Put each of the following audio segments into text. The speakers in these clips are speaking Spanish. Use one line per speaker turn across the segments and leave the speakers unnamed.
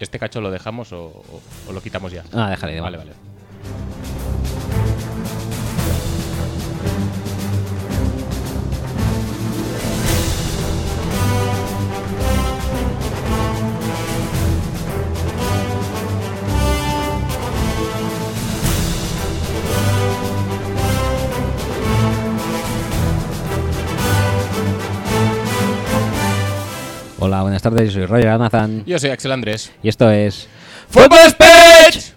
¿Este cacho lo dejamos o, o- o lo quitamos ya?
Ah, déjale,
Vale,
déjale.
vale.
Hola, buenas tardes, yo soy Roger Almazán
Yo soy Axel Andrés.
y esto es...
¡Fútbol Speech!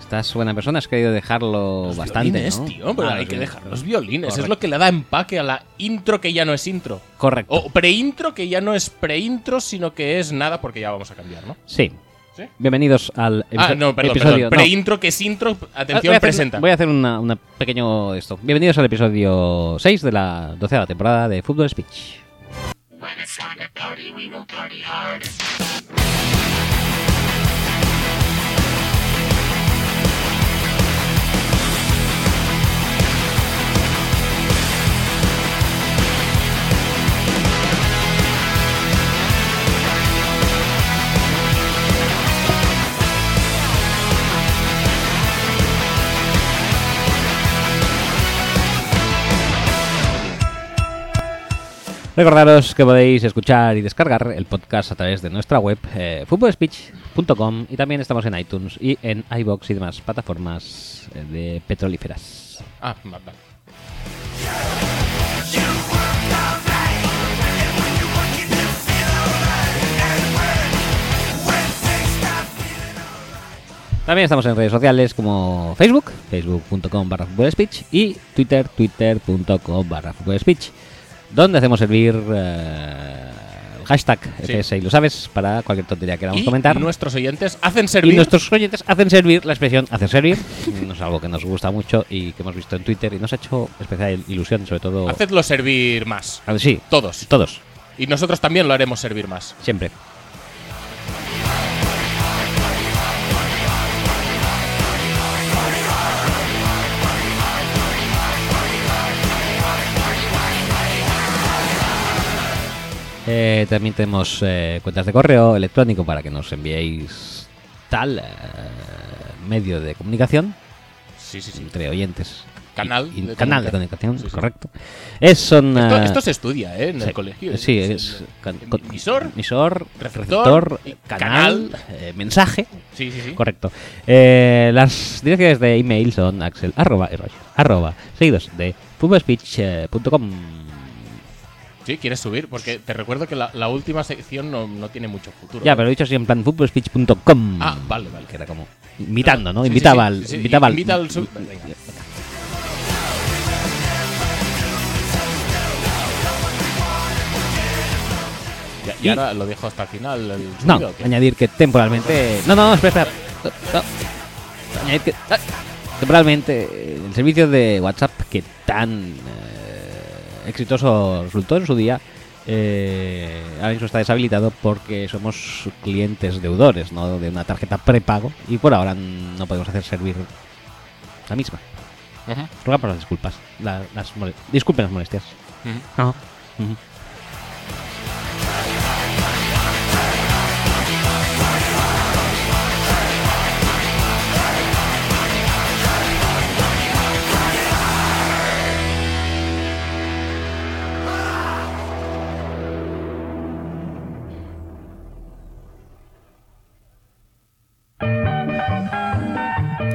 Estás buena persona, has querido dejarlo bastante,
violines,
¿no?
tío, pero
Ah,
hay
los
que
violines.
dejar los violines. Es
Correcto.
lo que le da empaque a la intro que ya no es intro.
Correcto.
O preintro que ya no es preintro, sino que es nada porque ya vamos a cambiar, ¿no?
Sí.
¿Sí?
Bienvenidos al episo-
Ah, no, perdón,
episodio...
perdón.
no.
Preintro que es intro.
Ah,
Atención,
voy a hacer-
presenta.
Voy a hacer una, una pequeño esto. Bienvenidos al episodio 6 de la 12 temporada de Fútbol Speech. Recordaros que podéis escuchar y descargar el podcast a través de nuestra web eh, footballspeech.com y también estamos en iTunes y en iBox y demás plataformas eh, de petrolíferas.
Ah, va- va.
También estamos en redes sociales como Facebook, facebook.com barra speech y Twitter, twitter.com barra speech, donde hacemos servir eh, el hashtag
Sí.
FS y lo sabes para cualquier tontería que queramos
Y
comentar.
nuestros oyentes hacen
Y
servir.
nuestros oyentes hacen servir la expresión hacer servir. no es algo que nos gusta mucho y que hemos visto en Twitter y nos ha hecho especial ilusión, sobre todo.
Hacedlo servir más.
Ah, Sí,
Todos.
todos,
Y nosotros también lo haremos servir más.
siempre. Eh, también tenemos eh, cuentas de correo electrónico para que nos enviéis tal eh, medio de comunicación
Sí, sí, sí.
entre oyentes.
Canal
Y- y
de
canal de
comunicación.
comunicación,
Sí, sí.
correcto. Es, son,
Esto,
eh,
esto se estudia, ¿eh? En
sí,
el colegio. ¿eh?
Sí,
Se-
es. can-
em-
con-
emisor,
emisor, receptor,
receptor,
eh,
y
canal,
canal.
eh, mensaje.
Sí, sí, sí.
Correcto. Eh, las direcciones de email son axel arroba, y Roger, arroba, seguidos de eh, footballspeech.com.
Sí, quieres subir, porque te recuerdo que la, la última sección no, no tiene mucho futuro.
Ya, pero lo he dicho así en plan footballspeech.com.
Ah, vale, vale.
Que era como invitando, ¿no?
Sí, sí,
invitaba
sí,
al.
sí, sí,
invitaba al-
invita al sub- venga. Ya- Y,
Y-
ahora lo dejo hasta el final. el
Pues No,
subido, ¿o qué?
añadir que temporalmente. No, no, espera, espera. No, no. Añadir que. ah, Temporalmente, eh, el servicio de WhatsApp que tan eh, exitoso resultó en su día, eh, ahora mismo está deshabilitado porque somos clientes deudores ¿no? de una tarjeta prepago y por ahora no podemos hacer servir la misma.
Ujú,
Rogamos las disculpas. la- las mole- disculpen las molestias.
ujú.
No. Ujú.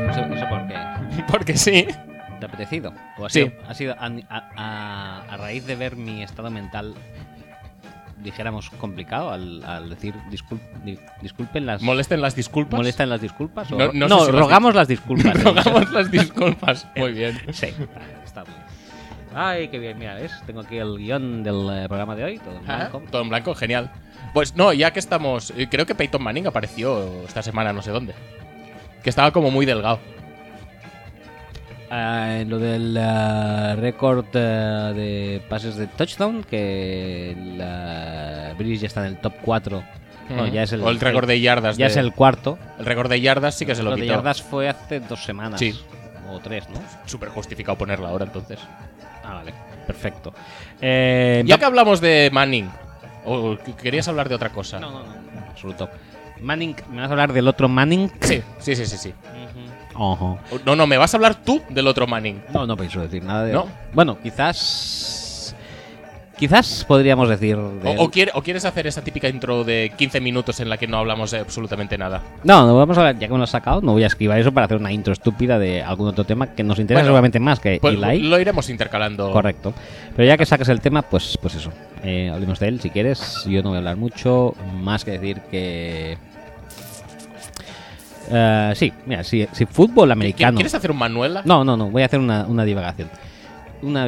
Eso- eso porque
Porque sí.
¿Te ha apetecido? ¿O ha
Sí.
sido, ha sido a, a- a- a raíz de ver mi estado mental, dijéramos, complicado al, al decir discul- di- disculpen las...
Molesten las disculpas.
¿Molestan las disculpas? o-
No-
no,
no sé si lo has
rogamos las disculpas. ¿eh?
Rogamos las disculpas. Muy bien.
Sí, está bien. Ay, qué bien, mira, ¿ves? Tengo aquí el guión del eh, programa de hoy, todo en
Ajá,
blanco.
Todo en blanco, genial. Pues no, ya que estamos. eh, Creo que Peyton Manning apareció esta semana, no sé dónde. Que estaba como muy delgado.
Ah, en lo del ah, récord ah, de pases de touchdown, que la Breeze ya está en el top 4 No, ya es el,
o el récord de yardas.
Ya
de-
es el cuarto.
el récord de yardas sí que se lo
Lo de
quitó.
yardas fue hace dos semanas.
Sí.
O tres, ¿no?
Súper justificado ponerla ahora entonces.
Ah, vale. Perfecto. Eh,
Ya que hablamos de Manning, o qu- querías hablar de otra cosa.
No, no, no. en Absoluto. Manning, ¿me vas a hablar del otro Manning?
Sí, sí, sí, sí, sí.
Ojo.
O- No, no, me vas a hablar tú del otro Manning.
No, no pienso decir nada de.
No.
Bueno, quizás. Quizás podríamos decir.
O,
del-
o quiere- o quieres hacer esa típica intro de 15 minutos en la que no hablamos de absolutamente nada.
No, no vamos a hablar, ya que me lo has sacado, no voy a escribir eso para hacer una intro estúpida de algún otro tema que nos interesa
Bueno,
seguramente más que
Pues
Eh, Eli.
lo iremos intercalando.
Correcto. Pero ya que sacas el tema, pues, pues eso. Eh, hablemos de él si quieres. Yo no voy a hablar mucho. Más que decir que. Eh, sí, mira, si, si fútbol
¿Qui-
americano.
¿Quieres hacer un Manuela?
No, no, no. Voy a hacer una, una divagación. Una.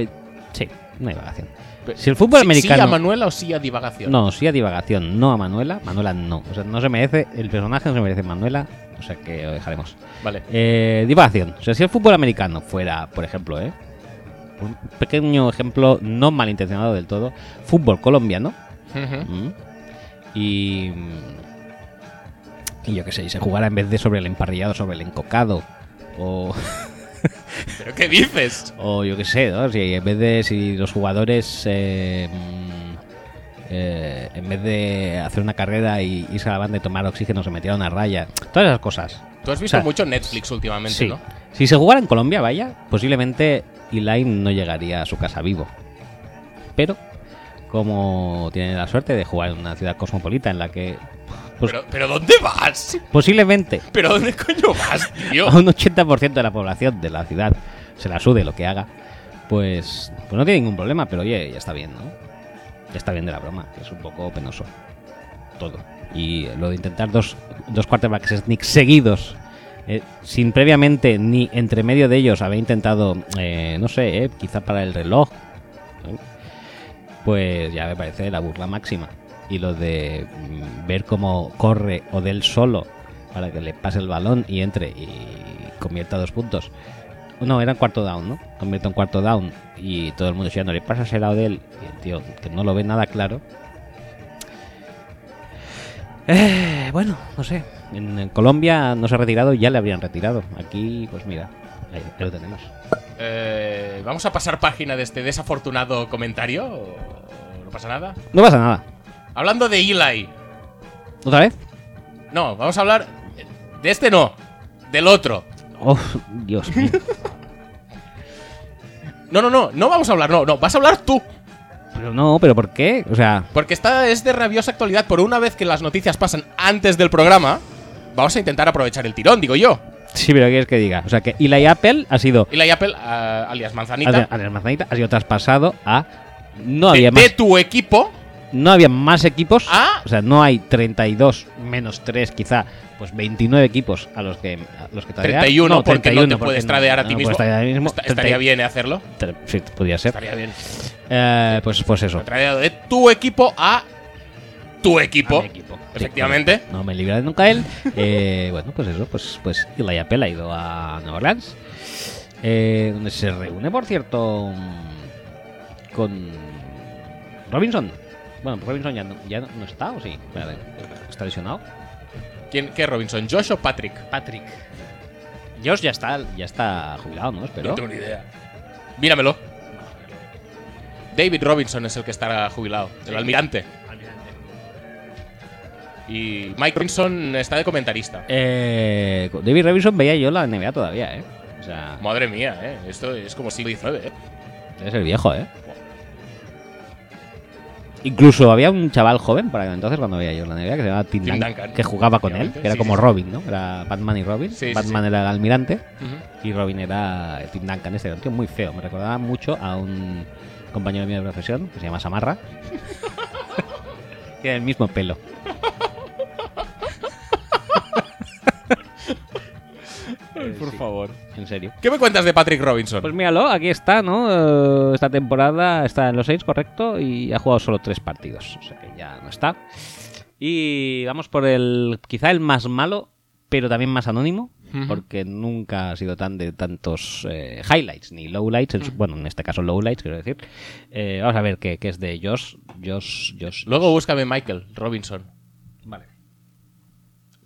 Sí, una divagación.
Pe-
Si el fútbol
¿Sí- ¿Sí a
americano.
Manuela o sí a divagación?
No, sí a divagación, no a Manuela. Manuela no. O sea, no se merece. El personaje no se merece Manuela. O sea que lo dejaremos.
Vale.
Eh, divagación. O sea, si el fútbol americano fuera, por ejemplo, ¿eh? Un pequeño ejemplo no malintencionado del todo. Fútbol colombiano.
Ujú.
Mm. Y. mm, Y yo qué sé, y se jugara en vez de sobre el emparrillado, sobre el encocado. O.
¿Pero qué dices?
O yo qué sé, ¿no? Si en vez de si los jugadores eh, mm, eh, en vez de hacer una carrera y irse a la banda y tomar oxígeno se metieron a raya, todas esas cosas.
Tú has visto
O sea,
mucho Netflix últimamente,
Sí.
¿no?
Si se jugara en Colombia, vaya, posiblemente Eli no llegaría a su casa vivo. Pero como tiene la suerte de jugar en una ciudad cosmopolita en la que pues,
pero, pero ¿dónde vas?
posiblemente
¿Pero dónde coño vas, tío?
a un 80% de la población de la ciudad se la sude lo que haga, pues, pues no tiene ningún problema, pero oye, ya está bien, ¿no? Ya está bien de la broma, que es un poco penoso. Todo. Y lo de intentar dos, dos quarterbacks sneak seguidos, eh, sin previamente ni entre medio de ellos haber intentado, eh, no sé, eh, quizá para el reloj, ¿no? pues ya me parece la burla máxima. Y lo de mm, ver cómo corre Odell solo para que le pase el balón y entre y convierta dos puntos. No, era un cuarto down, ¿no? Convierte un cuarto down y todo el mundo no le pasa será Odell y el tío que no lo ve nada claro. Eh, bueno, no sé. En, en Colombia no se ha retirado, ya le habrían retirado. Aquí, pues mira, ahí, ahí lo tenemos.
Eh, ¿Vamos a pasar página de este desafortunado comentario? ¿O ¿No pasa nada?
No pasa nada.
Hablando de Eli.
¿Otra vez?
No, vamos a hablar de este no, del otro.
Oh, Dios mío.
No, no, no, no vamos a hablar, no, no, vas a hablar tú.
Pero no, pero ¿por qué? O sea,
Porque esta es de rabiosa actualidad. Por una vez que las noticias pasan antes del programa, vamos a intentar aprovechar el tirón, digo yo.
sí, pero ¿qué quieres que diga? O sea, que Eli Apple ha sido
Eli Apple, a- alias Manzanita,
Adrián Manzanita ha sido traspasado a. No
de,
había,
de Ah.
más,
tu equipo
no había más equipos.
a
O sea, no hay 32 menos 3, quizá, pues 29 equipos a los que, a los que tradear.
31, porque no te
31,
puedes tradear a ti
no
mismo.
puedes tradear a ti mismo.
Esta- estaría
30
bien ¿eh, hacerlo.
tre- Sí, podría ser.
Estaría bien.
Eh, pues, pues eso.
Tradeado de tu equipo a tu
A
equipo.
mi equipo.
Efectivamente.
Sí, no me libraré nunca de él. Eh, bueno, pues eso, pues, pues Eli Apple ha ido a Nueva Orleans, eh, donde se reúne, por cierto, mm, con Robinson. Bueno, pues Robinson ya no, ya no- no está, ¿o sí? Espérate, está lesionado.
¿Quién, ¿Qué Robinson? ¿Josh o Patrick?
Patrick. Josh ya está, ya está jubilado, ¿no? Espero.
No tengo ni idea. Míramelo. David Robinson es el que estará jubilado, el almirante. Y Mike Robinson está de comentarista.
Eh, con David Robinson veía yo la NBA todavía, ¿eh? O sea,
Madre mía, ¿eh? esto es como siglo XIX. ¿eh?
es el viejo, ¿eh? Incluso había un chaval joven para entonces cuando veía yo la NBA que se llamaba Tim,
Tim
Duncan,
Duncan.
que jugaba con él, que era
Sí,
como
sí, sí.
Robin, ¿no? Era Batman y Robin.
Sí, sí,
Batman era el almirante
Ujú.
y Robin era el Tim Duncan. Este era un tío muy feo. Me recordaba mucho a un compañero mío de profesión que se llama Samarra. Tiene el mismo pelo. por favor. En serio.
¿Qué me cuentas de Patrick Robinson?
Pues míralo, aquí está, ¿no? Eh, esta temporada está en los seis, correcto, y ha jugado solo tres partidos, o sea que ya no está. Y vamos por el, quizá el más malo, pero también más anónimo,
Ujú.
porque nunca ha sido tan de tantos eh, highlights ni lowlights, en su- bueno, en este caso lowlights, quiero decir. Eh, vamos a ver qué, qué es de Josh, Josh, Josh.
Luego búscame Michael Robinson.
Vale.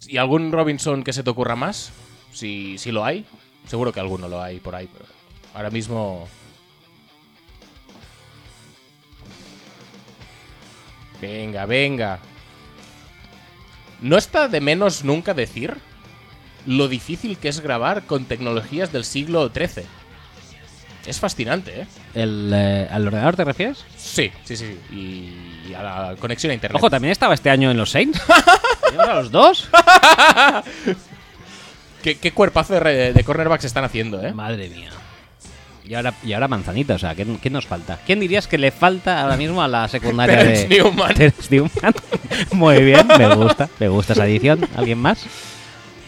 ¿Y algún Robinson que se te ocurra más? Si, si lo hay. Seguro que alguno lo hay por ahí. pero ahora mismo. Venga, venga. ¿No está de menos nunca decir lo difícil que es grabar con tecnologías del siglo XIII? Es fascinante, ¿eh?
El, eh, ¿Al ordenador te refieres?
Sí, sí, sí. sí. Y, y a la conexión a internet.
Ojo, también estaba este año en los Saints. ¿Llevas a los dos?
¿Qué, qué cuerpazo de, re- de cornerbacks están haciendo, eh?
Madre mía. Y ahora, y ahora manzanita, o sea, ¿qué, qué nos falta? ¿Quién dirías que le falta ahora mismo a la secundaria
Terence
de
Newman.
Terence Newman? Muy bien, me gusta, me gusta esa edición. ¿Alguien más?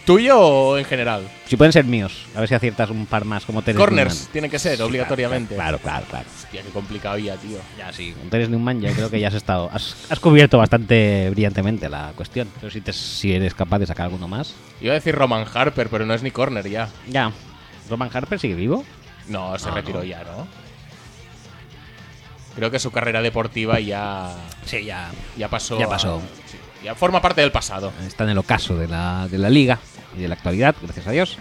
¿Tuyo o en general?
Si pueden ser míos, a ver si aciertas un par más como Terence
Corners
Newman.
tiene que ser, obligatoriamente.
Claro, claro, claro.
Hostia, qué complicado ya, tío.
Ya sí. Con Terence Newman ya creo que ya has estado, has, has cubierto bastante brillantemente la cuestión. Pero si, te, si eres capaz de sacar alguno más.
Iba a decir Roman Harper, pero no es ni corner ya.
Ya. Roman Harper sigue vivo.
No, se
No,
retiró
Ah, no.
ya, ¿no? Creo que su carrera deportiva ya,
Sí, ya.
ya pasó.
Ya
a-
pasó.
sí, ya forma parte del pasado.
Está en el ocaso de la, de la liga y de la actualidad, gracias a Dios.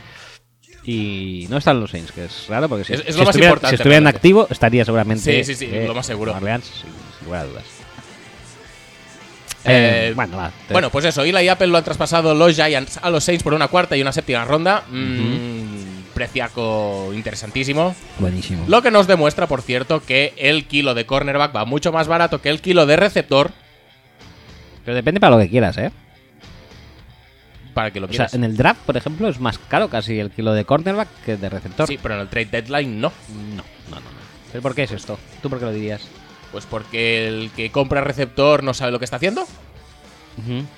Y no están los Saints, que es raro porque si,
Es- es
si
lo más
estuviera-
importante,
si estuvieran
realmente.
activo estaría seguramente.
Sí, sí, sí, lo más seguro.
Nueva Orleans, sin, sin lugar a dudas.
Eh,
Eh, bueno, va, te-
Bueno, pues eso, Eli y Apple lo han traspasado los Giants a los Saints por una cuarta y una séptima ronda. Mm, preciaco interesantísimo.
buenísimo.
Lo que nos demuestra, por cierto, que el kilo de cornerback va mucho más barato que el kilo de receptor
Pero depende para lo que quieras, ¿eh?
para que lo
O sea,
quieras.
en el draft, por ejemplo, es más caro casi el kilo de cornerback que de receptor.
sí, pero en el trade deadline no.
No, no, no. no. ¿Pero por qué es esto? ¿Tú por qué lo dirías?
Pues porque el que compra receptor no sabe lo que está haciendo.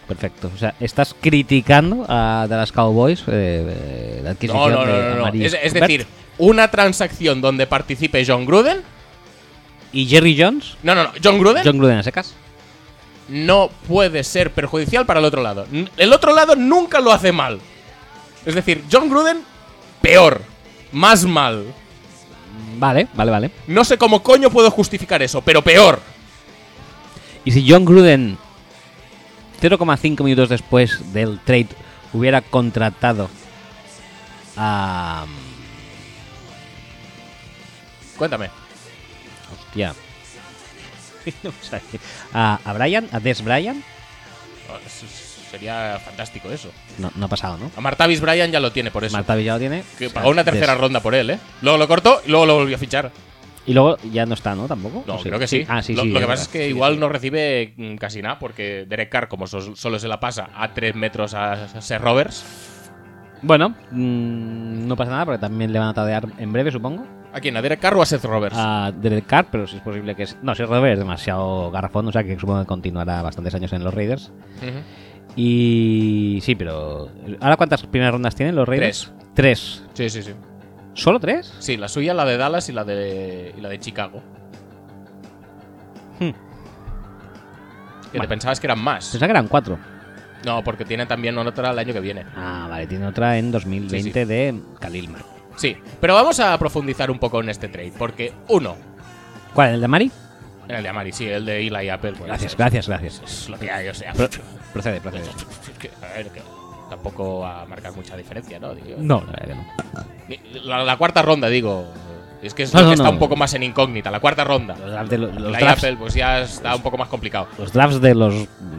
Perfecto. O sea, estás criticando a Dallas Cowboys eh, eh, la
No,
adquisición
no, no,
de
no, no.
Amari
Es, es
Cooper
decir, una transacción donde participe John Gruden.
y Jerry Jones,
No, no, no. John Gruden
John Gruden a secas.
no puede ser perjudicial para el otro lado. N- El otro lado nunca lo hace mal. Es decir, John Gruden, peor. Más mal. Mm.
Vale, vale, vale.
No sé cómo coño puedo justificar eso, pero peor.
Y si John Gruden 0,5 minutos después del trade hubiera contratado a
Cuéntame.
hostia. No me sale. a, a Brian, a Des Brian,
Oh, eso es- Sería fantástico eso.
no, no ha pasado, ¿no?
A Martavis Bryan ya lo tiene por eso.
Marta Villa lo tiene.
que
O sea,
pagó una tercera
Des-
ronda por él, ¿eh? Luego lo cortó y luego lo volvió a fichar.
Y luego ya no está, ¿no? Tampoco.
No,
¿O sí?
creo que sí.
Ah, sí,
lo,
sí,
lo que
verdad.
pasa es que
Sí,
igual
sí.
no recibe mm, casi nada, porque Derek Carr, como so- solo se la pasa a 3 metros a Ser Roberts.
Bueno, mm, no pasa nada porque también le van a tadear en breve, supongo,
¿A quién? ¿A Derek Carr o a Seth Roberts?
a Derek Carr, pero si es posible que... es- No, si es Robert es demasiado garrafón, o sea que supongo que continuará bastantes años en los Raiders.
Ujú.
Y sí, pero... ¿Ahora cuántas primeras rondas tienen los Raiders? Tres.
Sí, sí, sí.
¿Solo tres?
Sí, la suya, la de Dallas y la de, y la de Chicago.
Hmm.
Que te
Bueno.
pensabas que eran más.
Pensaba que eran cuatro.
No, porque tiene también otra el año que viene.
Ah, vale, tiene otra en 2020
Sí,
de Khalil Mack.
Sí, pero vamos a profundizar un poco en este trade, porque uno,
¿Cuál? ¿El de Mari?
en el de Amari, sí, el de Eli Apple. bueno,
Gracias,
es-
gracias, gracias.
Es lo que hay, o sea.
Pro- procede, procede.
que, a ver, que tampoco va a marcar mucha diferencia, ¿no? Digo,
No, la verdad que no.
ni- La, la cuarta ronda, digo. Es que, es
No,
lo
no,
que está
no.
un poco más en incógnita, la cuarta ronda.
Los drafts de los- los
Eli
drafts.
Apple, pues ya está un poco más complicado.
Los drafts de los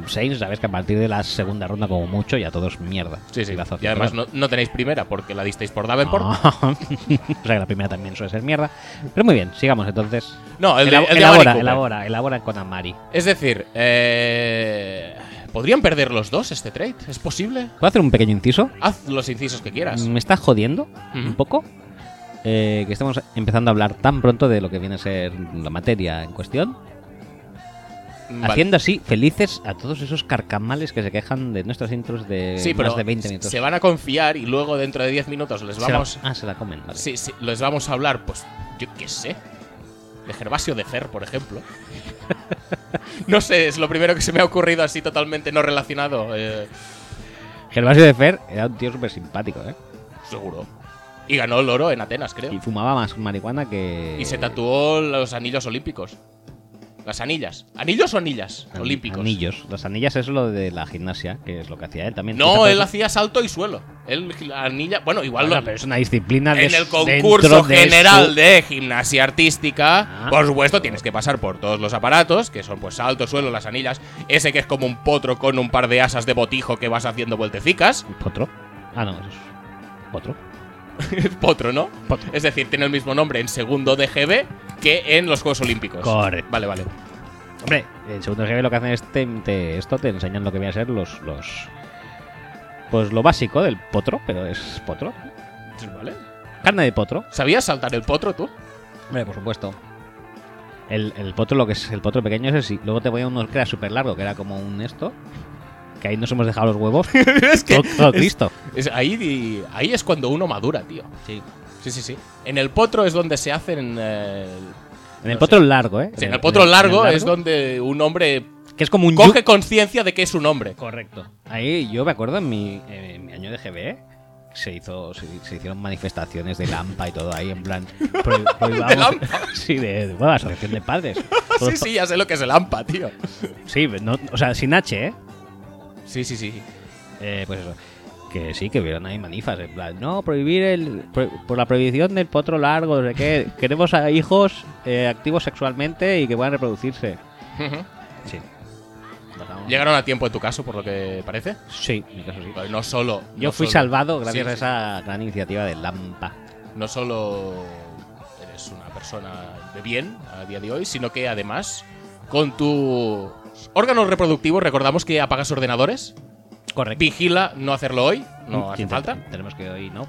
Saints, sabes que a partir de la segunda ronda como mucho ya todo es mierda.
Sí, sí.
Pedazo de
Y además
jugador.
no, no tenéis primera porque la disteis por Davenport. No,
Ah, o sea que la primera también suele ser mierda. Pero muy bien, sigamos entonces.
el de,
Elab-
el de Amari
elabora,
Cooper.
elabora, elabora con Amari.
Es decir, eh, ¿podrían perder los dos este trade? ¿Es posible?
¿Puedo hacer un pequeño inciso?
Haz los incisos que quieras.
Me está jodiendo
Ujú.
un poco eh, que estemos empezando a hablar tan pronto de lo que viene a ser la materia en cuestión.
Vale.
Haciendo así felices a todos esos carcamales que se quejan de nuestras intros de
Sí, pero
más de 20 minutos.
se van a confiar y luego dentro de 10 minutos les
Se la-
vamos,
ah, se la comen, vale.
sí, sí, les vamos a hablar, pues yo qué sé, de Gervasio de Fer, por ejemplo. no sé, es lo primero que se me ha ocurrido así totalmente no relacionado, eh,
Gervasio de Fer era un tío súper simpático, ¿eh?
seguro. Y ganó el oro en Atenas, creo.
Y fumaba más marihuana que.
Y se tatuó los anillos olímpicos. Las anillas. ¿Anillos o anillas?
An-
Olímpicos.
Anillos. Las anillas es lo de la gimnasia, que es lo que hacía él también. Quizá
No,
por
él
eso-
hacía salto y suelo. Él, la anilla. Bueno, igual
Bueno,
lo-
pero es una disciplina
en
de-
el concurso
dentro de
general
su-
de gimnasia artística,
Ah.
por supuesto, tienes que pasar por todos los aparatos, que son pues salto, suelo, las anillas, ese que es como un potro con un par de asas de botijo que vas haciendo vueltecicas.
Potro. Ah, no, eso es. Potro.
Pues Es potro, ¿no?
Potro.
Es decir, tiene el mismo nombre en segundo de GB que en los Juegos Olímpicos.
Correcto.
Vale, vale.
Hombre, en segundo GB lo que hacen es te, te- esto, te enseñan lo que viene a ser los, los. Pues lo básico del potro, pero es potro.
Vale.
Carne de potro.
¿Sabías saltar el potro tú?
Hombre, por supuesto. El, el potro, lo que es el potro pequeño es así. Luego te voy a uno que era súper largo, que era como un esto. Que ahí nos hemos dejado los huevos.
es que
todo, todo
es-
Cristo.
es ahí, di- ahí es cuando uno madura, tío.
Sí.
Sí, sí, sí. En el potro es donde se hacen. eh,
En el
no
potro
sé.
largo, ¿eh?
Sí, en el potro
en el
largo es donde un hombre
Que es como un
coge conciencia de que es un hombre.
Correcto. Ahí yo me acuerdo en mi, en mi año de GB se hizo se, se hicieron manifestaciones de Lampa y todo ahí en plan prohi- prohibamos-
¿De Lampa?
sí de, de- bueno, la asociación de padres
Sí, sí, ya sé lo que es el AMPA, tío.
Sí, no- o sea sin H ¿eh?
Sí, sí, sí.
Eh, pues eso que sí que vieron ahí manifas en plan no prohibir el pro- por la prohibición del potro largo de que queremos a hijos eh, activos sexualmente y que puedan reproducirse
Ujú.
sí Bajamos.
Llegaron a tiempo en tu caso, por lo que parece.
sí en mi caso sí
No solo.
yo
no
fui
solo-
salvado
Sí,
gracias
sí.
a esa gran iniciativa de Lampa
no solo eres una persona de bien a día de hoy, sino que además con tus órganos reproductivos recordamos que apagas ordenadores,
Correcto.
vigila no hacerlo hoy, no hace
Intenta-
falta.
Mm, Tenemos que hoy, ¿no?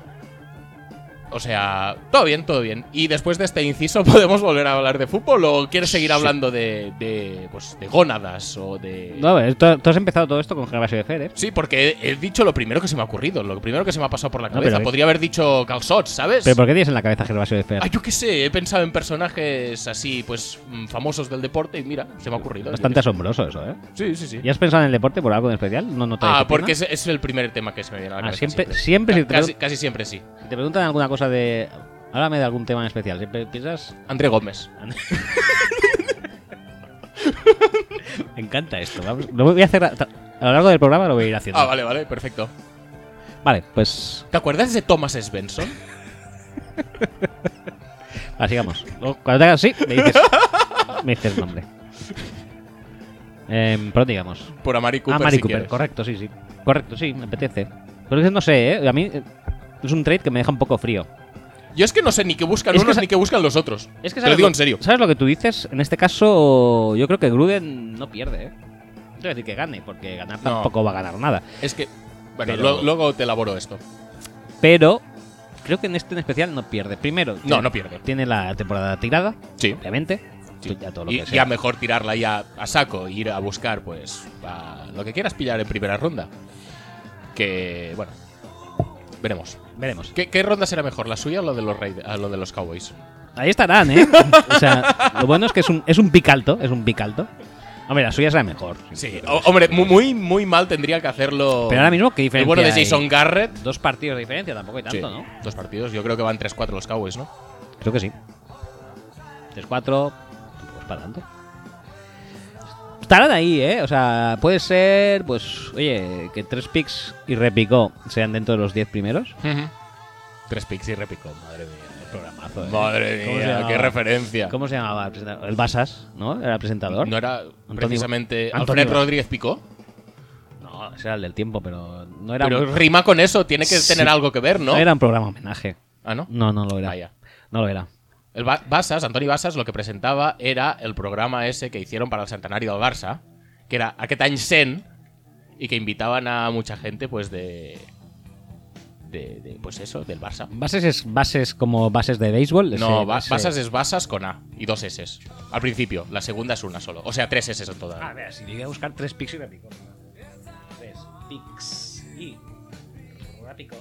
O sea, todo bien, todo bien. Y después de este inciso podemos volver a hablar de fútbol o quieres seguir
Sí.
hablando de, de, pues, de gónadas o de...
No, a ver, tú, tú has empezado todo esto con Gervasio de ¿eh? Federer.
Sí, porque he he dicho lo primero que se me ha ocurrido, lo primero que se me ha pasado por la
No,
cabeza.
Ah, pero-
Podría haber dicho calzots, ¿sabes?
¿Pero por qué tienes en la cabeza Gervasio de
Ah,
Federer?
yo qué sé, he pensado en personajes así, pues mm, famosos del deporte y mira, se me ha ocurrido.
Bastante asombroso eso, ¿eh?
Sí, sí, sí.
¿Y has pensado en el deporte por algo en especial? No, no te
Ah,
dice
porque
tema?
es, es el primer tema que se me viene a la
Ah,
cabeza.
siempre, siempre si, te,
Ca- casi, casi siempre sí.
si te preguntan alguna cosa de. Háblame de algún tema en especial. Siempre piensas.
André Gómez.
Me encanta esto. Vamos, lo voy a hacer. A, a lo largo del programa lo voy a ir haciendo.
Ah, vale, vale, perfecto.
Vale, pues.
¿Te acuerdas de Thomas Svensson?
va, sigamos. Luego, Cuando te hagas así, me dices. me dices el nombre. Eh, ¿Por dónde íbamos?
Por Amari Cooper.
ah, Mari
si
Cooper,
quieres.
correcto, sí, sí. Correcto, sí, me apetece. Pero es que no sé, ¿eh? A mí eh, es un trade que me deja un poco frío.
Yo es que no sé ni qué buscan
Es que
unos
sa-
ni qué buscan los otros.
Es que
Te lo digo en serio.
¿Sabes lo que tú dices? En este caso, yo creo que Gruden no pierde, ¿eh? No quiero decir que gane, porque ganar
No.
tampoco va a ganar nada.
Es que. Bueno,
Pero-
lo- luego te elaboro esto.
Pero creo que en este en especial no pierde. Primero,
No,
tiene-
no pierde.
tiene la temporada tirada,
Sí.
obviamente.
sí.
Tú Ya todo lo
y
que
y a
sea.
mejor tirarla ya a saco e ir a buscar, pues, a lo que quieras pillar en primera ronda. Que, bueno, veremos.
Veremos.
¿Qué, qué ronda será mejor, la suya o la de los, Raid- a lo de los Cowboys?
Ahí estarán, ¿eh? o sea, lo bueno es que es un, es un pick alto, es un pick alto. Hombre, la suya será mejor.
Sí, o- hombre, mu- muy, muy mal tendría que hacerlo.
Pero ahora mismo, ¿qué
el
diferencia
bueno de
hay?
Jason Garrett.
Dos partidos de diferencia, tampoco hay tanto,
Sí,
¿no?
Dos partidos, yo creo que van 3-4 los Cowboys, ¿no?
Creo que sí. 3-4, tampoco es para tanto. Estarán ahí, ¿eh? O sea, puede ser, pues, oye, que tres picks y repicó sean dentro de los 10 primeros.
Tres picks y repicó, madre mía.
Programazo, ¿eh?
Madre
¿Cómo se
mía,
llamaba?
qué referencia.
¿Cómo se llamaba? el presentador? El Basas, ¿no? Era el presentador.
¿No era precisamente
Antonio-
Alfred Rodríguez Picó?
No, ese era el del tiempo, pero no era,
Pero rima con eso, tiene que
Sí.
tener algo que ver, ¿no?
no era un programa homenaje.
Ah, ¿no?
No, no lo era.
Vaya.
No lo era.
El Ba- Basas, Antonio Basas, lo que presentaba era el programa ese que hicieron para el centenario del Barça, que era Aquest any 100, y que invitaban a mucha gente, pues, de... De, de, pues eso, del Barça.
Bases es bases como bases de béisbol.
No,
ese-
Ba-
ese-
Basas es Basas con A y dos S. Al principio, la segunda es una solo. O sea, tres S en total.
A ver, si llegué a buscar tres picks y repico. Tres picks y repico.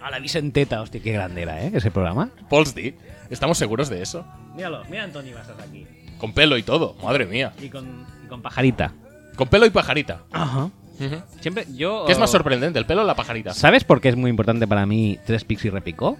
A la Vicenteta, hostia, qué grande era, ¿eh? Ese programa.
Pols D. Estamos seguros de eso.
Míralo, mira a Antonio Basas aquí.
Con pelo y todo, madre mía.
Y con, y con pajarita.
Con pelo y pajarita.
Ajá.
Ujú.
Siempre yo.
¿Qué es más sorprendente, el pelo o la pajarita?
¿Sabes por qué es muy importante para mí tres picks y repico?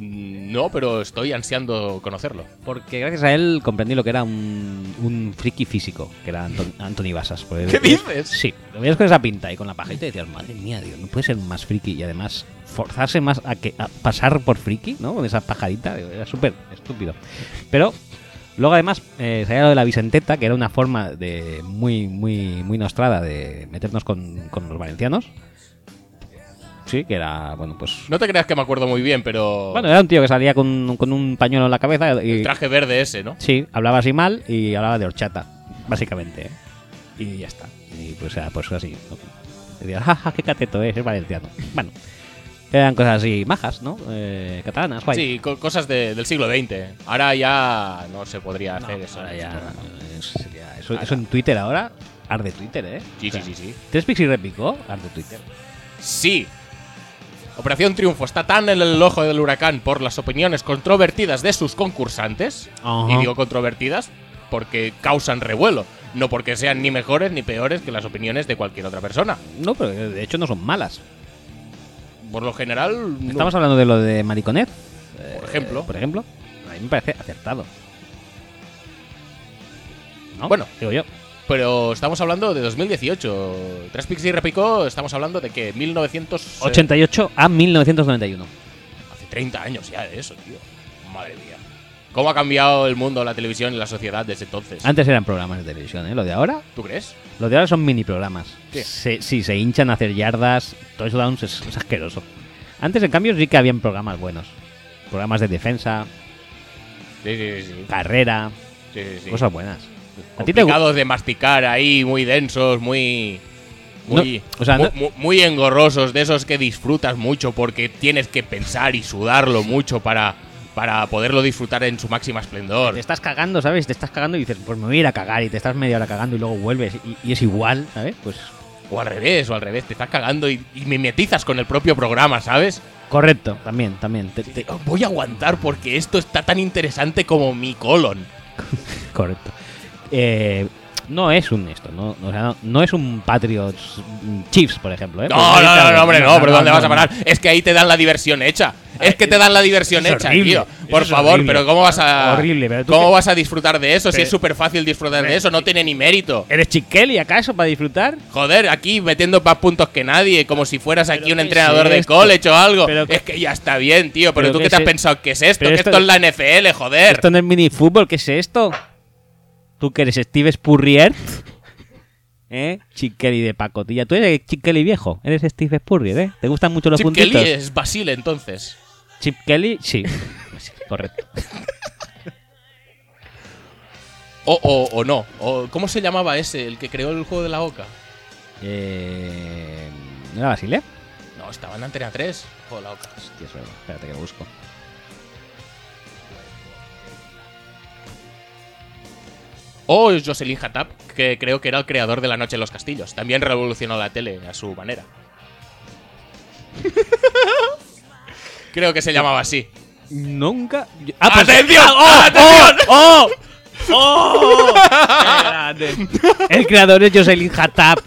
Mm, No, pero estoy ansiando conocerlo.
Porque gracias a él comprendí lo que era un, un friki físico, que era Anton- Anthony Basas. Porque
¿Qué dices?
Sí, lo veías con esa pinta y con la paja y te decías, madre mía, Dios, no puede ser más friki. Y además, forzarse más a, que, a pasar por friki, ¿no? Con esa pajadita, digo, era súper estúpido. Pero luego además eh, salía lo de la Vicenteta, que era una forma de muy, muy, muy nostrada de meternos con, con los valencianos. Sí, que era, bueno, pues...
No te creas que me acuerdo muy bien, pero.
Bueno, eh. era un tío que salía con, con un pañuelo en la cabeza y...
el traje verde ese, ¿no?
Sí, hablaba así mal y hablaba de horchata, básicamente. ¿eh? Y ya está. Y pues, era pues así. ¿no? Decía, jaja, qué cateto es, es valenciano. Bueno, eran cosas así majas, ¿no? Eh, catalanas, guay.
Sí, co- cosas de- del siglo XX. Ahora ya no se podría
No,
hacer eso.
ahora ya, eso, sería- eso-
Ahora.
eso en Twitter ahora, arde Twitter, ¿eh?
Sí,
O sea,
sí, sí, sí.
¿Tres Pixie repicó? Arde Twitter.
Sí. Operación Triunfo está tan en el ojo del huracán por las opiniones controvertidas de sus concursantes.
Ajá.
Y digo controvertidas porque causan revuelo. No porque sean ni mejores ni peores que las opiniones de cualquier otra persona.
No, pero de hecho no son malas.
Por lo general, no.
Estamos hablando de lo de Mariconet. Eh,
Por ejemplo.
por ejemplo. A mí me parece acertado. ¿No?
Bueno.
digo yo.
pero estamos hablando de 2018. Tres Pixie repicó, estamos hablando de que 1900 eh,
88 a 1991.
Hace 30 años ya de eso, tío. Madre mía. ¿Cómo ha cambiado el mundo, la televisión y la sociedad desde entonces?
Antes eran programas de televisión, ¿eh? Lo de ahora,
¿Tú crees?
lo de ahora son mini programas.
Sí.
Se, sí, se hinchan a hacer yardas, todo eso da un- es, es asqueroso. Antes, en cambio, sí que habían programas buenos. Programas de defensa,
Sí, sí, sí.
carrera,
sí, sí, sí.
cosas buenas. ¿A ti te gu-
Complicados de masticar ahí, muy densos, muy. Muy,
No, o sea,
mu-
no-
mu- muy, engorrosos, de esos que disfrutas mucho porque tienes que pensar y sudarlo mucho para, para poderlo disfrutar en su máxima esplendor.
Te estás cagando, ¿sabes? Te estás cagando y dices, pues me voy a ir a cagar y te estás media hora cagando y luego vuelves y, y es igual, ¿sabes? Pues
O al revés, o al revés, te estás cagando y, y mimetizas con el propio programa, ¿sabes?
correcto, también, también. te-
Te-
te-
oh, voy a aguantar porque esto está tan interesante como mi colon.
Eh, Correcto. Eh, no es un esto, no, o sea, no, no es un Patriots mm, Chiefs, por ejemplo. ¿eh?
No,
Porque
no,
ahí
no,
está-
no, hombre, no, pero ¿dónde
no,
vas a
no.
parar? Es que ahí te dan la diversión hecha. Es que te dan la diversión
Ah, es
hecha,
horrible,
tío.
eso
Por
es
favor,
horrible. Ah,
pero ¿cómo vas a.
Horrible, pero tú
¿Cómo
qué-
vas a disfrutar de eso? Si
Pero- eh
es súper fácil disfrutar de
Pero-
eso, no tiene ni mérito.
¿Eres Chiqueli acaso para disfrutar?
Joder, aquí metiendo más puntos que nadie, como si fueras aquí
¿Pero
un
qué es
entrenador de
esto?
college o algo.
¿Pero qué-
Es que ya está bien, tío, pero,
¿Pero
tú
qué
qué te
es
has
e-
pensado que es esto,
pero
que
esto-
esto, es la NFL, joder.
Esto no es mini fútbol, ¿qué es esto? ¿Tú que eres Steve Spurrier? ¿Eh? Chiqueli de pacotilla. ¿Tú eres Chiqueli viejo? Eres Steve Spurrier, ¿eh? ¿Te gustan mucho los
Chip Kelly eh.
puntitos?
es Basile, entonces.
Chip Kelly, sí. Sí, Correcto.
O, o, o no. O, ¿Cómo se llamaba ese, el que creó el juego de la OCA?
Eh, ¿No era Basile?
No, estaba en Antena 3. el Juego de la OCA.
Hostia, es verdad. Espérate que lo busco.
O Jocelyn Hattab, que creo que era el creador de La Noche en los Castillos. También revolucionó la tele a su manera. creo que se llamaba así.
Nunca. pues,
¡Atención!
¡Atención! Ah, ¡Oh! ¡Oh! ¡Qué grande! El creador es Jocelyn Hattab.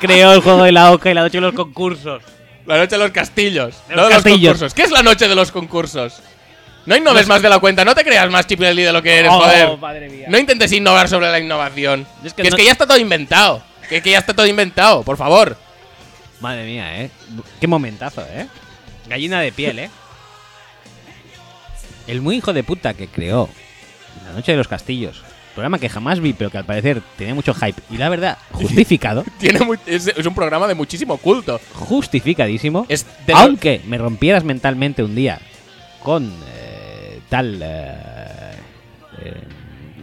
Creó el juego de la OCA y la noche de los concursos.
La Noche de los Castillos.
De
no
oh. los
de los
castillos.
concursos. ¿Qué es la Noche de los Concursos? No innoves más de la cuenta, no te creas más chip de lo que eres,
Oh,
joder.
madre mía.
No intentes innovar sobre la innovación.
Es que
que, es
no-
que ya está todo inventado. Que, que ya está todo inventado, por favor.
Madre mía, eh. Qué momentazo, eh. Gallina de piel, eh. El muy hijo de puta que creó La Noche de los Castillos. Programa que jamás vi, pero que al parecer tenía mucho hype. Y la verdad, justificado.
Tiene mu- es, es un programa de muchísimo culto.
justificadísimo.
Es de lo-
Aunque me rompieras mentalmente un día con eh, tal... eh, eh,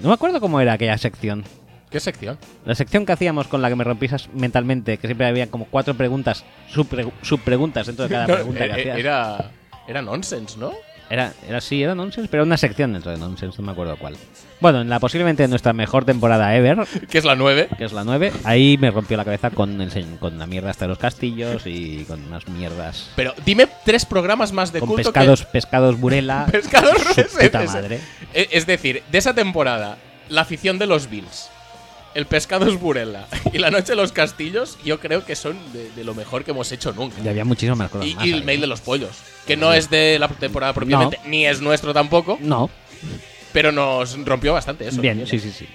no me acuerdo cómo era aquella sección.
¿Qué sección?
La sección que hacíamos con la que me rompieras mentalmente, que siempre había como cuatro preguntas, subpre- subpreguntas dentro de cada
No,
pregunta que
eh, eh,
hacías.
era, era nonsense, ¿no?
Era, era sí, era nonsense, pero era una sección dentro de nonsense, no me acuerdo cuál. Bueno, en la posiblemente nuestra mejor temporada ever,
Que es la 9.
que es la 9, ahí me rompió la cabeza con, el se- con la mierda hasta los castillos y con unas mierdas
Pero dime tres programas más de
con
culto
pescados, pescados burela.
que... Pescados
su
es-
puta
E, es-
madre.
Es, es decir, de esa temporada, la afición de los Bills. el pescado es burela y la noche de los castillos, yo creo que son de, de lo mejor que hemos hecho nunca.
Y había muchísimas cosas
Y,
más
y el
ahí.
mail de los pollos, que no es de la temporada propiamente, ni es nuestro tampoco,
No,
pero nos rompió bastante eso.
bien, sí, sí, sí.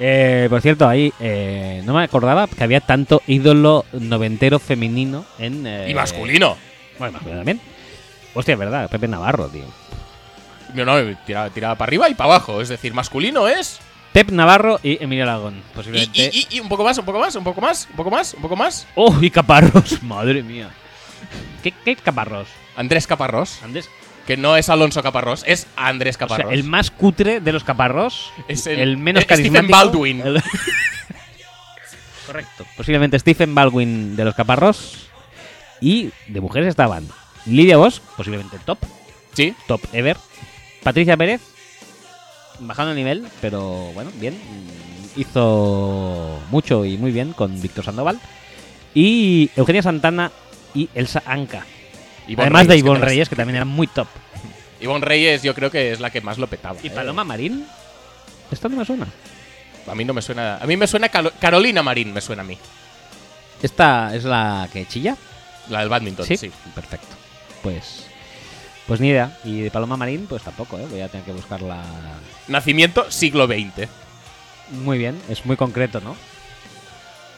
Eh, por cierto, ahí eh, no me acordaba que había tanto ídolo noventero femenino en... eh,
Y masculino.
Bueno, masculino también. Hostia, es verdad, Pepe Navarro, tío.
No, no, tiraba, tiraba para arriba y para abajo. Es decir, masculino es.
Pep Navarro y Emilio Aragón,
Y,
posiblemente.
y- y- y un poco más, un poco más, un poco más, un poco más, un poco más.
¡Oh, y Caparros! ¡Madre mía! ¿Qué, qué Caparros?
Andrés Caparrós,
Andrés.
que no es Alonso Caparrós, es Andrés
O
Caparrós.
sea, el más cutre de los Caparros.
Es el-
el, menos
eh, Stephen
carismático.
Baldwin.
el- Correcto. Posiblemente Stephen Baldwin de los Caparros. Y de mujeres estaban Lidia Bosch, posiblemente top,
Sí,
top ever. Patricia Pérez, bajando el nivel, pero bueno, bien. mm, Hizo mucho y muy bien con Víctor Sandoval. Y Eugenia Santana y Elsa Anca.
Ivonne
Además de
Reyes,
Ivonne
que
Reyes, que también era muy top.
también- Ivonne Reyes, yo creo que es la que más lo petaba.
¿Y
eh.
Paloma Marín? Esta no me suena.
A mí no me suena. A mí me suena Calo- Carolina Marín, me suena a mí.
¿Esta es la que chilla?
La del badminton, sí.
¿Sí? perfecto. Pues, pues ni idea. Y de Paloma Marín, pues tampoco, ¿eh? Voy a tener que buscarla.
Nacimiento siglo XX.
Muy bien, es muy concreto, ¿no?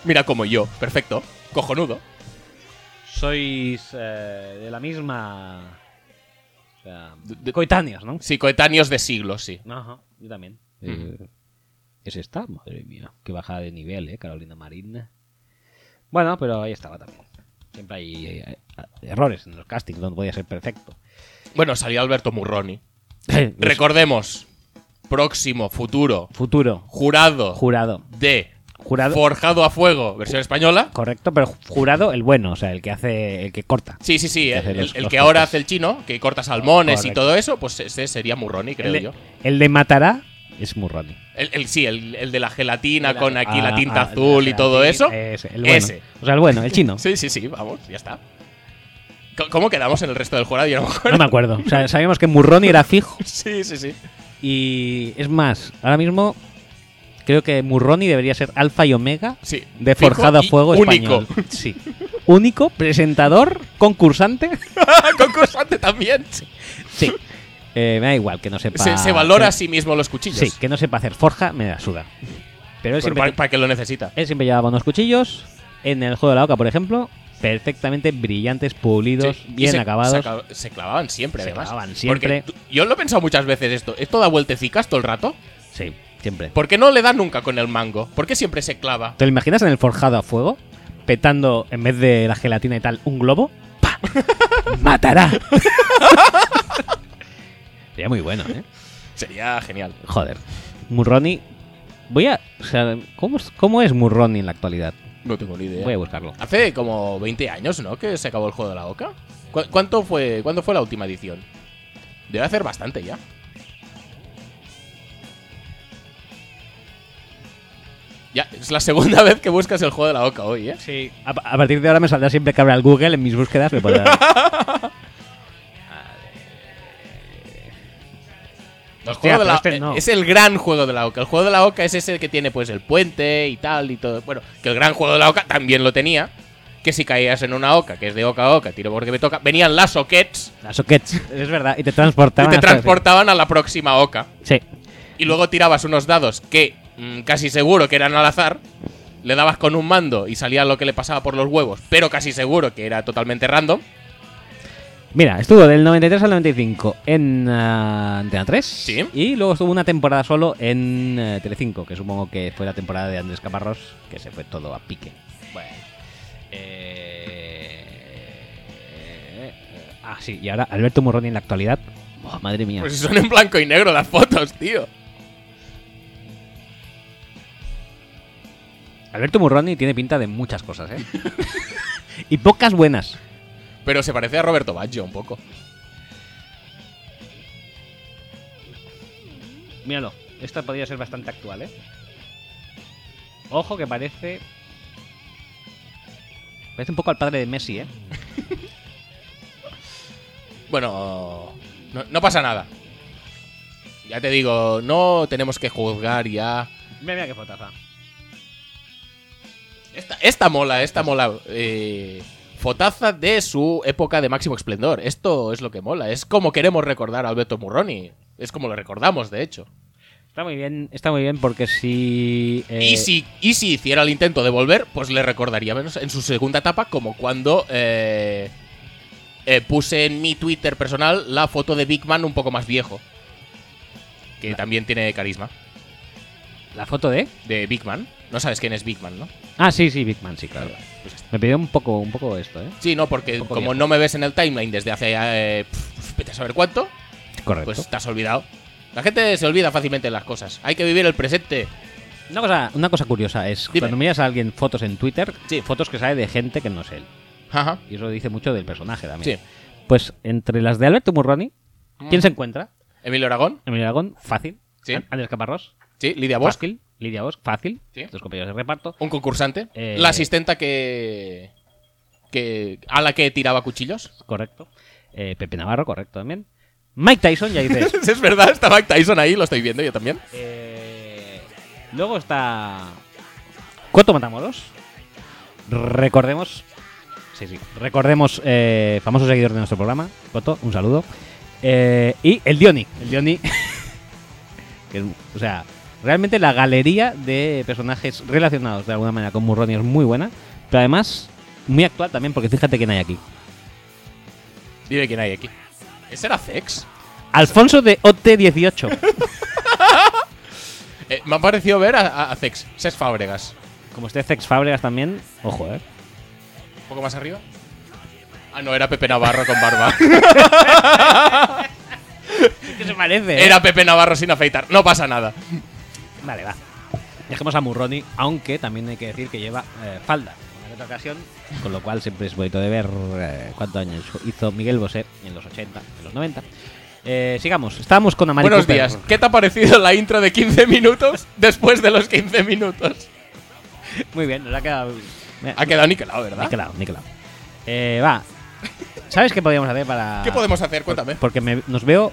Mira como yo, perfecto, cojonudo.
Sois eh, de la misma. O sea,
De- de-
coetáneos, ¿no?
Sí, coetáneos de siglo, sí.
Ajá, yo también.
Mm.
Eh, ¿Es esta? Madre mía, qué bajada de nivel, ¿eh? Carolina Marín. Bueno, pero ahí estaba también. Siempre hay eh, errores en los castings, no podía ser perfecto.
Bueno, salía Alberto Murroni.
Los-
Recordemos, próximo, futuro,
Futuro,
jurado
jurado.
de
Jurado.
Forjado a Fuego, versión española.
correcto, pero jurado el bueno, o sea, el que hace, el que corta.
Sí, sí, sí,
Que hace
el,
los-
el
los
que ahora
cortes.
hace el chino, que corta salmones y
Correcto.
todo eso, pues ese sería Murroni, creo
el, de-
yo.
el de matará es Murroni.
El, el- sí, el, el de la gelatina con aquí la
Ah,
tinta
ah,
azul y
la
todo
gelatina, eh.
eso.
Ese, el bueno.
Ese.
O sea, el bueno, el chino.
Sí, sí, sí, vamos, ya está. Co- ¿Cómo quedamos en el resto del jurado? Yo no me acuerdo.
No me acuerdo. O sea, sabíamos que Murroni era fijo.
Sí, sí, sí.
Y es más, ahora mismo creo que Murroni debería ser alfa y omega
sí.
de
Fijo
Forjado a
y
Fuego
único.
español. Sí. Único, presentador, concursante.
Concursante también.
Sí. Eh, me da igual que no sepa.
Se, se valora a
que-
sí mismo los cuchillos.
Sí, que no sepa hacer forja, me da suda. Pero
Pero
él siempre,
para, para que lo necesita.
él siempre llevaba unos cuchillos. En el juego de la oca, por ejemplo, perfectamente brillantes, pulidos,
Sí, y
bien
se- Se,
acabados.
acab- se clavaban siempre,
Se
además.
clavaban siempre.
Porque tú- yo lo he pensado muchas veces esto. Esto da vueltecicas todo el rato.
Sí, siempre.
¿Por qué no le da nunca con el mango? ¿Por qué siempre se clava?
¿Te lo imaginas en el forjado a fuego? Petando, en vez de la gelatina y tal, un globo. ¡Pa! ¡Matará! Sería muy bueno, ¿eh?
Sería genial.
Joder. Murroni. Voy a. O sea, ¿cómo, es- ¿cómo es Murroni en la actualidad?
No tengo ni idea.
Voy a buscarlo.
Hace como 20 años, ¿no? Que se acabó el juego de la Oca. ¿Cu- ¿Cuánto fue, ¿Cuándo fue la última edición? Debe hacer bastante ya. Ya, es la segunda vez que buscas el juego de la Oca hoy, ¿eh?
Sí. A, a partir de ahora me saldrá siempre que abra el Google en mis búsquedas. Me pondrá-
El
Hostia,
juego de
pero
la-
este no.
Es el gran juego de la Oca. El juego de la Oca es ese que tiene pues el puente y tal y todo. Bueno, que el gran juego de la Oca también lo tenía. Que si caías en una Oca, que es de Oca a Oca, tiro porque me toca, venían las Oquets
Las soquets. Es verdad. Y te
y
transportaban.
te
hasta-
transportaban a la próxima Oca.
Sí.
y luego tirabas unos dados que mm, casi seguro que eran al azar, le dabas con un mando y salía lo que le pasaba por los huevos, pero casi seguro que era totalmente random.
Mira, estuvo del 93 al 95 en ah, Antena 3.
Sí.
Y luego estuvo una temporada solo en eh, Telecinco, que supongo que fue la temporada de Andrés Caparrós, que se fue todo a pique. Bueno.
eh,
ah, sí, y ahora Alberto Murroni en la actualidad. Oh, madre mía.
Pues son en blanco y negro las fotos, tío.
Alberto Murroni tiene pinta de muchas cosas, ¿eh? y pocas buenas.
Pero se parece a Roberto Baggio un poco.
Míralo, esta podría ser bastante actual, ¿eh? Ojo que parece... Parece un poco al padre de Messi, ¿eh?
Bueno, no, no pasa nada. Ya te digo, no tenemos que juzgar ya.
Mira, mira qué fotaza.
Esta, esta mola, esta mola. eh, fotaza de su época de máximo esplendor. Esto es lo que mola. Es como queremos recordar a Alberto Murroni. Es como lo recordamos, de hecho.
Está muy bien, está muy bien porque si... eh,
Y, si, y si hiciera el intento de volver, pues le recordaría menos en su segunda etapa, como cuando eh, eh, puse en mi Twitter personal la foto de Big Man un poco más viejo. Que también tiene carisma.
La foto de...
De Big Man. No sabes quién es Big Man, ¿no?
Ah, sí, sí, Big Man, sí, claro.
Pues ya está.
Me pidió un poco, un poco esto, ¿eh?
Sí, no, porque
Un poco
como
viejo.
no me ves en el timeline desde hace eh, pf, vete a saber cuánto,
Correcto.
pues te has olvidado. La gente se olvida fácilmente las cosas. Hay que vivir el presente.
Una cosa, una cosa curiosa es
Dime.
cuando miras a alguien fotos en Twitter,
Sí.
fotos que sale de gente que no es él.
Ajá.
Y eso dice mucho del personaje también.
Sí.
Pues entre las de Alberto Murroni, ¿quién se encuentra?
Emilio Aragón.
Emilio Aragón, fácil.
Sí.
An- Andrés Caparrós,
Sí, Lidia Bosch.
fácil. Lidia Bosch, fácil.
Sí.
Los compañeros de reparto.
Un concursante.
Eh,
La asistenta que. que. a la que tiraba cuchillos.
Correcto. Eh, Pepe Navarro, correcto también. Mike Tyson, ya dices.
es verdad, está Mike Tyson ahí, lo estoy viendo yo también.
Eh, luego está Coto Matamoros. Recordemos. Sí, sí. Recordemos, eh, famoso seguidor de nuestro programa. Coto, un saludo. Eh, y el Dioni. El Dioni. que es- o sea, realmente la galería de personajes relacionados de alguna manera con Murroni es muy buena. Pero además, muy actual también, porque fíjate quién hay aquí.
Dime quién hay aquí. ¿Ese era Zex?
Alfonso de OT18.
Eh, me ha parecido ver a, a- a Zex. Ses Fábregas.
Como usted, Zex Fábregas también. Ojo, eh.
Un poco más arriba. Ah, no, era Pepe Navarro con barba.
¿Qué se parece?
Era Pepe Navarro sin afeitar. No pasa nada.
Vale, va. Dejemos a Murroni, aunque también hay que decir que lleva eh, falda en otra ocasión, con lo cual siempre es bonito de ver eh, cuántos años hizo Miguel Bosé en los 80, en los 90. Eh, sigamos, estábamos con Amari
Buenos
Cooper.
días. ¿Qué te ha parecido la intro de 15 minutos después de los 15 minutos?
Muy bien, nos ha quedado. Mira,
Ha quedado niquelado, ¿verdad?
Nicolau, Nicolau. Eh, va. ¿Sabes qué podríamos hacer para.?
¿Qué podemos hacer? Cuéntame.
Porque me- nos veo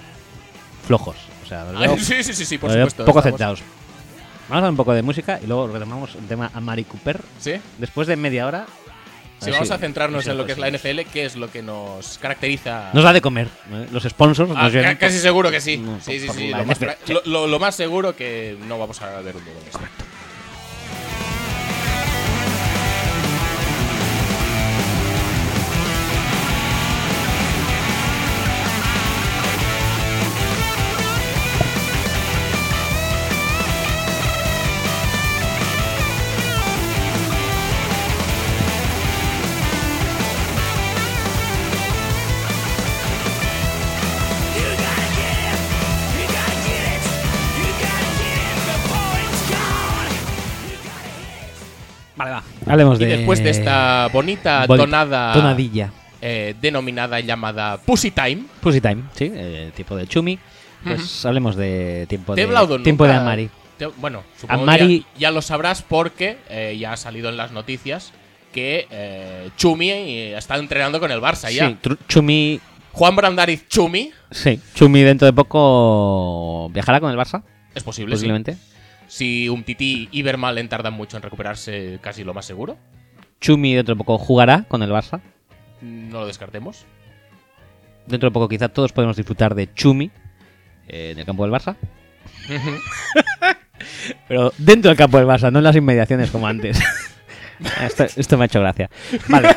flojos. O sea, nos veo,
Ah, sí, sí, sí, sí, por
nos veo
supuesto.
poco
estamos-
centrados. Vamos a dar un poco de música y luego retomamos el tema Amari Cooper.
Sí.
Después de media hora.
Si
ver
vamos a centrarnos
si
en lo que es la
conseguimos.
NFL, ¿qué es lo que nos caracteriza?
Nos da de comer. ¿eh? Los sponsors
Ah,
nos llegan.
ca- casi seguro que sí.
No,
Sí, sí,
por
sí.
la
Lo más,
NFL,
fra- lo- lo- lo más seguro que no vamos a ver un duro de esto.
Vale, va. Hablemos
Y
de.
después de esta bonita
Bonita.
tonada
Tonadilla.
eh, denominada y llamada Pussy Time,
Pussy Time, sí. eh, tipo de Chumi. Pues hablemos de tiempo
te he
de.
hablado
tiempo de
nunca-
Amari.
te- bueno, supongo
Amari-
que ya, ya lo sabrás porque eh, ya ha salido en las noticias que eh, Chumi eh, está entrenando con el Barça
Sí,
ya.
tru- Chumi.
Juan Brandariz Chumi,
Sí, Chumi dentro de poco viajará con el Barça,
es posible, sí.
posiblemente.
Si un Titi y Vermaelen tardan mucho en recuperarse, casi lo más seguro.
Chumi dentro de poco jugará con el Barça.
No lo descartemos.
Dentro de poco quizá todos podemos disfrutar de Chumi eh, en el campo del Barça. Pero dentro del campo del Barça, no en las inmediaciones como antes. esto, esto me ha hecho gracia. Vale,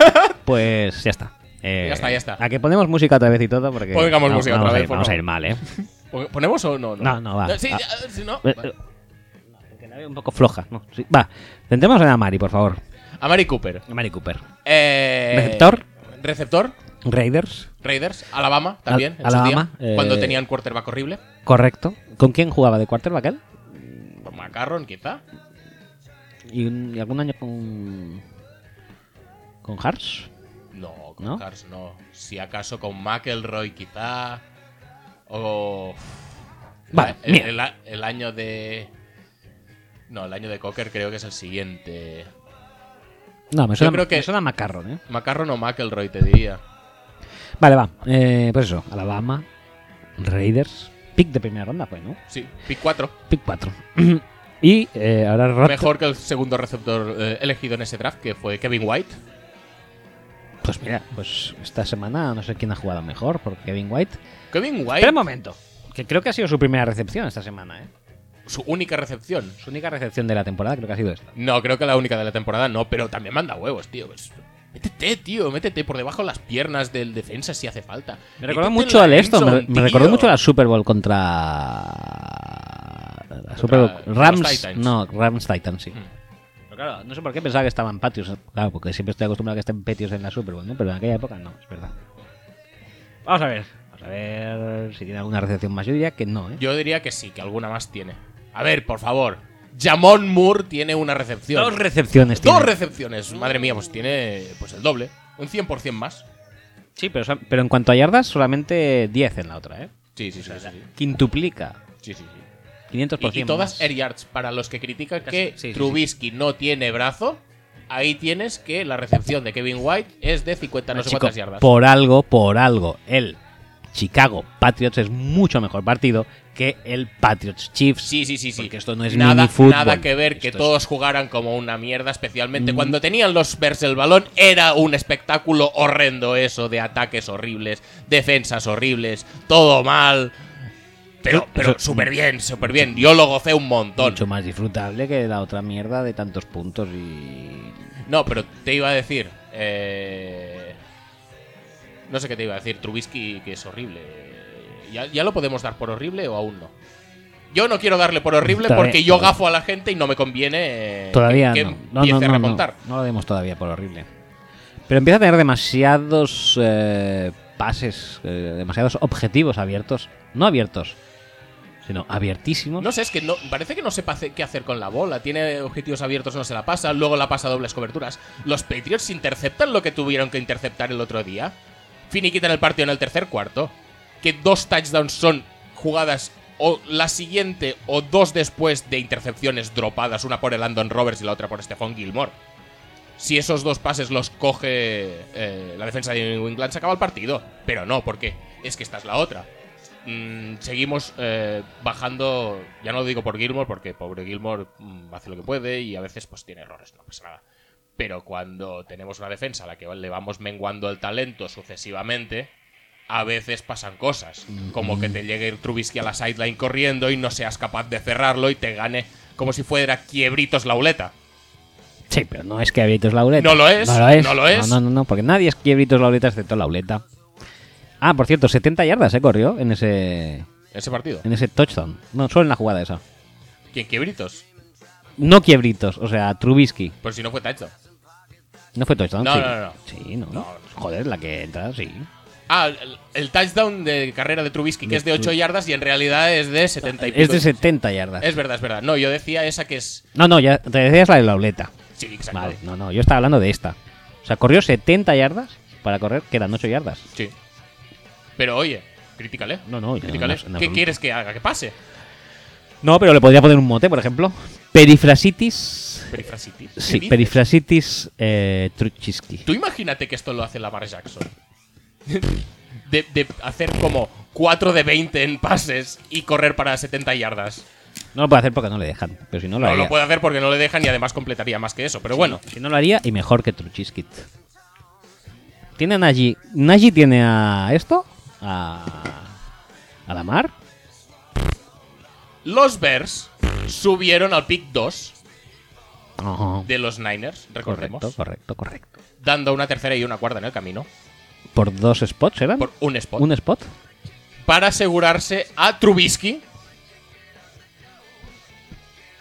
pues ya está. Eh,
Ya está, ya está.
A que ponemos música otra vez y todo porque...
Pongamos
no,
música
vamos
otra
a
vez,
ir-
por
Vamos a
favor.
ir mal, ¿eh?
¿Pon- ¿Ponemos o no?
No, no, va.
Sí,
Ah.
ya, si no.
Eh, eh, que la veo un poco floja. ¿no? Sí, va, centremos en Amari, por favor.
A Mari Cooper.
Amari Cooper.
Eh,
Receptor.
Receptor.
Raiders,
Raiders. Alabama también. en su
Alabama,
día,
eh,
Cuando tenían quarterback horrible.
correcto. ¿Con quién jugaba de quarterback él?
Macarron, quizá.
¿Y, un- y algún año con... con Harsh?
No, con
¿No?
Cars no. Si acaso con McElroy, quizá. O.
Vale,
el,
mira.
el a- el año de. No, el año de Cocker creo que es el siguiente.
No, me suena,
creo que-
me suena a Macarron, ¿eh?
Macarron o McElroy, te diría.
Vale, va. Eh, pues eso, Alabama, Raiders. Pick de primera ronda fue, ¿no?
Sí, pick 4.
Pick 4. Y eh, ahora Raptor.
Mejor que el segundo receptor eh, elegido en ese draft, que fue Kevin White.
Pues mira, pues esta semana no sé quién ha jugado mejor, porque Kevin White.
Kevin
Espera
White,
un momento. Que creo que ha sido su primera recepción esta semana, ¿eh?
su única recepción.
Su única recepción de la temporada creo que ha sido esta.
No, creo que la única de la temporada no, pero también manda huevos, tío. Pues, métete, tío, métete por debajo de las piernas del defensa si hace falta.
Me recordó
Métete
mucho
en la
al esto, me,
endzone,
me
tío.
recordó mucho la Super Bowl contra. la Super Bowl-
los
Rams.
Titans.
No, Rams Titans, sí.
Mm.
Pero claro, no sé por qué pensaba que estaban patios. Claro, porque siempre estoy acostumbrado a que estén patios en la Super Bowl, ¿no? Pero en aquella época no, es verdad. Vamos a ver. Vamos a ver si tiene alguna recepción más. Yo diría que no, ¿eh?
Yo diría que sí, que alguna más tiene. A ver, por favor. Jamon Moore tiene una recepción.
Dos recepciones.
Dos
tiene.
recepciones. Madre mía, pues tiene pues el doble. Un 100% más.
Sí, pero, son- pero en cuanto a yardas, solamente 10 en la otra, ¿eh?
Sí, sí, sí. sí, sí.
Quintuplica.
Sí, sí, sí.
500%.
Y, y todas
más.
air yards. Para los que critican
Casi-
que
sí, sí, sí.
Trubisky no tiene brazo, ahí tienes que la recepción de Kevin White es de 50 no sé
Chico,
cuántas yardas.
Por algo, por algo. El Chicago Patriots es mucho mejor partido que el Patriots Chiefs.
Sí, sí, sí, sí.
Porque esto no es
nada,
minifútbol.
nada que ver que
Esto es-
todos jugaran como una mierda, especialmente cuando tenían los Bears el balón. Era un espectáculo horrendo eso de ataques horribles, defensas horribles, todo mal. Pero,
Eso-
pero
eso-
súper bien, súper bien. Yo lo gocé un montón.
mucho más disfrutable que la otra mierda de tantos puntos y.
No, pero te iba a decir. eh, No sé qué te iba a decir. Trubisky, que es horrible. ¿Ya, ya lo podemos dar por horrible o aún no? Yo no quiero darle por horrible
Todavía-
porque yo
todavía-
gafo a la gente y no me conviene eh,
Todavía
que, que
no. No,
empiece
no, no,
a
no.
remontar.
No lo demos todavía por horrible. Pero empieza a tener demasiados eh, pases, eh, demasiados objetivos abiertos. No abiertos, sino abiertísimos.
No sé, es que no, parece que no sepa hace- qué hacer con la bola. Tiene objetivos abiertos, no se la pasa. Luego la pasa a dobles coberturas. Los Patriots interceptan lo que tuvieron que interceptar el otro día. Finiquitan el partido en el tercer cuarto. Que dos touchdowns son jugadas o la siguiente o dos después de intercepciones dropadas. Una por el Andon Roberts y la otra por Stephon Gilmore. Si esos dos pases los coge eh, la defensa de New England, se acaba el partido. Pero no, porque es que esta es la otra. Mm, seguimos eh, bajando, ya no lo digo por Gilmore, porque pobre Gilmore mm, hace lo que puede y a veces pues tiene errores, no pasa nada. Pero cuando tenemos una defensa a la que le vamos menguando el talento sucesivamente, a veces pasan cosas. Como que te llegue Trubisky a la sideline corriendo y no seas capaz de cerrarlo y te gane como si fuera quiebritos la uleta.
Sí, pero no es que Quiebritos Laureta.
No lo es,
No lo es.
no lo es.
No, no, no, porque nadie es Quiebritos Laureta excepto Laureta. Ah, por cierto, 70 yardas se corrió en ese,
Ese partido.
en ese touchdown. No, solo en la jugada esa.
¿Quién quiebritos?
No Quiebritos, o sea, Trubisky.
Pues si no fue touchdown.
¿No fue touchdown?
No,
sí.
no, no.
Sí, no.
No.
Joder, la que entra, sí.
Ah, el, el touchdown de carrera de Trubisky, que es de 8 yardas y en realidad es de 70 y pico.
Es de 70 yardas.
Es verdad, es verdad. No, yo decía esa que es.
No, no, ya te decías la de Laureta.
Sí, exacto.
Vale, no, no, yo estaba hablando de esta. O sea, corrió 70 yardas para correr, que eran 8 yardas.
Sí. Pero oye, críticale.
No, no, yo
críticale.
no, no, en
¿Qué
absoluto.
quieres que haga? ¿Que pase?
No, pero le podría poner un mote, por ejemplo. Perifrasitis
Perifrasitis. ¿Qué
Sí,
dices?
perifrasitis eh, truchiski.
Tú imagínate que esto lo hace Lamar Jackson. De, de hacer como 4 de 20 en pases y correr para 70 yardas.
No lo puede hacer porque no le dejan, pero si no lo
No
haría.
lo puede hacer porque no le dejan y además completaría más que eso. Pero bueno,
Si no lo haría, y mejor que Truchiskit. Tiene a Naji. Naji tiene a esto, a. a la mar.
los Bears subieron al pick 2
Ajá.
de los Niners, recordemos.
Correcto, correcto, correcto.
Dando una tercera y una cuarta en el camino.
¿Por dos spots eran?
Por un spot.
¿Un spot?
para asegurarse a Trubisky.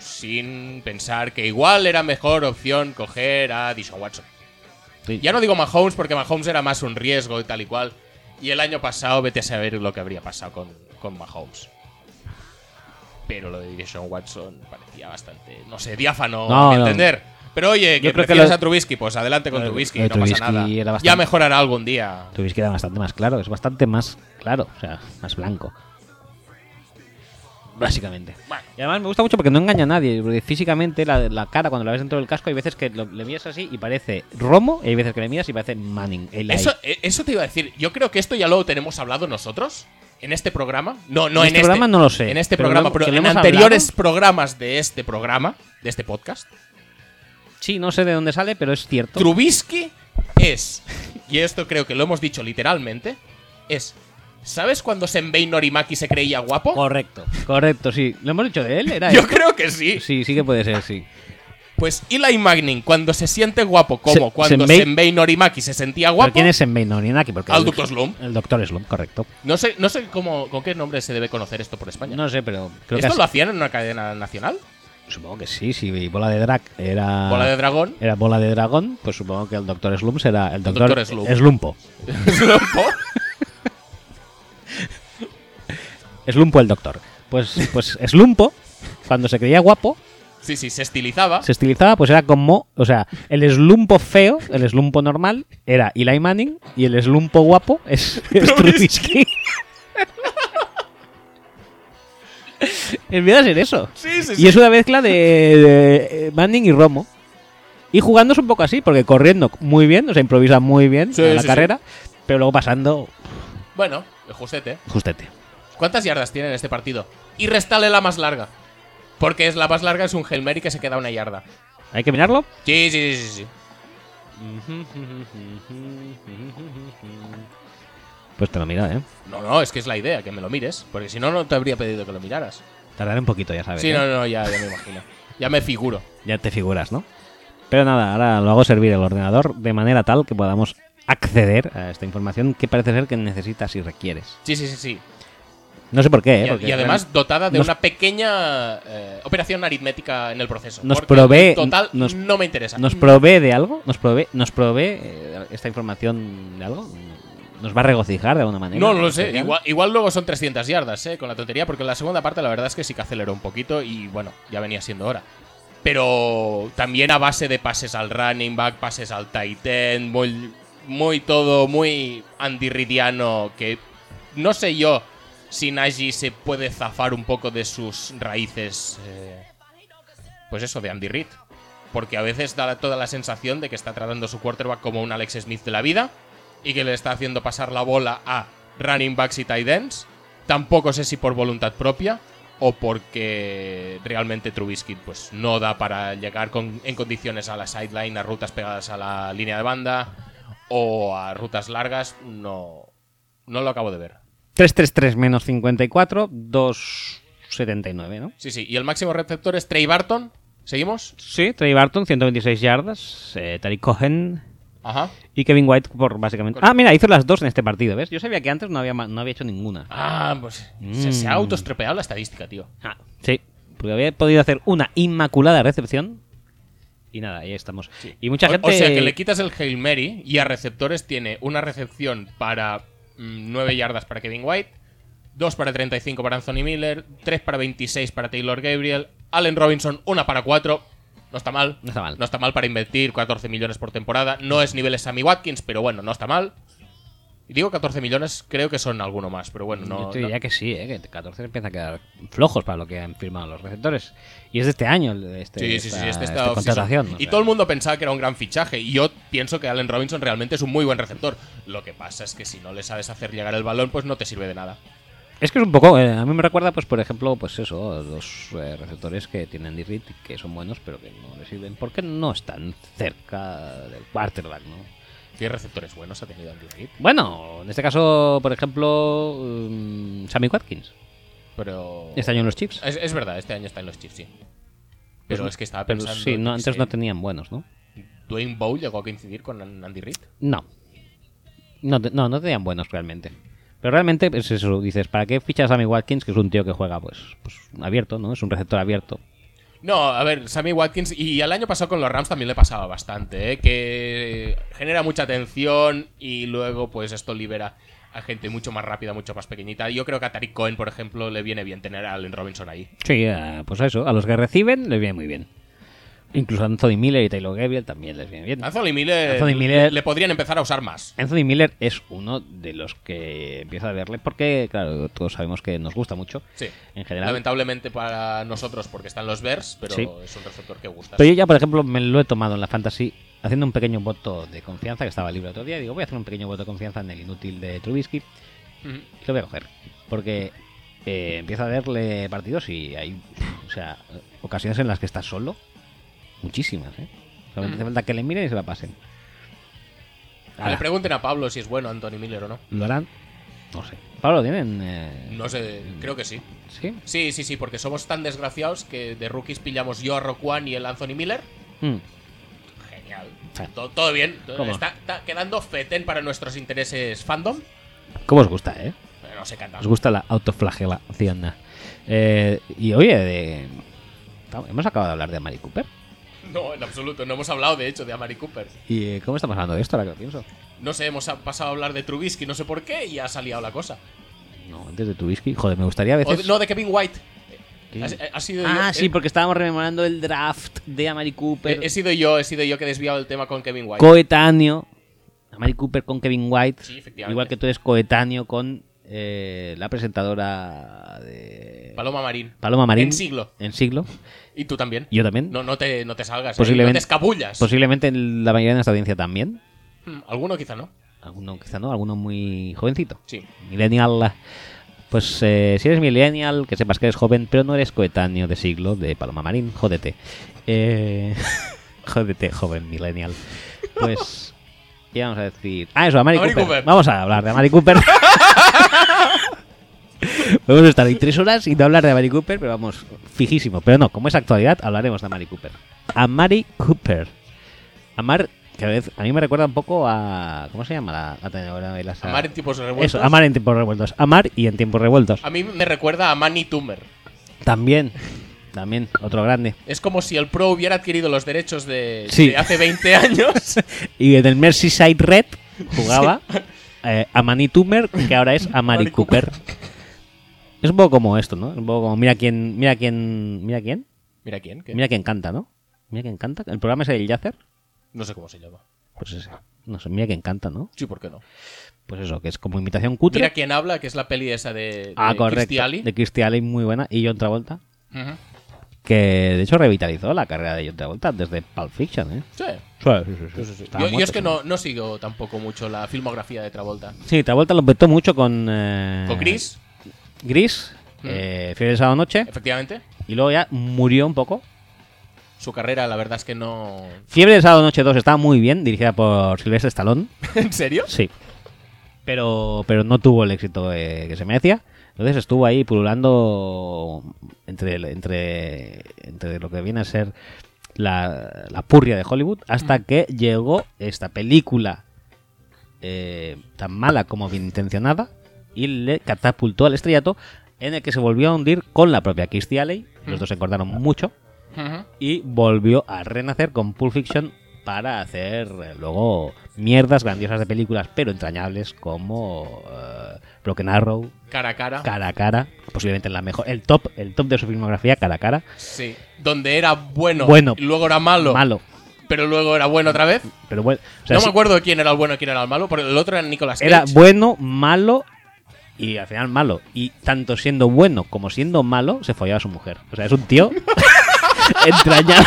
Sin pensar que igual era mejor opción coger a Dishon Watson.
Sí.
Ya no digo Mahomes porque Mahomes era más un riesgo y tal y cual. Y el año pasado vete a saber lo que habría pasado con, con Mahomes. Pero lo de Dishon Watson parecía bastante, no sé, diáfano,
No,
a mi
no.
entender. Pero oye, que
creo que
prefieres
lo-
a Trubisky, pues adelante con
lo de-
Trubisky,
lo de
no pasa
Trubisky
nada.
era
Ya
bastante-
mejorará algún día.
Truchiski era bastante más claro, es bastante más claro, o sea, más blanco. Básicamente.
Bueno,
Y además me gusta mucho porque no engaña a nadie. porque físicamente, la, la cara, cuando la ves dentro del casco, hay veces que lo- le miras así y parece Romo, y hay veces que le miras y parece Manning. Eli.
e, Eso, eh, eso te iba a decir. Yo creo que esto ya lo tenemos hablado nosotros en este programa. No, no
¿En
en,
este programa? No lo sé,
En este
pero
programa,
lo-
pero
¿que lo
en
hemos
anteriores
hablado?
programas de este programa, de este podcast,
Sí, no sé de dónde sale, pero es cierto.
Trubisky es, y esto creo que lo hemos dicho literalmente, es. ¿Sabes cuando Senbei Norimaki se creía guapo?
Correcto, correcto, sí. ¿Lo hemos dicho de él? ¿Era
Yo
él?
creo que sí.
Sí, sí que puede ser, sí.
Pues Eli Magnin, cuando se siente guapo, como
Se-
cuando
Senbei-
Senbei... Norimaki se sentía
¿Pero
guapo,
quién es en No, ni Naki, porque
Al Dr. Slump.
El Doctor Slump, correcto.
no sé, no sé cómo, con qué nombre se debe conocer esto por España.
No sé, pero creo que
¿Esto
así-
lo hacían en una cadena nacional?
supongo que sí, sí. y Bola de Drag era
Bola de dragón.
era Bola de Dragón, pues supongo que el Doctor Slump será el Doctor,
Dr. Slump.
Slumpo.
Slumpo.
Slumpo el Doctor. Pues, pues Slumpo, cuando se creía guapo,
Sí, sí, se estilizaba.
se estilizaba, pues era como, o sea, el Slumpo feo, el Slumpo normal, era Eli Manning y el Slumpo guapo es, es Trubisky. Empieza a ser eso.
Sí, sí,
Y es una mezcla de, de, eh, Manning y Romo. Y jugando es un poco así, porque corriendo muy bien, o sea, improvisa muy bien
Sí,
a la
sí,
carrera, pero luego pasando,
Bueno, el justete.
justete.
¿Cuántas yardas tiene en este partido? Y restale la más larga. Porque es la más larga, es un Hail Mary que se queda una yarda.
¿Hay que mirarlo?
Sí, sí, sí, sí, sí.
Pues te lo mira, ¿eh?
No, no, es que es la idea, que me lo mires. Porque si no, no te habría pedido que lo miraras.
Tardaré un poquito, ya sabes.
Sí,
¿eh?
no, no, ya, ya me imagino. Ya me figuro.
Ya te figuras, ¿no? Pero nada, ahora lo hago servir el ordenador de manera tal que podamos acceder a esta información que parece ser que necesitas y requieres.
Sí, sí, sí, sí.
No sé por qué, ¿eh?
Y,
Porque,
y además dotada de
nos-
una pequeña eh, operación aritmética en el proceso.
Nos
porque
provee-
en Total,
nos-
no me interesa.
¿Nos provee de algo? ¿Nos provee, nos provee eh, esta información de algo? ¿Nos va a regocijar de alguna manera?
No, no lo sé.
¿Especial?
Igual, igual luego son 300 yardas, ¿eh? Con la tontería, porque la segunda parte la verdad es que sí que aceleró un poquito y bueno, ya venía siendo hora. Pero también a base de pases al running back, pases al tight end, muy, muy todo, muy Andy Ridiano, que no sé yo si Najee se puede zafar un poco de sus raíces, eh, pues eso, de Andy Reid. Porque a veces da toda la sensación de que está tratando su quarterback como un Alex Smith de la vida y que le está haciendo pasar la bola a running backs y tight ends. Tampoco sé si por voluntad propia o porque realmente Trubisky pues, no da para llegar con- en condiciones a la sideline, a rutas pegadas a la línea de banda o a rutas largas. No, no lo acabo de ver.
333 menos 54, 279, ¿no?
Sí, sí. Y el máximo receptor es Trey Barton. ¿Seguimos?
Sí, Trey Barton, 126 yardas, eh, Tariq Cohen
Ajá.
y Kevin White por básicamente...
Correcto.
Ah, mira, hizo las dos en este partido, ¿ves? Yo sabía que antes no había, ma- no había hecho ninguna.
Ah, pues se, se ha
Mm.
autoestropeado la estadística, tío.
Ah, sí, porque había podido hacer una inmaculada recepción y nada, ahí estamos. Y mucha
O-
gente...
O sea, que le quitas el Hail Mary y a receptores tiene una recepción para 9 yardas para Kevin White, 2 para 35 para Anthony Miller, 3 para 26 para Taylor Gabriel, Allen Robinson, 1 para 4. No está mal.
No está mal.
No está mal para invertir 14 millones por temporada. No es nivel Sammy Watkins, pero bueno, no está mal. Y digo 14 millones, creo que son alguno más, pero bueno,
Yo
no.
te
no-
diría que sí, ¿eh? que 14 empieza a quedar flojos para lo que han firmado los receptores. Y es de este año, el de este,
Sí, sí, sí, este
esta-
está
esta
off-season.
contratación. o
Y
sea.
todo el mundo pensaba que era un gran fichaje. Y yo pienso que Allen Robinson realmente es un muy buen receptor. Lo que pasa es que si no le sabes hacer llegar el balón, pues no te sirve de nada.
Es que es un poco, eh, a mí me recuerda, pues por ejemplo, pues eso, los eh, receptores que tienen D-Read, que son buenos, pero que no le sirven porque no están cerca del quarterback, ¿no?
¿Qué receptores buenos ha tenido Andy Reid?
Bueno, en este caso, por ejemplo, mm, Sammy Watkins.
Pero.
Este año en los Chips.
Es, es verdad, este año está en los Chiefs, sí. Pero es que estaba
Pero
pensando.
sí, no,
yo qué
antes
sé,
no tenían buenos, ¿no?
Dwayne Bowe llegó a coincidir con Andy Reid.
No. No, te- no, no tenían buenos realmente. Pero realmente es eso, dices, ¿para qué fichas a Sammy Watkins, que es un tío que juega pues, pues abierto, ¿no? Es un receptor abierto.
No, a ver, Sammy Watkins y al año pasado con los Rams también le pasaba bastante, ¿eh? que genera mucha tensión y luego pues esto libera a gente mucho más rápida, mucho más pequeñita. Yo creo que a Tariq Cohen, por ejemplo, le viene bien tener a Allen Robinson ahí.
Sí, ah, pues a eso, a los que reciben les viene muy bien. Incluso a Anthony Miller y Taylor Gabriel también les viene bien.
Anthony Miller,
Anthony Miller.
le podrían empezar a usar más.
Anthony Miller es uno de los que empieza a verle porque, claro, todos sabemos que nos gusta mucho
Sí.
en general.
Lamentablemente para nosotros porque están los Bears, pero
Sí.
es un receptor que gusta.
Pero yo ya, por ejemplo, me lo he tomado en la fantasy haciendo un pequeño voto de confianza, que estaba libre otro día, y digo, voy a hacer un pequeño voto de confianza en el inútil de Trubisky,
Ujú.
y lo voy a coger. Porque eh, empieza a verle partidos y hay o sea, ocasiones en las que estás solo. Muchísimas, ¿eh? Solamente
Mm.
hace falta que le miren y se la pasen. Ah.
Que Le pregunten a Pablo si es bueno Anthony Miller o no.
¿Lo harán? No sé. Pablo, ¿tienen...? eh,
No sé, creo que sí.
¿Sí?
Sí, sí, sí, porque somos tan desgraciados que de rookies pillamos yo a Roquan y el Anthony Miller.
Mm.
Genial.
Sí.
Todo, todo bien.
¿Cómo?
Está, está quedando fetén para nuestros intereses fandom.
¿Cómo os gusta, eh?
Pero no se canta.
Os gusta la autoflagelación. Eh, y oye, de... hemos acabado de hablar de Mary Cooper.
No, en absoluto. No hemos hablado, de hecho, de Amari Cooper.
¿Y eh, cómo estamos hablando de esto ahora que lo pienso?
No sé, hemos a- pasado a hablar de Trubisky, no sé por qué, y ha salido la cosa.
No, antes de tu whisky. Joder, me gustaría a
O
veces...
de- no, de Kevin White.
¿Qué?
Ha, ha sido yo,
Ah,
eh,
sí, porque estábamos rememorando el draft de Amari Cooper.
he, he sido yo, he sido yo que he desviado el tema con Kevin White.
coetáneo. Amari Cooper con Kevin White.
Sí, efectivamente.
igual que tú eres coetáneo con eh, la presentadora de
Paloma Marín.
Paloma Marín.
En siglo.
En siglo.
Y tú también.
Yo también.
No, no te, no te salgas. eh,
Posiblemente-
No te escabullas.
Posiblemente la mayoría de nuestra audiencia también.
Mm, Alguno quizá no.
Alguno quizá no, alguno muy jovencito.
Sí.
Millennial. Pues eh, si eres millennial, que sepas que eres joven, pero no eres coetáneo de siglo de Paloma Marín, jódete. Eh, jódete, joven millennial. Pues, ¿qué vamos a decir? Ah, eso, a Mari
A Mari
Cooper.
Cooper.
Vamos a hablar de Mari Cooper. Podemos estar ahí tres horas y no hablar de Mari Cooper, pero vamos, fijísimo. Pero no, como es actualidad, hablaremos de Mari Cooper. A Mari Cooper. Amar, que a, vez- a mí me recuerda un poco a. ¿Cómo se llama la, la telenovela? esa?
Amar en tipos revueltos.
Ah. Eso, amar en tiempos revueltos. Amar y en tiempos revueltos.
A mí me recuerda a Manny Toomer.
También, también, otro grande.
Es como si el Pro hubiera adquirido los derechos de,
Sí.
de hace 20 años.
Y en el Merseyside Red jugaba eh, a Manny Toomer, que ahora es a Mari
Mari
Cooper. Es un poco como esto, ¿no? Es un poco como mira quién, mira quién, mira quién,
Mira quién, que
mira quién canta, ¿no? Mira quién canta. El programa es el Yacer.
no sé cómo se llama.
Pues ese. No sé, mira quién canta, ¿no?
Sí, ¿por qué no?
Pues eso, que es como imitación cutre.
Mira quién habla, que es la peli esa de, de
ah, correcto.
Kirstie Alley.
De Kirstie Alley, muy buena. Y John Travolta.
Ujú.
Que de hecho revitalizó la carrera de John Travolta desde Pulp Fiction, ¿eh?
Sí.
Sí, sí, sí, sí.
Pues Sí, sí, sí. Yo,
Pues Estaba
yo
muerto,
es que
sí. Eh.
no, no sigo tampoco mucho la filmografía de Travolta.
Sí, Travolta lo petó mucho con. eh,
Con Chris,
Gris,
Mm.
eh, Fiebre de Sábado Noche.
efectivamente.
Y luego ya murió un poco.
Su carrera, la verdad es que no.
Fiebre de Sábado Noche 2 estaba muy bien, dirigida por Silvestre Stallone.
¿En serio?
Sí. Pero, pero no tuvo el éxito eh, que se merecía. Entonces estuvo ahí pululando entre, el- entre, entre lo que viene a ser la, la purria de Hollywood hasta que llegó esta película eh, tan mala como bien intencionada y le catapultó al estrellato en el que se volvió a hundir con la propia Kirstie Alley. Los dos se encordaron mucho
Ujú.
y volvió a renacer con Pulp Fiction para hacer eh, luego mierdas grandiosas de películas, pero entrañables como eh, Broken Arrow,
Cara a cara.
Cara a Cara, posiblemente la mejor, el top, el top de su filmografía, Cara a Cara,
sí. Donde era bueno,
Bueno.
y luego era malo,
malo,
pero luego era bueno otra vez.
pero bueno, o sea,
no
sí,
me acuerdo quién era el bueno y quién era el malo, porque el otro era Nicolas Cage.
era bueno, malo y al final malo, y tanto siendo bueno como siendo malo se follaba a su mujer, o sea, es un tío entrañable.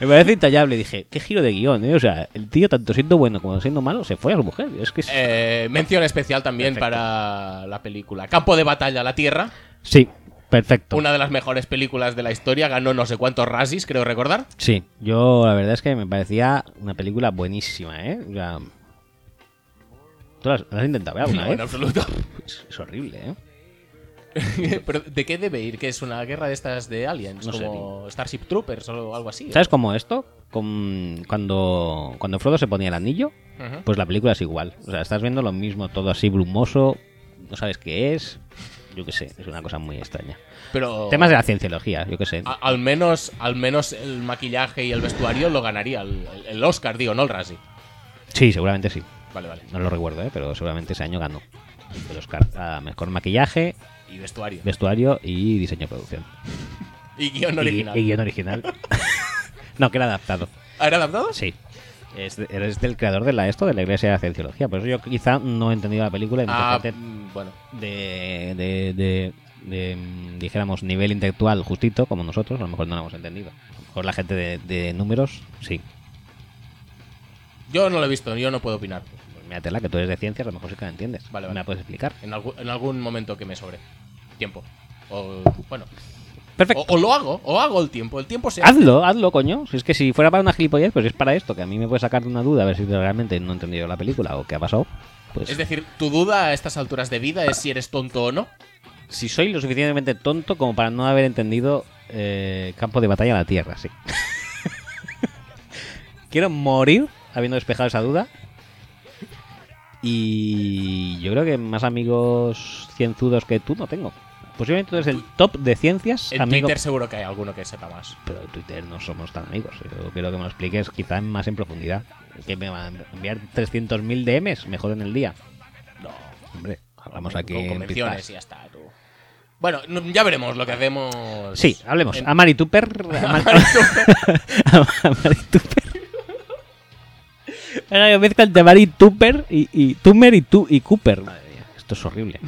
Me parece intallable, dije, qué giro de guión, ¿eh? O sea, el tío, tanto siendo bueno como siendo malo, se fue a su mujer. Es que es-
Eh, mención especial también
Perfecto.
para la película Campo de Batalla, La Tierra.
Sí, perfecto.
Una de las mejores películas de la historia. Ganó no sé cuántos Razzies, creo recordar.
Sí, yo la verdad es que me parecía una película buenísima, ¿eh? O sea, ¿Tú la has, la has intentado ver alguna
No,
vez?
en absoluto.
Es, es horrible, ¿eh?
Pero, ¿de qué debe ir? ¿Que es una guerra de estas de aliens?
No sé,
como Starship Troopers o algo así. ¿eh?
¿Sabes cómo esto? Con- cuando, cuando Frodo se ponía el anillo,
Ujú.
pues la película es igual. O sea, estás viendo lo mismo, todo así brumoso, no sabes qué es. Yo qué sé, es una cosa muy extraña.
Pero
Temas de la cienciología, yo qué sé.
a- al menos al menos el maquillaje y el vestuario lo ganaría el, el- el Oscar, digo, no el Razzie.
Sí, seguramente sí.
Vale, vale.
No lo recuerdo, ¿eh? Pero seguramente ese año ganó el Oscar a mejor maquillaje,
Y vestuario.
vestuario y diseño de producción.
Y guión
Y-
original.
Y, guión original. no, que era adaptado.
¿Era adaptado?
Sí. Es, de- eres del creador de la esto, de la Iglesia de la Cienciología. Por eso yo quizá no he entendido la película y mucha
Ah,
gente
mm, bueno.
de, de- de- de, mm, dijéramos, nivel intelectual justito, como nosotros, a lo mejor no lo hemos entendido. A lo mejor la gente de, de números, sí.
Yo no lo he visto, yo no puedo opinar.
Pues Mira, tela, que tú eres de ciencias, a lo mejor sí que la entiendes.
Vale,
Me
vale.
la puedes explicar.
En, algu- en algún momento que me sobre. Tiempo. O, bueno.
Perfecto.
O, o lo hago, o hago el tiempo. El tiempo se hace.
Hazlo, hazlo, coño. Si es que si fuera para una gilipollez, pues es para esto, que a mí me puede sacar de una duda a ver si realmente no he entendido la película o qué ha pasado. Pues
Es decir, tu duda a estas alturas de vida es si eres tonto o no.
si soy lo suficientemente tonto como para no haber entendido eh, campo de batalla a la tierra, sí. Quiero morir habiendo despejado esa duda. Y yo creo que más amigos cienzudos que tú no tengo. Posiblemente tú eres el top de ciencias,
En
amigo.
Twitter seguro que hay alguno que sepa más.
Pero en Twitter no somos tan amigos. Yo quiero que me lo expliques quizá más en profundidad. Que me van a enviar 300.000 DMs, mejor en el día.
No.
Hombre, hablamos aquí
Con
en
convenciones
pizcas.
y ya está. tú. Bueno, no- ya veremos lo que hacemos.
Sí, hablemos.
Pues en-
A Mari Tupper. A Mari- a Mari Tupper. Ahora mezcla entre Mari Tupper y, y Tummer y, tu, y Cooper. Madre mía, esto es horrible.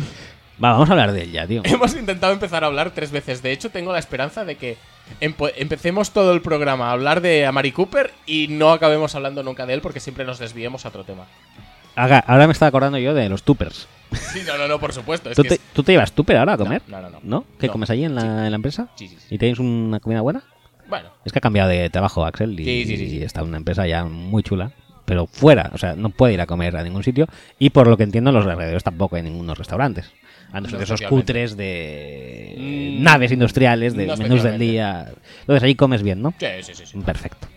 Va, vamos a hablar de ella, tío.
Hemos intentado empezar a hablar tres veces. De hecho, tengo la esperanza de que empo- empecemos todo el programa a hablar de Amari Cooper y no acabemos hablando nunca de él porque siempre nos desviemos a otro tema.
Haga- ahora me estaba acordando yo de los Tuppers.
Sí, no, no, no, por supuesto. Es
¿Tú
que
te,
es-
tú te llevas Tupper ahora a comer?
No, no, no.
¿Qué
No.
comes allí en la, en la empresa?
Sí, sí, sí.
¿Y tenéis una comida buena?
Bueno,
Es que ha cambiado de trabajo Axel y,
Sí, sí, sí, sí.
y está en una empresa ya muy chula, pero fuera, o sea, no puede ir a comer a ningún sitio y por lo que entiendo en los alrededores tampoco hay ningunos restaurantes. A no ser
No,
de esos
efectivamente.
cutres de
Mm,
naves industriales, de
no,
menús del
efectivamente.
día. Entonces ahí comes bien, ¿no?
sí, sí, sí. sí.
Perfecto.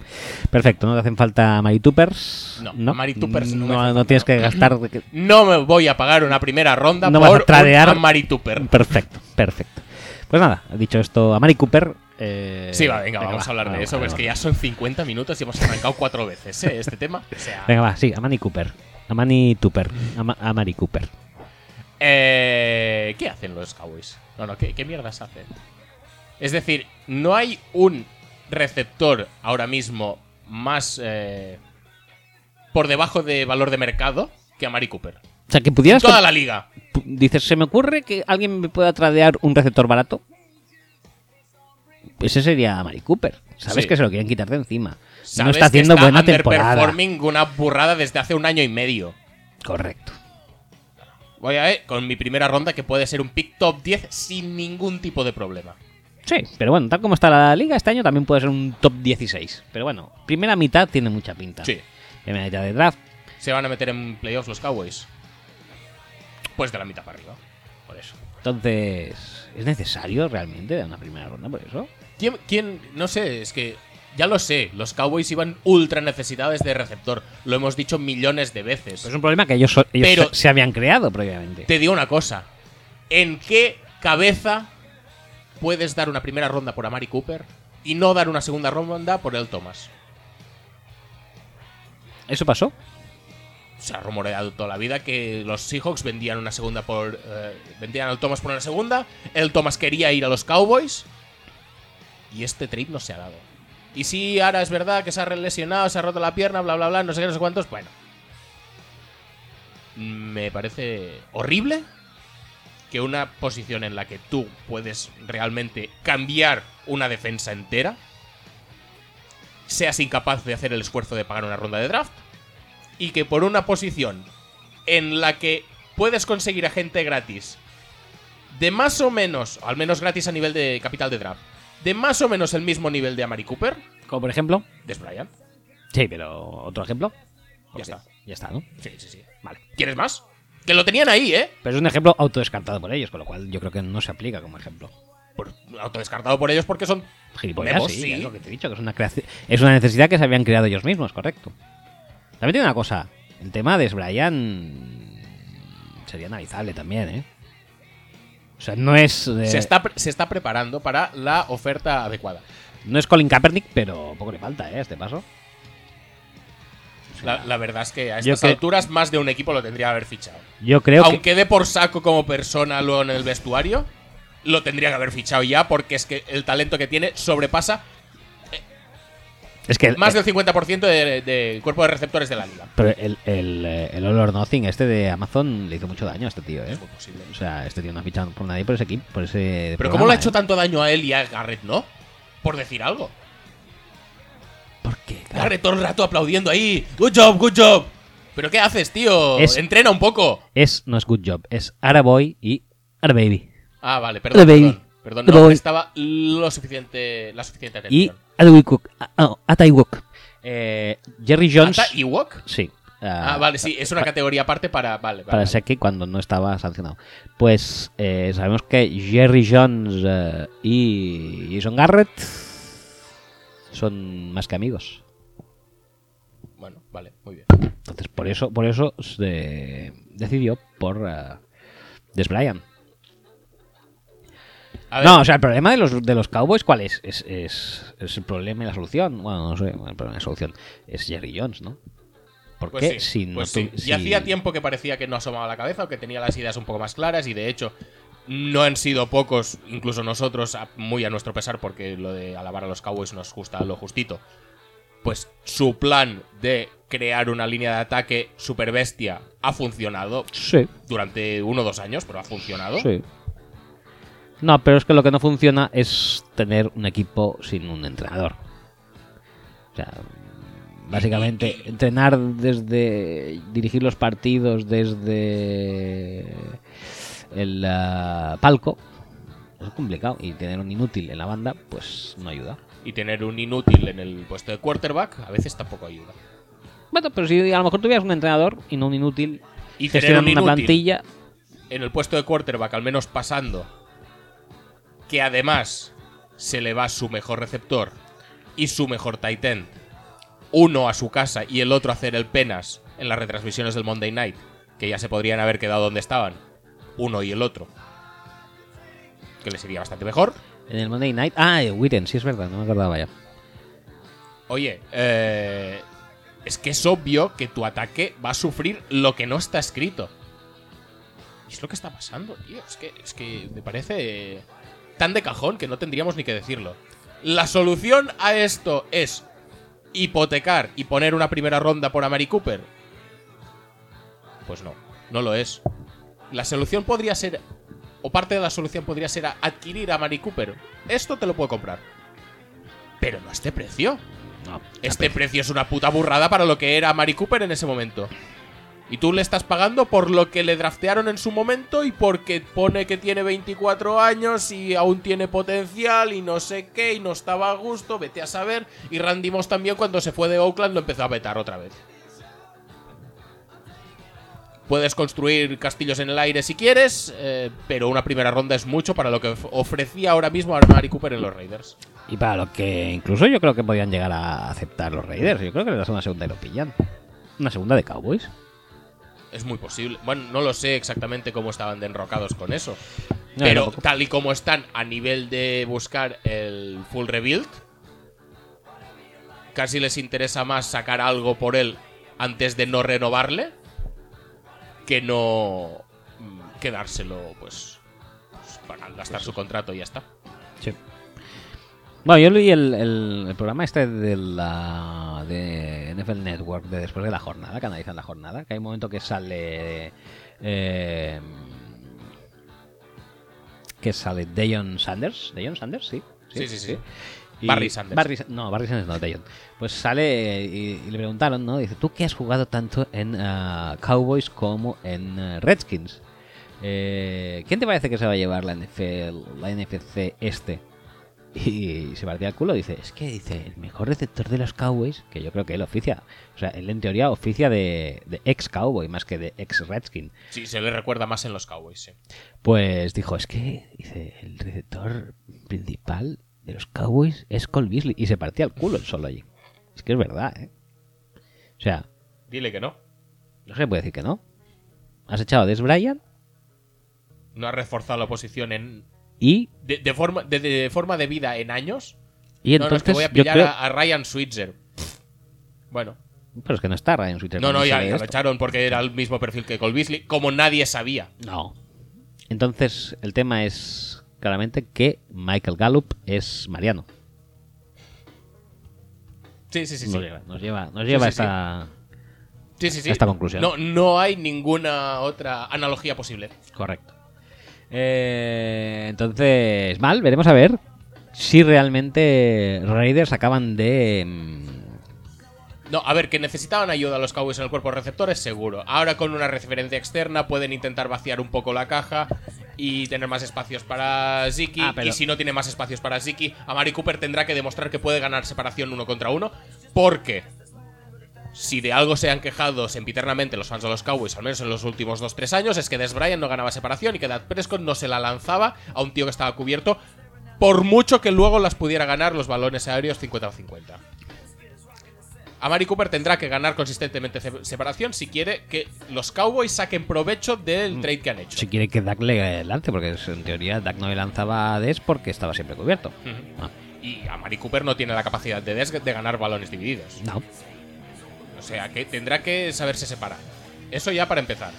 Perfecto, no te hacen falta Maritupers.
No, Maritupers no me
no,
hacen
no tienes que gastar.
No me voy a pagar una primera ronda
No vas a
por
tradear.
un Amari Cooper.
Perfecto, perfecto. Pues nada, dicho esto, a Mari Cooper. eh,
Sí, va, venga, vamos a hablar de
vamos,
eso, porque es
vamos.
que ya son 50 minutos y hemos arrancado cuatro veces ¿eh? este tema. O sea,
Venga, va, sí, Amani Cooper. Amani Tupper. Ama- Amari Cooper.
eh, ¿qué hacen los Cowboys? No, no, ¿qué, ¿qué mierdas hacen? Es decir, no hay un receptor ahora mismo más eh, por debajo de valor de mercado que a Mari Cooper.
O sea, que pudieras.
Toda la liga.
pu- Dices, ¿se me ocurre que alguien me pueda tradear un receptor barato? Pues Ese sería Amari Cooper. Sabes
Sí.
que se lo quieren quitar de encima. No
Sabes
está
que
haciendo
está
buena temporada.
underperforming una burrada desde hace un año y medio.
Correcto.
Voy a ver con mi primera ronda que puede ser un pick top 10 sin ningún tipo de problema.
Sí, pero bueno, tal como está la liga, este año también puede ser un top 16. Pero bueno, primera mitad tiene mucha pinta.
Sí.
Primera mitad de draft,
¿Se van a meter en playoffs los Cowboys? Pues de la mitad para arriba. Por eso.
entonces. ¿Es necesario realmente dar una primera ronda por eso?
¿Quién, quién- No sé, es que. Ya lo sé, los Cowboys iban ultra necesidades de receptor. Lo hemos dicho millones de veces.
Pues Es un problema que ellos, so- ellos
Pero-
se, se habían creado previamente.
Te digo una cosa. ¿En qué cabeza puedes dar una primera ronda por Amari Cooper y no dar una segunda ronda por el Thomas?
Eso pasó.
se ha rumoreado toda la vida que los Seahawks vendían una segunda por eh, vendían al Thomas por una segunda, el Thomas quería ir a los Cowboys y este trade no se ha dado. Y sí, ahora es verdad que se ha lesionado, se ha roto la pierna, bla bla bla, no sé qué, no sé cuántos, bueno. Me parece horrible que una posición en la que tú puedes realmente cambiar una defensa entera seas incapaz de hacer el esfuerzo de pagar una ronda de draft y que por una posición en la que puedes conseguir a gente gratis, de más o menos, o al menos gratis a nivel de capital de draft, de más o menos el mismo nivel de Amari Cooper,
Como por ejemplo.
Des Bryant.
Sí, pero otro ejemplo.
Ya
Ok,
está.
Ya está, ¿no?
Sí, sí, sí.
Vale.
¿Quieres más? Que lo tenían ahí, ¿eh?
Pero es un ejemplo autodescartado por ellos, con lo cual yo creo que no se aplica como ejemplo.
Por, autodescartado por ellos porque son...
Gilipollas,
Memos,
sí,
sí.
es lo que te he dicho, que es una, creaci- es una necesidad que se habían creado ellos mismos, correcto. También tiene una cosa. El tema de Brian sería analizable también, ¿eh? O sea, no es, eh,
Se, está, pre- se está preparando para la oferta adecuada.
no es Colin Kaepernick, pero poco le falta, ¿eh? A este paso.
La, la verdad es que a
Yo
estas
que-
alturas más de un equipo lo tendría que haber fichado.
Yo creo que...
Aunque dé por saco como persona luego en el vestuario, lo tendría que haber fichado ya porque es que el talento que tiene sobrepasa
Es que
más del 50% de- del cuerpo de receptores de la liga.
Pero el, el, eh, el All or Nothing este de Amazon le hizo mucho daño a este tío, ¿eh?
Es muy posible.
O sea, este tío no ha fichado por nadie por ese equipo, por ese
Pero ¿cómo le ha hecho
programa, ¿eh?
tanto daño a él y a Garrett, no? Por decir algo.
¿eh? ¿Por qué? Claro.
Garrett todo el rato aplaudiendo ahí. Good job, good job. ¿Pero qué haces, tío?
Es-
Entrena un poco.
Es, no es good job, es Ara Boy y Ara Baby.
Ah, vale, perdón.
The baby.
Perdón, perdón
The
no
boy.
estaba lo suficiente, la suficiente
Y ah,
atención.
Ataiwok. Ataiwok. Eh, Jerry Jones.
¿Ata Ewok?
Sí.
Ah, vale, sí, es una
pa-
categoría aparte para. Vale, vale,
Para
vale.
Seki cuando no estaba sancionado. Pues eh, sabemos que Jerry Jones eh, y Jason Garrett son más que amigos.
Bueno, vale, muy bien.
Entonces, por eso, por eso se decidió por eh, Des Bryant.
A ver,
No, o sea, el problema de los, de los Cowboys, ¿cuál es? Es, es- es el problema y la solución. Bueno, no sé, el problema y la solución es Jerry Jones, ¿no? ¿Por
pues
qué?
sí,
si no
pues
tu-
sí.
si-
Y hacía tiempo que parecía que no asomaba la cabeza o que tenía las ideas un poco más claras y de hecho no han sido pocos, incluso nosotros, a- muy a nuestro pesar, porque lo de alabar a los Cowboys nos gusta lo justito. Pues su plan de crear una línea de ataque super bestia ha funcionado
Sí,
durante uno o dos años, pero ha funcionado.
sí. No, pero es que lo que no funciona es tener un equipo sin un entrenador. O sea, básicamente entrenar desde dirigir los partidos desde el ah, palco es complicado y tener un inútil en la banda pues no ayuda.
Y tener un inútil en el puesto de quarterback a veces tampoco ayuda.
Bueno, pero si a lo mejor tuvieras un entrenador y no un inútil,
Y tener
gestionando
un
una
inútil
plantilla,
en el puesto de quarterback, al menos pasando, que además se le va su mejor receptor y su mejor tight end, uno a su casa y el otro a hacer el penas en las retransmisiones del Monday Night, que ya se podrían haber quedado donde estaban, uno y el otro, que les iría bastante mejor.
en el Monday Night. Ah, eh, Witten, sí es verdad, no me acordaba ya.
Oye, eh, es que es obvio que tu ataque va a sufrir lo que no está escrito. Y es lo que está pasando, tío. Es que, es que me parece eh, tan de cajón que no tendríamos ni que decirlo. La solución a esto es hipotecar y poner una primera ronda por Amari Cooper. Pues no, no lo es. La solución podría ser, o parte de la solución podría ser a- adquirir a Amari Cooper. Esto te lo puedo comprar. Pero no a este precio.
No,
Este precio es una puta burrada para lo que era Mari Cooper en ese momento. Y tú le estás pagando por lo que le draftearon en su momento y porque pone que tiene 24 años y aún tiene potencial y no sé qué y no estaba a gusto, vete a saber. Y Randy Moss también cuando se fue de Oakland lo empezó a vetar otra vez. Puedes construir castillos en el aire si quieres, eh, pero una primera ronda es mucho para lo que of- ofrecía ahora mismo a Mari Cooper en los Raiders.
Y para lo que incluso yo creo que podían llegar a aceptar los Raiders. Yo creo que le das una segunda y lo pillan. Una segunda de Cowboys.
Es muy posible. Bueno, no lo sé exactamente cómo estaban de enrocados con eso.
No,
pero
tampoco.
tal y como están a nivel de buscar el full rebuild, casi les interesa más sacar algo por él antes de no renovarle que no mm, quedárselo, pues, pues, para gastar su contrato y ya está.
Sí. Bueno, yo leí el, el- el programa este de la de NFL Network de después de la jornada, que analizan la jornada, que hay un momento que sale eh, que sale Dayon Sanders, Dayon Sanders, sí.
Sí, sí, sí. Barry Sanders.
Barry Sa- no, Barry Sanders no, Dayon. Pues sale eh, y, y le preguntaron, ¿no? Dice, ¿tú qué has jugado tanto en ah, Cowboys como en eh, Redskins? Eh, ¿Quién te parece que se va a llevar la NFL, la NFC este? Y se partía el culo, dice, es que dice, el mejor receptor de los Cowboys, que yo creo que él oficia, o sea, él en teoría oficia de, de ex Cowboy más que de ex Redskin.
Sí, se le recuerda más en los Cowboys, sí.
Pues dijo, es que, dice, el receptor principal de los Cowboys es Cole Beasley. Y se partía el culo el solo allí. Es que es verdad, ¿eh? O sea,
Dile que no.
no se puede decir que no. Has echado a Des Bryant
No ha reforzado la posición en...
y,
De, de forma, de- de forma de vida en años,
y
No, no, es
entonces
que voy a
yo
pillar
creo...
a, a Ryan Switzer. Pff, Bueno,
Pero es que no está Ryan Switzer.
no, no, ya,
sale
ya lo
esto.
echaron porque era el mismo perfil que Cole Beasley, como nadie sabía.
No. Entonces, el tema es claramente que Michael Gallup es Mariano.
Sí, sí, sí.
Nos
Sí,
lleva, nos lleva, nos lleva
sí, sí.
esta.
sí, sí, sí.
Esta conclusión.
No, no hay ninguna otra analogía posible.
Correcto. Eh, entonces, mal, veremos a ver si realmente Raiders acaban de. mm,
No, a ver, que necesitaban ayuda los Cowboys en el cuerpo receptor es seguro. Ahora con una referencia externa pueden intentar vaciar un poco la caja y tener más espacios para Ziki.
Ah, pero-
Y si no tiene más espacios para Ziki, Amari Cooper tendrá que demostrar que puede ganar separación uno contra uno. Porque si de algo se han quejado sempiternamente los fans de los Cowboys, al menos en los últimos 2-3 años, es que Des Bryant no ganaba separación y que Dad Prescott no se la lanzaba a un tío que estaba cubierto. Por mucho que luego las pudiera ganar los balones aéreos 50-50. Amari Cooper tendrá que ganar consistentemente ce- separación si quiere que los Cowboys saquen provecho del trade que han hecho.
Si quiere que Dak le lance, porque es- en teoría Dak no le lanzaba a Des porque estaba siempre cubierto.
Ujú.
Ah,
Y Amari Cooper no tiene la capacidad de Des de ganar balones divididos.
no.
O sea que tendrá que saberse separar. Eso ya para empezar.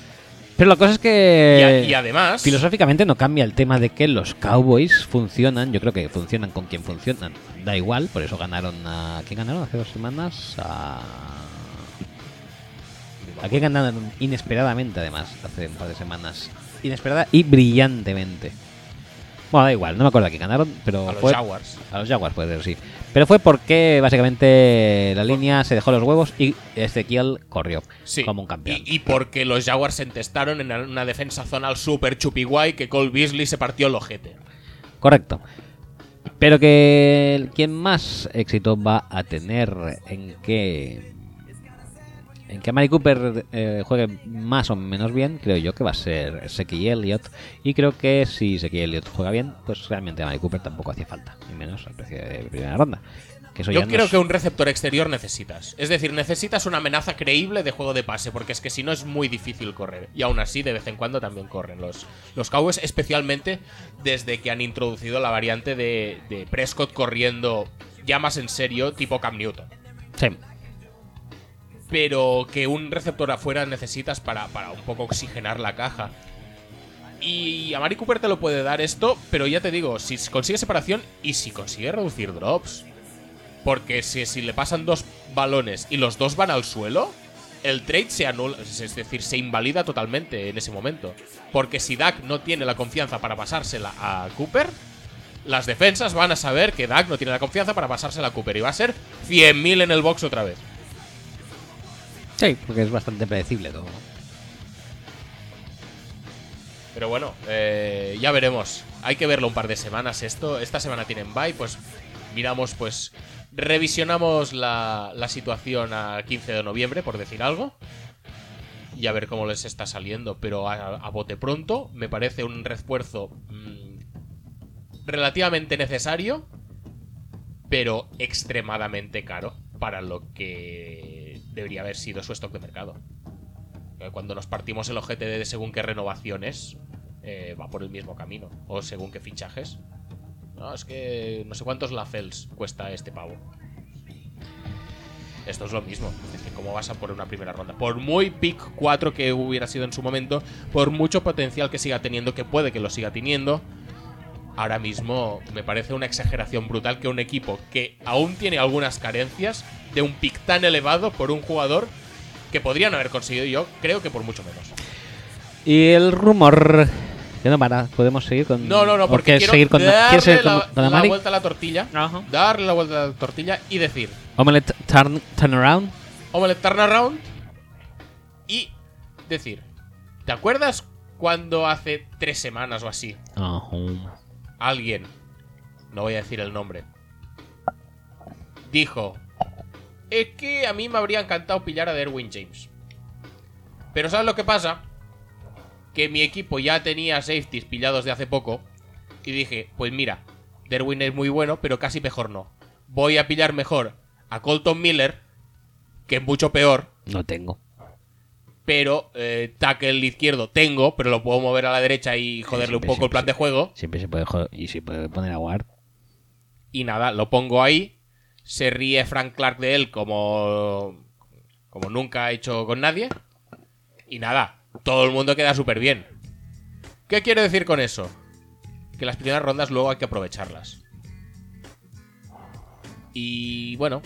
Pero la cosa es que.
Y, a- y además.
Filosóficamente no cambia el tema de que los Cowboys funcionan, yo creo que funcionan con quien funcionan, da igual, por eso ganaron a... ¿Quién ganaron hace dos semanas? A... ¿A quién ganaron inesperadamente además, hace un par de semanas? Inesperada y brillantemente. Bueno, da igual, no me acuerdo a quién ganaron, pero
a los
fue...
Jaguars.
A los Jaguars puede ser, sí. Pero fue porque básicamente la línea se dejó los huevos y Ezequiel corrió
Sí.
como un campeón.
Y, y porque los Jaguars se entestaron en una defensa zonal super chupi guay que Cole Beasley se partió el ojete.
Correcto. Pero que el- quien más éxito va a tener en que en que Mari Cooper eh, juegue más o menos bien, creo yo que va a ser Seki Elliott. Y creo que si Seki Elliott juega bien, pues realmente a Mari Cooper tampoco hacía falta, y menos al precio de primera ronda. Que eso
Yo
ya no
creo
es-
que un receptor exterior necesitas. Es decir, necesitas una amenaza creíble de juego de pase, porque es que si no es muy difícil correr. Y aún así, de vez en cuando también corren los, los Cowboys, especialmente desde que han introducido la variante de, de Prescott corriendo ya más en serio, tipo Cam Newton.
Sí.
Pero que un receptor afuera necesitas para, para un poco oxigenar la caja. Y a Mari Cooper te lo puede dar esto, pero ya te digo, si consigue separación y si consigue reducir drops. Porque si, si le pasan dos balones y los dos van al suelo, el trade se anula, es es decir, se invalida totalmente en ese momento. Porque si Dak no tiene la confianza para pasársela a Cooper, las defensas van a saber que Dak no tiene la confianza para pasársela a Cooper y va a ser 100.000 en el box otra vez.
Sí, porque es bastante predecible todo.
Pero bueno, eh, ya veremos. Hay que verlo un par de semanas esto. Esta semana tienen bye, pues miramos, pues revisionamos la, la situación a 15 de noviembre, por decir algo. Y a ver cómo les está saliendo. Pero a, a bote pronto me parece un refuerzo mm, relativamente necesario, pero extremadamente caro para lo que debería haber sido su stock de mercado. Eh, cuando nos partimos el ojete de según qué renovaciones, eh, va por el mismo camino. O según qué fichajes. No, es que no sé cuántos lafels cuesta este pavo. Esto es lo mismo. Es decir, ¿cómo vas a por una primera ronda? Por muy pick 4 que hubiera sido en su momento, por mucho potencial que siga teniendo, que puede que lo siga teniendo, ahora mismo me parece una exageración brutal que un equipo que aún tiene algunas carencias de un pick tan elevado por un jugador que podrían haber conseguido yo, creo que por mucho menos.
Y el rumor que no para, podemos seguir con
No, no, no,
¿o
porque
quieres
quiero
seguir con
darle
quieres seguir con-
la,
con
la
Amari?
vuelta a la tortilla,
Ajá.
darle la vuelta a la tortilla y decir,
Omelette turn, Turnaround.
omelette turnaround y decir, ¿te acuerdas cuando hace tres semanas o así alguien, no voy a decir el nombre, dijo, es que a mí me habría encantado pillar a Derwin James. Pero ¿sabes lo que pasa? Que mi equipo ya tenía safeties pillados de hace poco y dije, pues mira, Derwin es muy bueno, pero casi mejor no. Voy a pillar mejor a Colton Miller, que es mucho peor,
No tengo.
pero eh, tackle izquierdo tengo, pero lo puedo mover a la derecha y joderle un
siempre,
poco el plan de juego.
Siempre se puede jo- y se puede poner a guard.
Y nada, lo pongo ahí. Se ríe Frank Clark de él como. como nunca ha hecho con nadie. Y nada, todo el mundo queda súper bien. ¿Qué quiero decir con eso? Que las primeras rondas luego hay que aprovecharlas. Y bueno.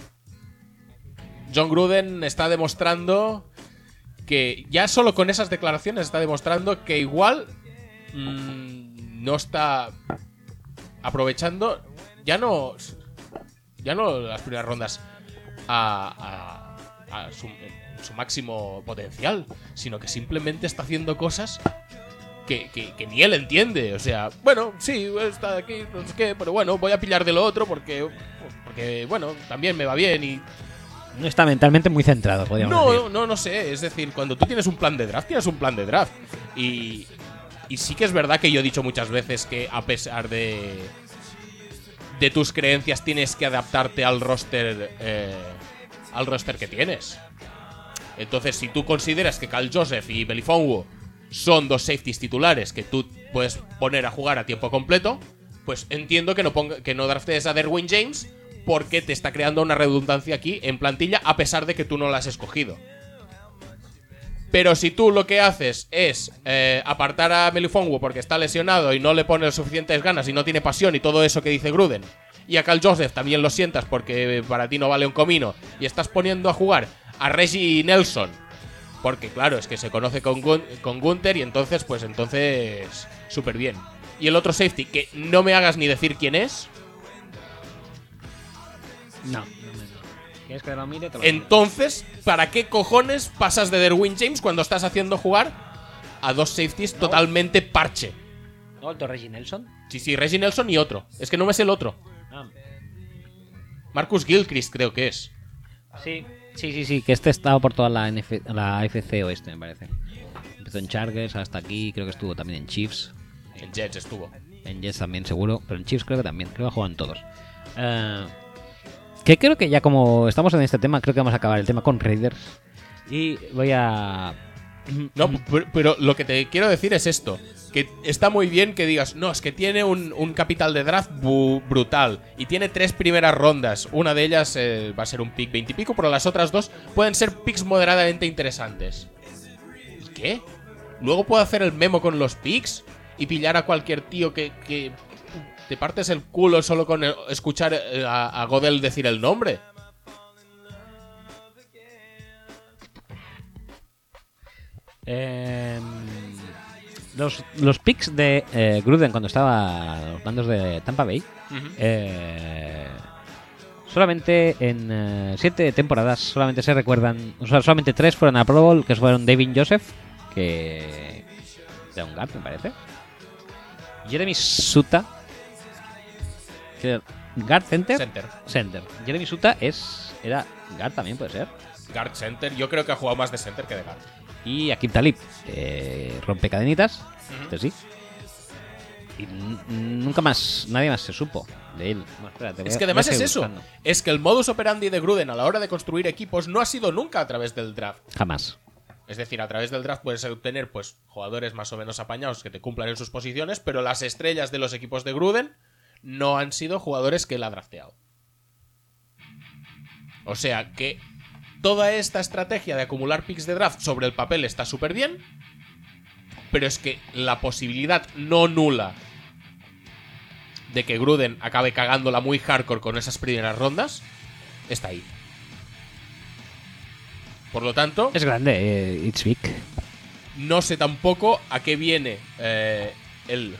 John Gruden está demostrando que ya solo con esas declaraciones está demostrando que igual mm, no está aprovechando ya no ya no las primeras rondas a, a su, en su máximo potencial, sino que simplemente está haciendo cosas que, que- que ni él entiende. O sea, bueno, sí, está aquí, no sé qué, pero bueno, voy a pillar de lo otro porque, porque bueno, también me va bien y
No está mentalmente muy centrado, podríamos decir.
no, no, no sé. Es decir, cuando tú tienes un plan de draft, tienes un plan de draft. Y, y sí que es verdad que yo he dicho muchas veces que a pesar de, de tus creencias tienes que adaptarte al roster, eh, al roster que tienes. Entonces, si tú consideras que Cal Joseph y Belifongo son dos safeties titulares que tú puedes poner a jugar a tiempo completo, pues entiendo que no, ponga, que no draftees a Derwin James porque te está creando una redundancia aquí en plantilla a pesar de que tú no la has escogido. Pero si tú lo que haces es eh, apartar a Melifongo porque está lesionado y no le pones suficientes ganas y no tiene pasión y todo eso que dice Gruden, y a Cal Joseph también lo sientas porque para ti no vale un comino, y estás poniendo a jugar a Reggie Nelson, porque claro, es que se conoce con, Gun- con Gunther y entonces, pues entonces, súper bien. Y el otro safety, que no me hagas ni decir quién es,
No. ¿Quieres que te lo mire? Te lo miro.
Entonces, ¿para qué cojones pasas de Derwin James cuando estás haciendo jugar a dos safeties totalmente parche?
¿No? ¿El Torres Nelson?
Sí, sí, Reggie Nelson y otro. Es que no me es el otro.
Ah.
Marcus Gilchrist creo que es.
Sí, sí, sí, sí, que este estaba por toda la, NF la AFC oeste, me parece. Empezó en Chargers hasta aquí, creo que estuvo también en Chiefs,
En Jets estuvo.
en Jets también seguro, pero en Chiefs creo que también, creo que juegan todos. Eh, que creo que ya como estamos en este tema, creo que vamos a acabar el tema con Raiders. Y voy a...
No, pero, pero lo que te quiero decir es esto. Que está muy bien que digas, no, es que tiene un, un capital de draft bu- brutal. Y tiene tres primeras rondas. Una de ellas eh, va a ser un pick 20 y pico, pero las otras dos pueden ser picks moderadamente interesantes. ¿Y qué? Luego puedo hacer el memo con los picks y pillar a cualquier tío que, que te partes el culo solo con eh, escuchar eh, a, a Godel decir el nombre.
eh, los, los picks de eh, Gruden cuando estaba a los bandos de Tampa Bay Eh, solamente en eh, siete temporadas solamente se recuerdan, o sea, solamente tres fueron a Pro Bowl, que fueron David Joseph, que era un guard, me parece. Jeremy Suta, que era guard center,
Center.
center. Jeremy Suta es era guard también puede ser.
Guard center. Yo creo que ha jugado más de center que de guard.
Y Akib Talib eh, rompe cadenitas, este sí. Y n- nunca más, nadie más se supo de él. Bueno, espérate, voy
Es
a-
que además
voy a
es
seguir
eso.
buscando.
Es que el modus operandi de Gruden a la hora de construir equipos no ha sido nunca a través del draft.
Jamás.
Es decir, a través del draft puedes obtener pues jugadores más o menos apañados que te cumplan en sus posiciones, pero las estrellas de los equipos de Gruden no han sido jugadores que él ha drafteado. O sea que toda esta estrategia de acumular picks de draft sobre el papel está súper bien, pero es que la posibilidad no nula de que Gruden acabe cagándola muy hardcore con esas primeras rondas está ahí. Por lo tanto,
Es grande, eh, It's Big.
no sé tampoco a qué viene eh, el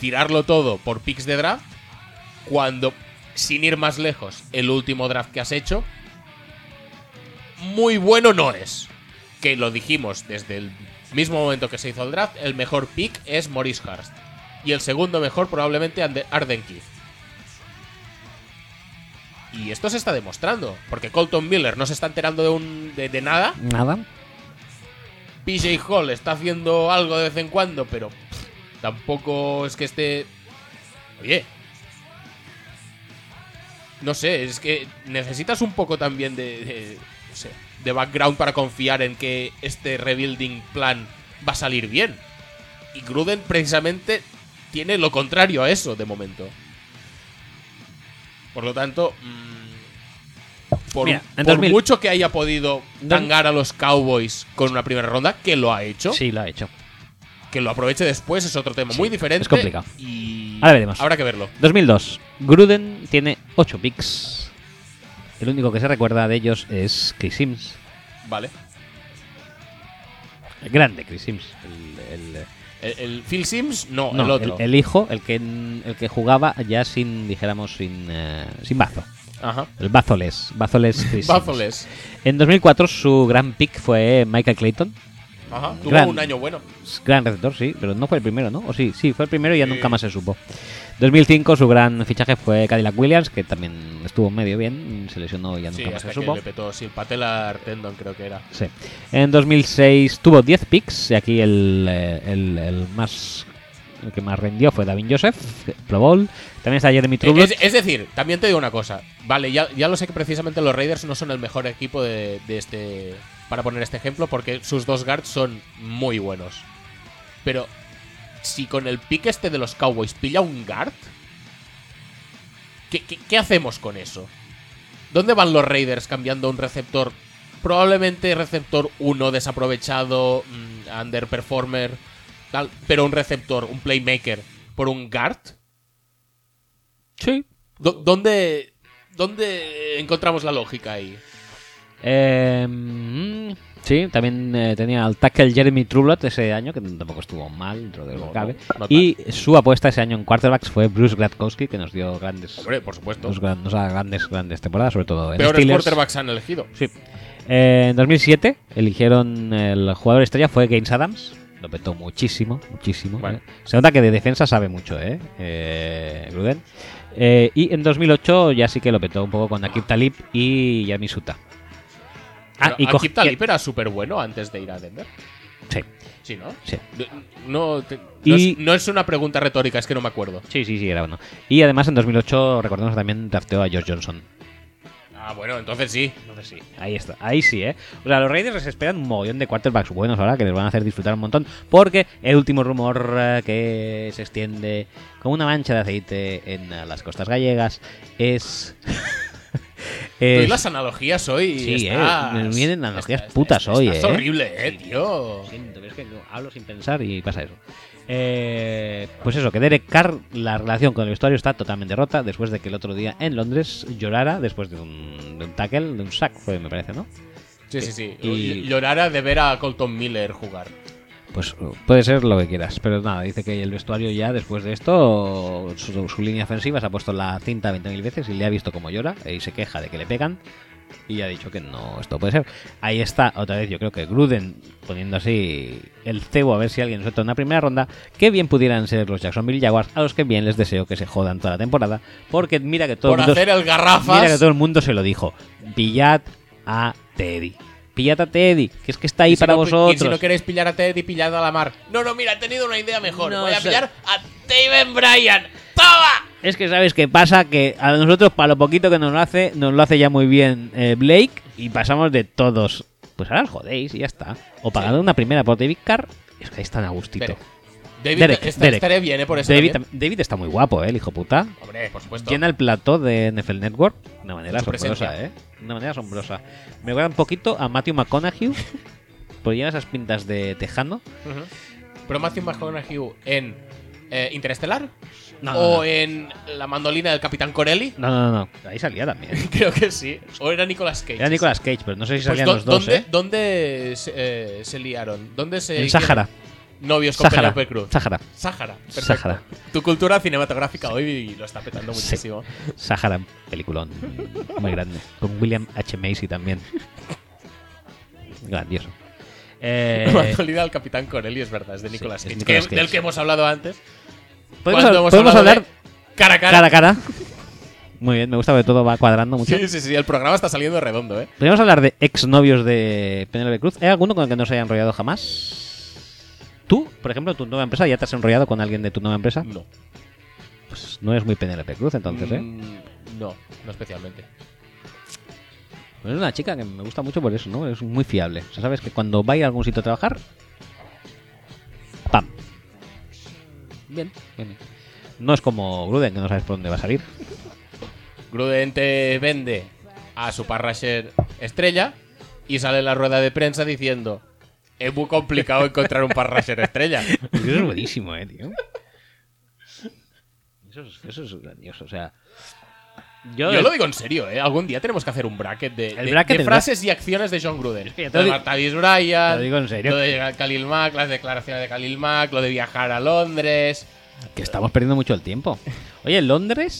tirarlo todo por picks de draft cuando, sin ir más lejos, el último draft que has hecho, muy bueno no es. Que lo dijimos desde el mismo momento que se hizo el draft, el mejor pick es Maurice Hurst. Y el segundo mejor probablemente Ande- Arden Keith. Y esto se está demostrando, porque Colton Miller no se está enterando de, un, de- de nada.
Nada.
PJ Hall está haciendo algo de vez en cuando, pero pff, tampoco es que esté. Oye. No sé, es que necesitas un poco también de. de- no sé, de background para confiar en que este rebuilding plan va a salir bien. Y Gruden precisamente tiene lo contrario a eso de momento. Por lo tanto, mm, por,
Mira, en
por
2000
mucho que haya podido
Dos-
tangar a los Cowboys con una primera ronda, que lo ha hecho,
Sí, lo ha hecho.
que lo aproveche después es otro tema muy diferente.
es complicado.
Y
Ahora veremos.
Habrá que verlo.
2002. Gruden tiene 8 picks. El único que se recuerda de ellos es Chris Sims.
Vale.
El grande Chris Sims. El, el-
El, el Phil Sims, no,
no,
Oh, el otro.
el- el hijo, el que, el que jugaba ya sin, dijéramos, sin, eh, sin bazo.
Ajá.
El Bazoles. Bazoles Christmas.
Bazoles.
En 2004 su gran pick fue Michael Clayton.
Ajá. Tuvo
Gran.
un año bueno.
Gran receptor, sí, pero no fue el primero, ¿no? O sí, sí, fue el primero y ya
Sí.
nunca más se supo. 2005 su gran fichaje fue Cadillac Williams, que también estuvo medio bien, se lesionó y ya
Sí,
nunca más
hasta que
se supo.
le petó. Sí, el patelar tendon creo que era.
Sí. En 2006 tuvo 10 picks y aquí el, eh, el- el más el que más rendió fue Davin Joseph, Pro Bowl. También está Jeremy
Eh,
Trublot.
Es, es decir, también te digo una cosa. Vale, ya, ya lo sé que precisamente los Raiders no son el mejor equipo de, de este. Para poner este ejemplo, porque sus dos guards son muy buenos. Pero si con el pick este de los Cowboys pilla un guard, ¿qué, qué- qué hacemos con eso? ¿Dónde van los Raiders cambiando un receptor? Probablemente receptor 1 desaprovechado, mm, underperformer, tal, pero un receptor, un playmaker, por un guard.
Sí.
Do- ¿Dónde, ¿Dónde encontramos la lógica ahí?
Eh, mm, sí, también eh, tenía al tackle Jeremy Trublot ese año, que tampoco estuvo mal dentro de lo
No,
que cabe.
no, no
y su apuesta ese año en quarterbacks fue Bruce Gradkowski, que nos dio grandes,
Hombre, por supuesto.
nos gran- nos da grandes, grandes temporadas, sobre todo en
Peores
Steelers.
quarterbacks han elegido.
Sí. Eh, en 2007 eligieron el jugador estrella fue Gaines Adams. Lo petó muchísimo, muchísimo.
Bueno.
¿eh? Se nota que de defensa sabe mucho, ¿eh? eh, Gruden. Eh, y en 2008 ya sí que lo petó un poco con Akib Talib y Yami Suta. Ah,
Pero
co-
Akib Talib ¿eh? era súper bueno antes de ir a Denver.
Sí,
Sí, ¿no?
sí.
De- No, te- no
Y-
es, no es una pregunta retórica, es que no me acuerdo.
Sí, sí, sí, era bueno. Y además en 2008, recordemos también, drafteó a George Johnson.
Ah, bueno, entonces sí.
Entonces sí, ahí está, ahí sí, ¿eh? O sea, los Raiders les esperan un mogollón de quarterbacks buenos ahora que les van a hacer disfrutar un montón, porque el último rumor eh, que se extiende como una mancha de aceite en eh, las costas gallegas es... es-
Tú y las analogías hoy.
Sí, eh,
estás-
me vienen analogías
estás-
putas
estás-
hoy,
estás
eh.
horrible, eh, tío.
Lo siento, pero es que yo hablo sin pensar y pasa eso. Eh, pues eso, que Derek Carr, la relación con el vestuario está totalmente rota después de que el otro día en Londres llorara después de un, de un tackle, de un sack, fue, me parece, ¿no?
Sí, sí, sí.
Y-
Llorara de ver a Colton Miller jugar.
Pues uh, puede ser lo que quieras, pero nada, dice que el vestuario ya después de esto, su, su línea ofensiva se ha puesto la cinta 20.000 veces y le ha visto cómo llora y se queja de que le pegan y ha dicho que no, esto puede ser. Ahí está, otra vez yo creo que Gruden poniendo así el cebo a ver si alguien suelta una primera ronda, que bien pudieran ser los Jacksonville Jaguars, a los que bien les deseo que se jodan toda la temporada, porque mira que todo
Por
el mundo...
hacer el garrafas.
Mira que todo el mundo se lo dijo. Pillad a Teddy. Pillad a Teddy, que es que está ahí
Y si
para
no-
vosotros.
y si no queréis pillar a Teddy, pillad a la mar. No, no, mira, he tenido una idea mejor.
No
Voy a
sé.
pillar a David Bryan. ¡Toma!
Es que sabes qué pasa, que a nosotros para lo poquito que nos lo hace, nos lo hace ya muy bien eh, Blake y pasamos de todos. Pues ahora os jodéis y ya está. O pagando una primera por David Carr, es que ahí están a gustito.
Derek. David,
Derek,
esta-
Derek.
estaré bien, ¿eh? Por eso.
David,
también.
tam- David está muy guapo, ¿eh? el hijo puta.
Hombre, por supuesto.
Llena el plató de NFL Network de una manera
Su
asombrosa,
presencia.
¿eh? De una manera asombrosa. Me recuerda un poquito a Matthew McConaughey, porque lleva esas pintas de tejano.
Ujú. Pero Matthew McConaughey en eh, Interestelar
No, no,
o
no.
en La mandolina del Capitán Corelli.
No, no, no, no. Ahí salía también.
Creo que sí. O era Nicolas Cage.
Era Nicolas Cage, pero no sé
Pues,
si salían
¿dó-
los dos,
¿Dónde,
¿eh?
dónde se, eh, se liaron? ¿Dónde se
En
hicieron
Sáhara.
novios con
Sáhara.
Penélope Cruz?
Sáhara.
Sáhara. perfecto.
Sáhara.
Tu cultura cinematográfica hoy lo está petando
Sí.
muchísimo.
Sahara, peliculón muy grande. Con William H. Macy también. Grandioso. Eh,
La actualidad del Capitán Corelli, es verdad, es de
Sí,
Nicolas
es
Cage,
Nicolas
que-
Cage.
del que hemos hablado antes.
¿Podemos,
Cuando
hab-
hemos
podemos
hablado
hablar
de cara a cara.
cara a cara? Muy bien, me gusta que todo va cuadrando mucho.
Sí, sí, sí, el programa está saliendo redondo, ¿eh?
¿Podríamos hablar de exnovios de Penélope Cruz? ¿Hay alguno con el que no se haya enrollado jamás? ¿Tú, por ejemplo, tu nueva empresa, ya te has enrollado con alguien de tu nueva empresa?
No.
Pues no es muy Penélope Cruz, entonces, ¿eh?
Mm, No, no especialmente.
Pues es una chica que me gusta mucho por eso, ¿no? Es muy fiable. O sea, sabes que cuando va a ir a algún sitio a trabajar. ¡Pam! Bien, bien. No es como Gruden, que no sabes por dónde va a salir.
Gruden te vende a su parrasher estrella y sale en la rueda de prensa diciendo es muy complicado encontrar un parrasher estrella.
Eso es buenísimo, eh, tío. Eso es, eso es grandioso, o sea. Yo,
Yo lo digo en serio, ¿eh? Algún día tenemos que hacer un bracket de,
El
de-
bracket
de
del
frases y acciones de John Gruden.
que ya te
lo de
lo di-
Martavis Bryant,
Lo digo en serio.
lo de Khalil Mack, las declaraciones de Khalil Mack, lo de viajar a Londres.
que estamos perdiendo mucho el tiempo. Oye, Londres.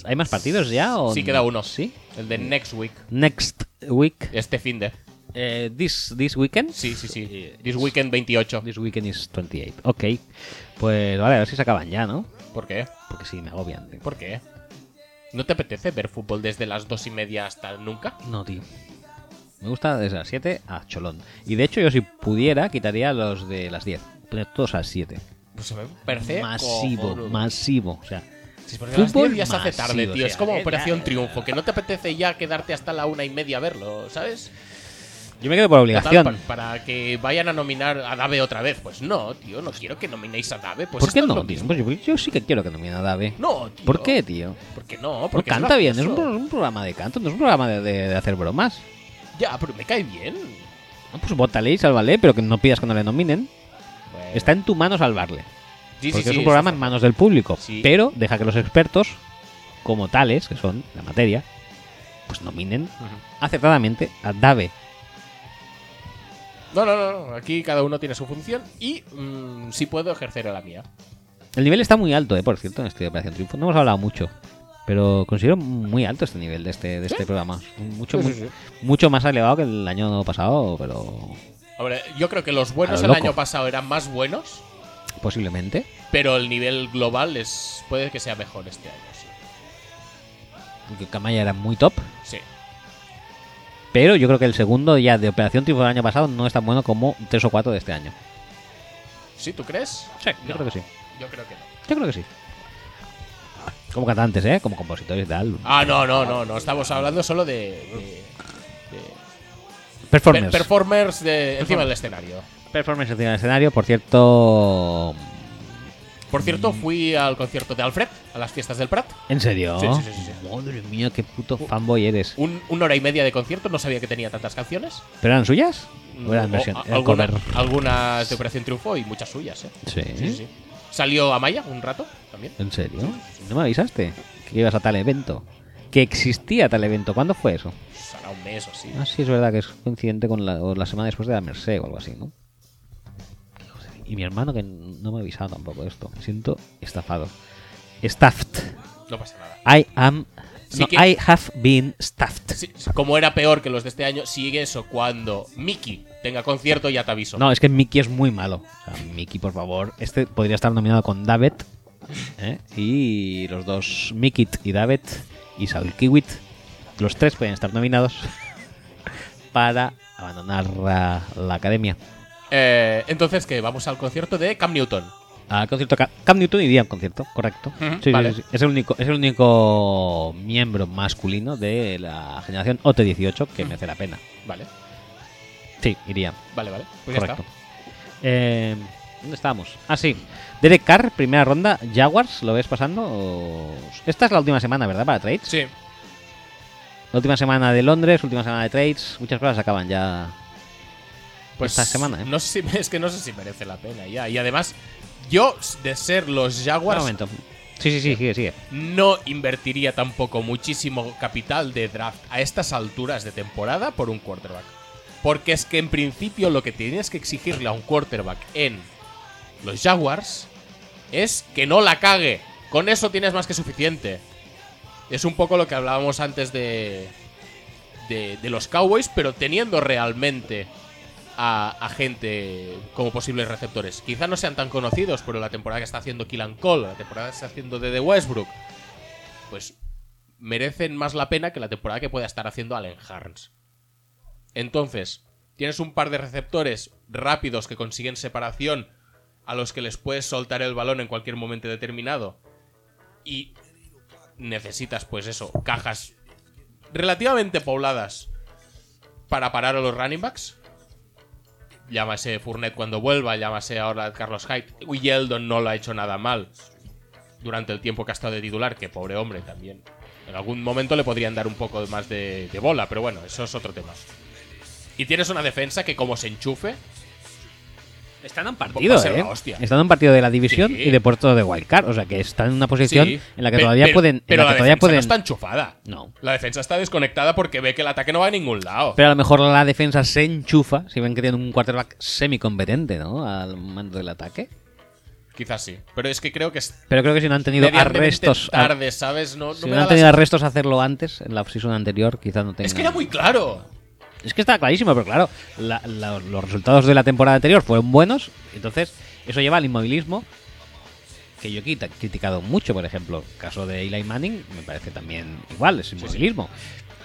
más, ¿Hay más partidos ya? O
Sí,
no?
queda uno.
¿Sí?
El de next week.
Next week.
Este fin de.
Eh, this, this weekend.
Sí, sí, sí. This weekend 28.
This weekend is 28. Ok. Pues vale, a ver si se acaban ya, ¿no?
¿Por qué?
Porque sí, me agobian.
¿Por qué? ¿No te apetece ver fútbol desde las dos y media hasta nunca?
No, tío. Me gusta desde las 7 a Cholón. Y de hecho, yo si pudiera, quitaría los de las 10. Pero todos a las 7.
Pues se me parece
Masivo,
cojonudo.
masivo. O sea,
Sí, porque a las
Fútbol
10 ya se hace
masivo,
tarde,
o
tío.
sea,
Es como
eh,
Operación
ya-
Triunfo, que no te apetece ya quedarte hasta la una y media a verlo, ¿sabes?
yo me quedo por
Total,
obligación.
pa- para que vayan a nominar a Dave otra vez. Pues no, tío, no quiero que nominéis a Dave. Pues
¿Por
esto
qué
es
no,
lo
tío?
mismo.
Pues yo, yo sí que quiero que nominen a Dave.
No, tío.
¿Por qué, tío?
¿Por qué no?
Porque
Porque es
canta bien, es un,
gracioso.
pro- es un programa de canto, no es un programa de, de- de hacer bromas.
Ya, pero me cae bien.
No, pues vótale y sálvale, pero que no pidas que no le nominen.
Bueno.
Está en tu mano salvarle.
Pues, Sí, sí,
porque
sí,
es un programa
está-
en manos del público.
Sí.
Pero deja que los expertos, como tales, que son la materia, pues nominen
Ujú.
acertadamente a Dave.
No, no, no, no, aquí cada uno tiene su función y mm, si puedo ejercer la mía.
El nivel está muy alto, eh, por cierto, en este de Operación Triunfo. No hemos hablado mucho, pero considero muy alto este nivel de este, de este programa. Mucho,
Sí,
mu-
sí, sí.
mucho más elevado que el año pasado, pero
Hombre, yo creo que los
A
buenos
lo
el
loco.
año pasado eran más buenos,
posiblemente.
pero el nivel global es puede que sea mejor este año. sí.
Porque Camaya era muy top.
Sí.
Pero yo creo que el segundo ya de Operación Triunfo del año pasado no es tan bueno como tres o cuatro de este año.
¿Sí, tú crees?
Sí, yo
No,
creo que sí.
Yo creo que no.
Yo creo que sí. Como cantantes, ¿eh? Como compositores y tal.
Ah, no, no, no, no. Estamos hablando solo de. de- de-
Performers.
per- performers de, encima del escenario.
Performance encima del escenario, por cierto.
Por cierto,
Mm.
fui al concierto de Alfred, a las fiestas del Prat.
¿En serio?
Sí, sí, sí, sí, sí.
Madre mía, qué puto fanboy eres.
Un, una hora y media de concierto, no sabía que tenía tantas canciones.
¿Pero eran suyas? ¿O eran
O-
versión?
a-
eran
alguna-
cover?
algunas de Operación Triunfo y muchas suyas, ¿eh?
Sí.
Sí, sí, sí. Salió Amaya un rato también.
¿En serio? ¿No me avisaste que ibas a tal evento? Que existía tal evento. ¿Cuándo fue eso?
Será un mes o así.
Ah, sí, es verdad que es coincidente con la, o la semana después de la Merced o algo así, ¿no? Y mi hermano que no me ha avisado tampoco de esto. Me siento estafado. Staffed.
No pasa nada.
I am.
Sí
no,
que-
I have been staffed.
Sí, como era peor que los de este año, sigue eso. Cuando Mickey tenga concierto, ya te aviso.
No, es que Mickey es muy malo. O sea, Mickey, por favor. Este podría estar nominado con David. ¿eh? Y los dos, Mickey y David y Saul Kiwit, los tres pueden estar nominados para abandonar la, la academia.
Eh, entonces, ¿qué? Vamos al concierto de Cam Newton.
Al concierto Ca- Cam Newton iría a un concierto, correcto.
Ujú,
Sí, sí,
vale.
sí, sí. Es el único, es el único miembro masculino de la generación OT18 que merece la pena.
Vale,
Sí, iría.
vale, vale. Pues ya
correcto. Eh, ¿Dónde estábamos? Ah, sí. Derek Carr, primera ronda. Jaguars, ¿lo ves pasando? O- Esta es la última semana, ¿verdad? Para trades.
está. Sí.
La última semana de Londres, última semana de trades. Muchas cosas acaban ya.
Pues
Esta semana, ¿eh?
No sé si, es que no sé si merece la pena ya. Y además, yo, de ser los
Un
Jaguars,
momento. Sí, sí, sí, sigue, sigue.
no invertiría tampoco muchísimo capital de draft a estas alturas de temporada por un quarterback. Porque es que en principio lo que tienes que exigirle a un quarterback en los Jaguars es que no la cague. Con eso tienes más que suficiente. Es un poco lo que hablábamos antes de, de, de los Cowboys, pero teniendo realmente a, a gente como posibles receptores. Quizá no sean tan conocidos, pero la temporada que está haciendo Killan Cole, la temporada que está haciendo de Westbrook, pues merecen más la pena que la temporada que pueda estar haciendo Allen Harns. Entonces, tienes un par de receptores rápidos que consiguen separación, a los que les puedes soltar el balón en cualquier momento determinado. Y necesitas, pues eso, cajas relativamente pobladas para parar a los running backs. Llámase Fournette cuando vuelva, llámase ahora Carlos Hyde. Y Yeldon no lo ha hecho nada mal durante el tiempo que ha estado de titular, que pobre hombre también. En algún momento le podrían dar un poco más de, de bola, pero bueno, eso es otro tema. Y tienes una defensa que como se enchufe,
Están en
partido, Va a ser ¿eh? la hostia.
Están en un partido de la división
Sí.
y de puerto de Wildcard. O sea que están en una posición
sí,
en la que
pe-
todavía
pero-
pueden. en
pero
la que
la
todavía
defensa
pueden.
no está enchufada.
No.
La defensa está desconectada porque ve que el ataque no va a ningún lado.
Pero a lo mejor la defensa se enchufa si ven que tienen un quarterback semicompetente, ¿no? Al mando del ataque.
Quizás sí. Pero es que creo que es
Pero creo que si no han tenido
medianamente
arrestos. a-
tarde, ¿sabes? No, no
si
me
no
da
han
la
tenido
sen-
arrestos a hacerlo antes, en la season anterior, quizás no tengan.
Es que era muy claro.
Es que estaba clarísimo, pero claro, la- la- los resultados de la temporada anterior fueron buenos, entonces eso lleva al inmovilismo que yo he quita- criticado mucho, por ejemplo, el caso de Eli Manning me parece también igual, es inmovilismo.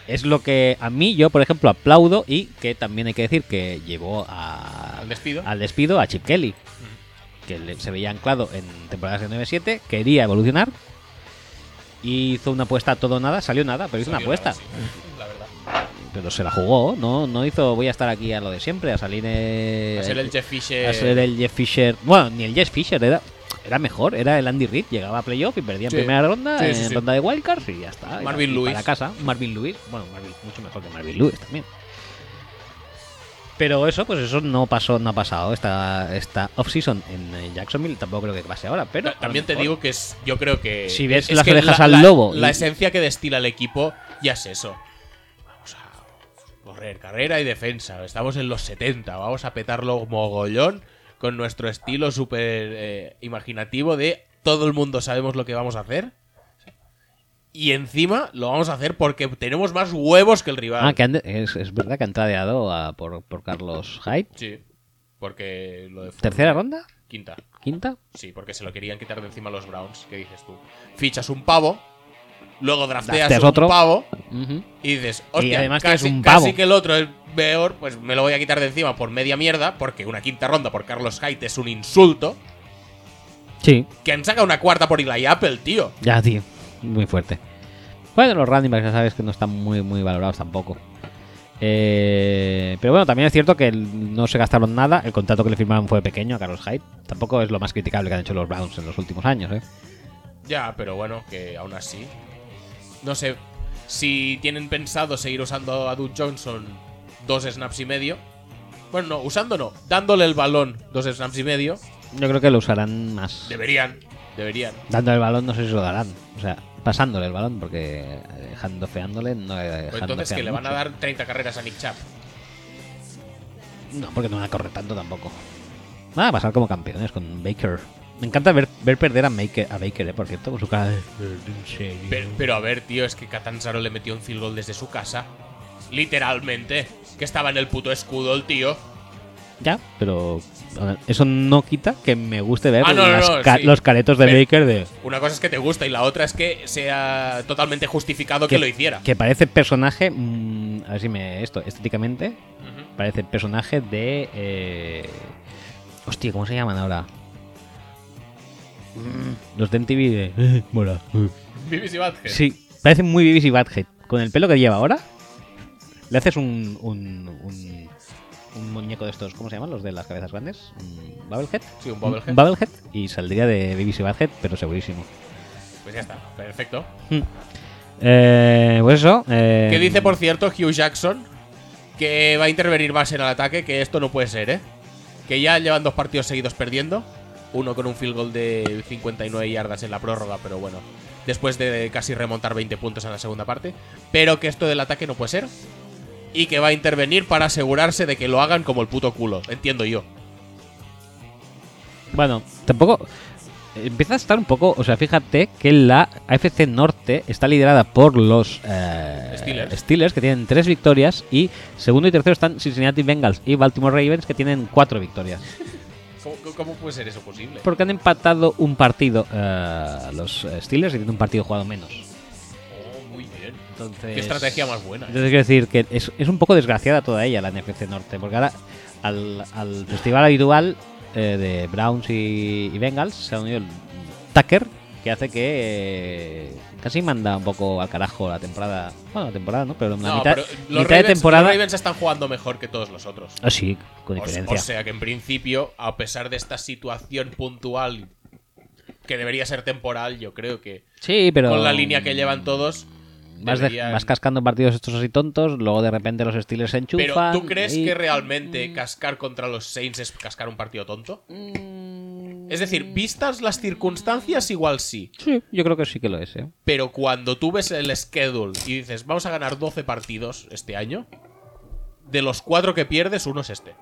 Es lo que a mí yo, por ejemplo, aplaudo y que también hay que decir que llevó a,
Al despido.
al despido a Chip Kelly, que le- se veía anclado en temporadas de 9-7, quería evolucionar. Hizo una apuesta a todo o nada, salió nada, pero hizo una
Salió
apuesta
nada, sí, La verdad.
pero se la jugó, ¿no? No hizo, voy a estar aquí a lo de siempre, a salir. eh,
A ser el Jeff Fisher.
a ser el Jeff Fisher. Bueno, ni el Jeff Fisher, era, era mejor, era el Andy Reid. Llegaba a playoff y perdía
Sí.
en primera ronda,
Sí,
en
sí, sí.
ronda de wildcards y ya está. Y
Marvin
pa- y
Lewis.
Para casa, Marvin Lewis. Bueno, Marvin- mucho mejor que Marvin Lewis también. Pero eso, pues eso no pasó, no ha pasado esta, esta off-season en eh, Jacksonville. Tampoco creo que pase ahora, pero.
Ta- También
a lo
te
mejor-
digo que es, yo creo que.
Si ves
es
las
que
orejas
la-
al
la-
lobo
La
y-
esencia que destila el equipo ya es eso. Vamos a correr, carrera y defensa. Estamos en los 70. Vamos a petarlo mogollón con nuestro estilo súper eh, imaginativo de todo el mundo sabemos lo que vamos a hacer. Y encima lo vamos a hacer porque tenemos más huevos que el rival.
Ah, que han- es, es verdad que han tradeado a- por, por Carlos Hyde.
Sí. Porque lo de Fulham-
¿Tercera ronda?
Quinta.
¿Quinta?
Sí, porque se lo querían quitar de encima los Browns. ¿Qué dices tú? Fichas un pavo, luego drafteas
Drafteas
un
otro.
pavo
Ujú.
y dices, hostia,
además tienes
casi,
un pavo.
casi que el otro es peor, pues me lo voy a quitar de encima por media mierda, porque una quinta ronda por Carlos Hyde es un insulto.
Sí,
Que han sacado una cuarta por Eli Apple, tío.
ya, tío. Muy fuerte. Bueno, los running backs ya sabes que no están muy, muy valorados tampoco. Eh, pero bueno, también es cierto que el- no se gastaron nada. El contrato que le firmaron fue pequeño a Carlos Hyde. Tampoco es lo más criticable que han hecho los Browns en los últimos años, ¿eh?
Ya, pero bueno, que aún así. No sé si tienen pensado seguir usando a Duke Johnson dos snaps y medio. Bueno, no, usando no, dándole el balón dos snaps y medio.
Yo creo que lo usarán más.
Deberían, deberían.
Dando el balón, no sé si lo darán. O sea, pasándole el balón, porque eh, handofeándole no eh,
Pues entonces
handofean
que le van a
mucho.
dar 30 carreras a Nick Chap.
No, porque no van a correr tanto tampoco. Van a pasar como campeones con Baker. Me encanta ver, ver perder a, Maker- a Baker, eh, por cierto, con su cara de... "En serio".
Pero, pero a ver, tío, es que Catanzaro le metió un field goal desde su casa. Literalmente. Que estaba en el puto escudo el tío.
Ya, pero a ver, eso no quita que me guste ver
Ah, no, no,
las
no,
ca-
sí.
los caretos de
Pero-
Baker de...
Una cosa es que te gusta y la otra es que sea totalmente justificado que,
Que-
lo hiciera.
Que parece personaje... mm, a ver si me... Esto, estéticamente,
Ujú.
parece personaje de... eh, hostia, ¿cómo se llaman ahora? Mm, Los de MTV de... "Eh, mola. eh".
BBC Badger.
Sí, parece muy Beavis y Badhead. Con el pelo que lleva ahora, le haces un, un, un, un muñeco de estos, ¿cómo se llaman? Los de las cabezas grandes. ¿Un Bubblehead?
Sí, un bobblehead.
Un Bubblehead y saldría de Beavis y Badhead, pero segurísimo.
Pues ya está, perfecto.
Mm. Eh, pues eso. eh,
Que dice, por cierto, Hugh Jackson que va a intervenir más en el ataque, que esto no puede ser, ¿eh? Que ya llevan dos partidos seguidos perdiendo. Uno con un field goal de 59 yardas en la prórroga, pero bueno, después de casi remontar 20 puntos en la segunda parte. Pero que esto del ataque no puede ser. Y que va a intervenir para asegurarse de que lo hagan como el puto culo. Entiendo yo.
Bueno, tampoco. Empieza a estar un poco. O sea, fíjate que la AFC Norte está liderada por los eh,
Steelers.
que tienen tres victorias. Y segundo y tercero están Cincinnati Bengals y Baltimore Ravens, que tienen cuatro victorias.
¿Cómo, cómo puede ser eso posible?
Porque han empatado un partido eh, los eh, Steelers y tienen un partido jugado menos.
Oh, muy bien.
Entonces,
Qué estrategia más buena. ¿eh?
Entonces quiero decir que es, es un poco desgraciada toda ella la NFC Norte, porque ahora al, al festival habitual eh, de Browns y, y Bengals se ha unido el Tucker, que hace que eh, casi manda un poco al carajo la temporada. Bueno, la temporada no, pero la
No,
mitad,
pero los,
mitad
Ravens,
de temporada.
los Ravens están jugando mejor que todos los otros.
Ah, sí, con
O-
diferencia.
O, sea que en principio, a pesar de esta situación puntual que debería ser temporal, yo creo que
sí, pero.
con la línea que llevan todos.
Vas, de-
deberían-
vas cascando partidos estos así tontos, luego de repente los Steelers se enchufan.
Pero ¿tú crees
y-
que realmente cascar contra los Saints es cascar un partido tonto? Es decir, vistas las circunstancias, igual sí.
Sí, yo creo que sí que lo es, ¿eh?
Pero cuando tú ves el schedule y dices, vamos a ganar 12 partidos este año, de los cuatro que pierdes, uno es este.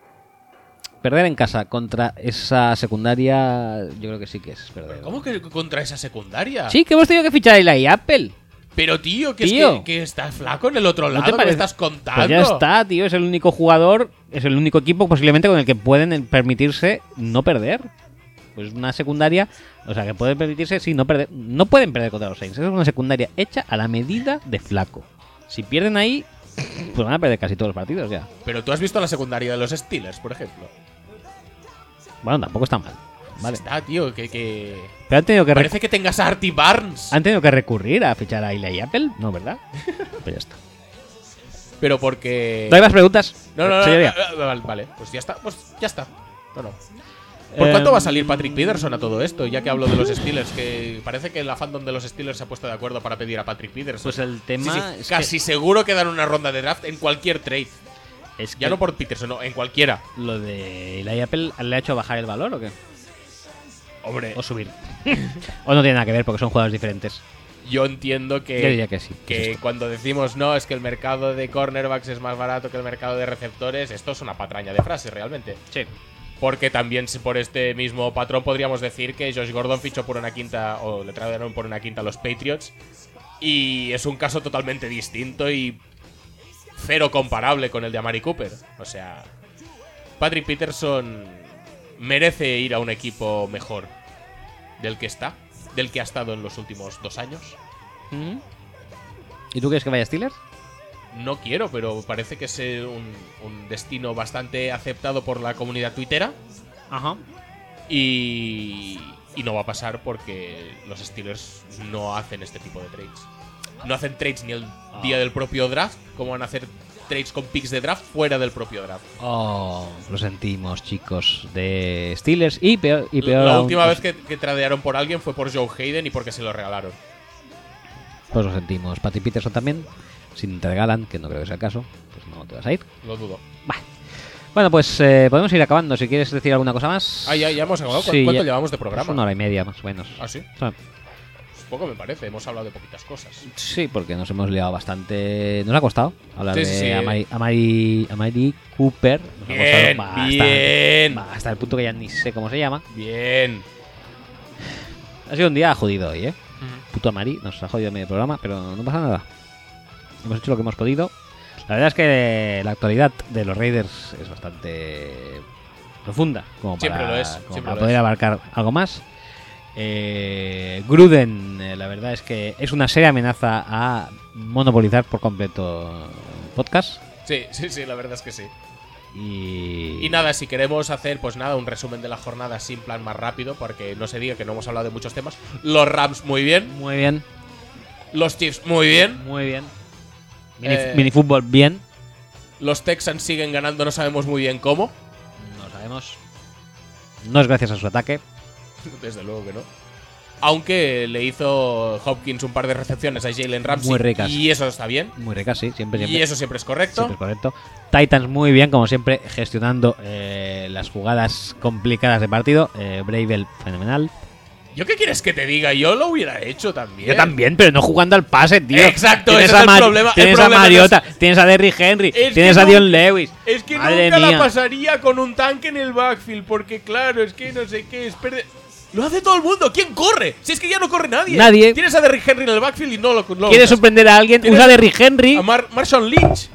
perder en casa contra esa secundaria, yo creo que sí que es perder.
¿Cómo que contra esa secundaria?
Sí, que hemos tenido que fichar ahí la y Apple.
Pero tío, que
Tío.
es que, que estás flaco en el otro
¿No
lado,
te
¿qué
parece?
estás contando?
Pues ya está, tío. Es el único jugador, es el único equipo posiblemente con el que pueden permitirse no perder. Pues una secundaria, o sea, que pueden permitirse, sí, no perder. No pueden perder contra los Saints. Es una secundaria hecha a la medida de flaco. Si pierden ahí, pues van a perder casi todos los partidos ya.
Pero tú has visto la secundaria de los Steelers, por ejemplo.
Bueno, tampoco está mal. Vale.
Está, tío, que, que...
Pero han tenido que, recu-
Parece que tengas a Artie Barnes.
han tenido que recurrir a fichar a Eli Apple, ¿no, verdad? pues ya está.
Pero porque...
¿No hay más preguntas?
No, no, no,
Señoría.
no, no, Vale, vale, pues ya está, pues ya está. No, no. ¿Por cuánto
Eh,
va a salir Patrick Peterson a todo esto? Ya que hablo de los Steelers, que parece que la fandom de los Steelers se ha puesto de acuerdo para pedir a Patrick Peterson.
Pues el
Sí,
tema
sí,
es que-
casi seguro que dan una ronda de draft en cualquier trade.
es que
Ya no por Peterson, no, en cualquiera.
lo de Eli Apple le ha hecho bajar el valor o qué?
Hombre,
o subir. o no tiene nada que ver porque son jugadores diferentes.
yo entiendo que...
Yo diría que sí.
que cuando decimos no, es que el mercado de cornerbacks es más barato que el mercado de receptores, esto es una patraña de frase realmente.
Sí.
Porque también si por este mismo patrón podríamos decir que Josh Gordon fichó por una quinta o le trajeron por una quinta a los Patriots. Y es un caso totalmente distinto y cero comparable con el de Amari Cooper. O sea, Patrick Peterson merece ir a un equipo mejor del que está, del que ha estado en los últimos dos años.
¿Y tú crees que vaya Steelers?
No quiero, pero parece que es eh, un, un destino bastante aceptado por la comunidad tuitera.
Ajá.
Y, y no va a pasar porque los Steelers no hacen este tipo de trades. No hacen trades ni el
Ah.
día del propio draft, como van a hacer trades con picks de draft fuera del propio draft.
Oh, lo sentimos, chicos de Steelers. Y peor, y peor
la
aún,
última
pues-
vez que, que tradearon por alguien fue por Joe Hayden y porque se lo regalaron.
Pues lo sentimos. Patrick Peterson también. Si te regalan, que no creo que sea el caso, pues no te vas a ir.
Lo dudo.
Vale. Bueno, pues eh, podemos ir acabando. Si quieres decir alguna cosa más.
Ah, ya, ya hemos acabado. ¿Cu-
Sí,
¿Cuánto
ya-
llevamos de
Pues una
programa?
hora y media más o menos.
Ah, sí.
O sea,
Poco me parece. Hemos hablado de poquitas cosas.
Sí, porque nos hemos liado bastante. Nos ha costado hablar
Sí,
de
sí, sí.
Amari, Amari- Amari Cooper. Nos
Bien,
ha costado
bien.
Hasta el punto que ya ni sé cómo se llama.
Bien.
Ha sido un día jodido hoy, ¿eh? Puto Amari, nos ha jodido medio programa, pero no pasa nada. Hemos hecho lo que hemos podido. La verdad es que la actualidad de los Raiders es bastante profunda. Como para,
Siempre lo es,
como
siempre
para
lo
poder
es.
abarcar algo más. Eh, Gruden, eh, la verdad es que es una seria amenaza a monopolizar por completo el podcast.
Sí, sí, sí, la verdad es que sí.
Y,
Y nada, si queremos hacer, pues nada, un resumen de la jornada sin plan más rápido, porque no se diga que no hemos hablado de muchos temas. Los Rams muy bien,
Muy bien,
los Chiefs muy bien,
muy bien. Mini,
Eh,
mini fútbol, bien.
los Texans siguen ganando, no sabemos muy bien cómo.
No sabemos. No es gracias a su ataque.
Desde luego que no. Aunque le hizo Hopkins un par de recepciones a Jalen Ramsey.
Muy ricas.
Y eso está bien.
Muy rica, sí, siempre, siempre.
Y eso siempre es correcto.
Siempre es correcto. Titans muy bien, como siempre, gestionando eh, las jugadas complicadas de partido. Eh, Bravel, fenomenal.
¿Yo qué quieres que te diga? Yo lo hubiera hecho también.
Yo también, pero no jugando al pase, tío.
Exacto,
Tienes
ese
a
es el
Mari-
problema. El
Tienes
problema
a
no es-
Mariota, tienes a Derry Henry,
Es que
tienes a
no-
Dion Lewis.
Es que
Madre
nunca la
mía.
pasaría con un tanque en el backfield, porque claro, es que no sé qué, es perder. Lo hace todo el mundo. ¿Quién corre? Si es que ya no corre nadie.
Nadie.
Tienes a Derrick Henry en el backfield y no lo. no lo
¿Quieres
usas.
sorprender a alguien?
Tienes-
Usa a Derry Henry.
A Mar- Marshawn Lynch.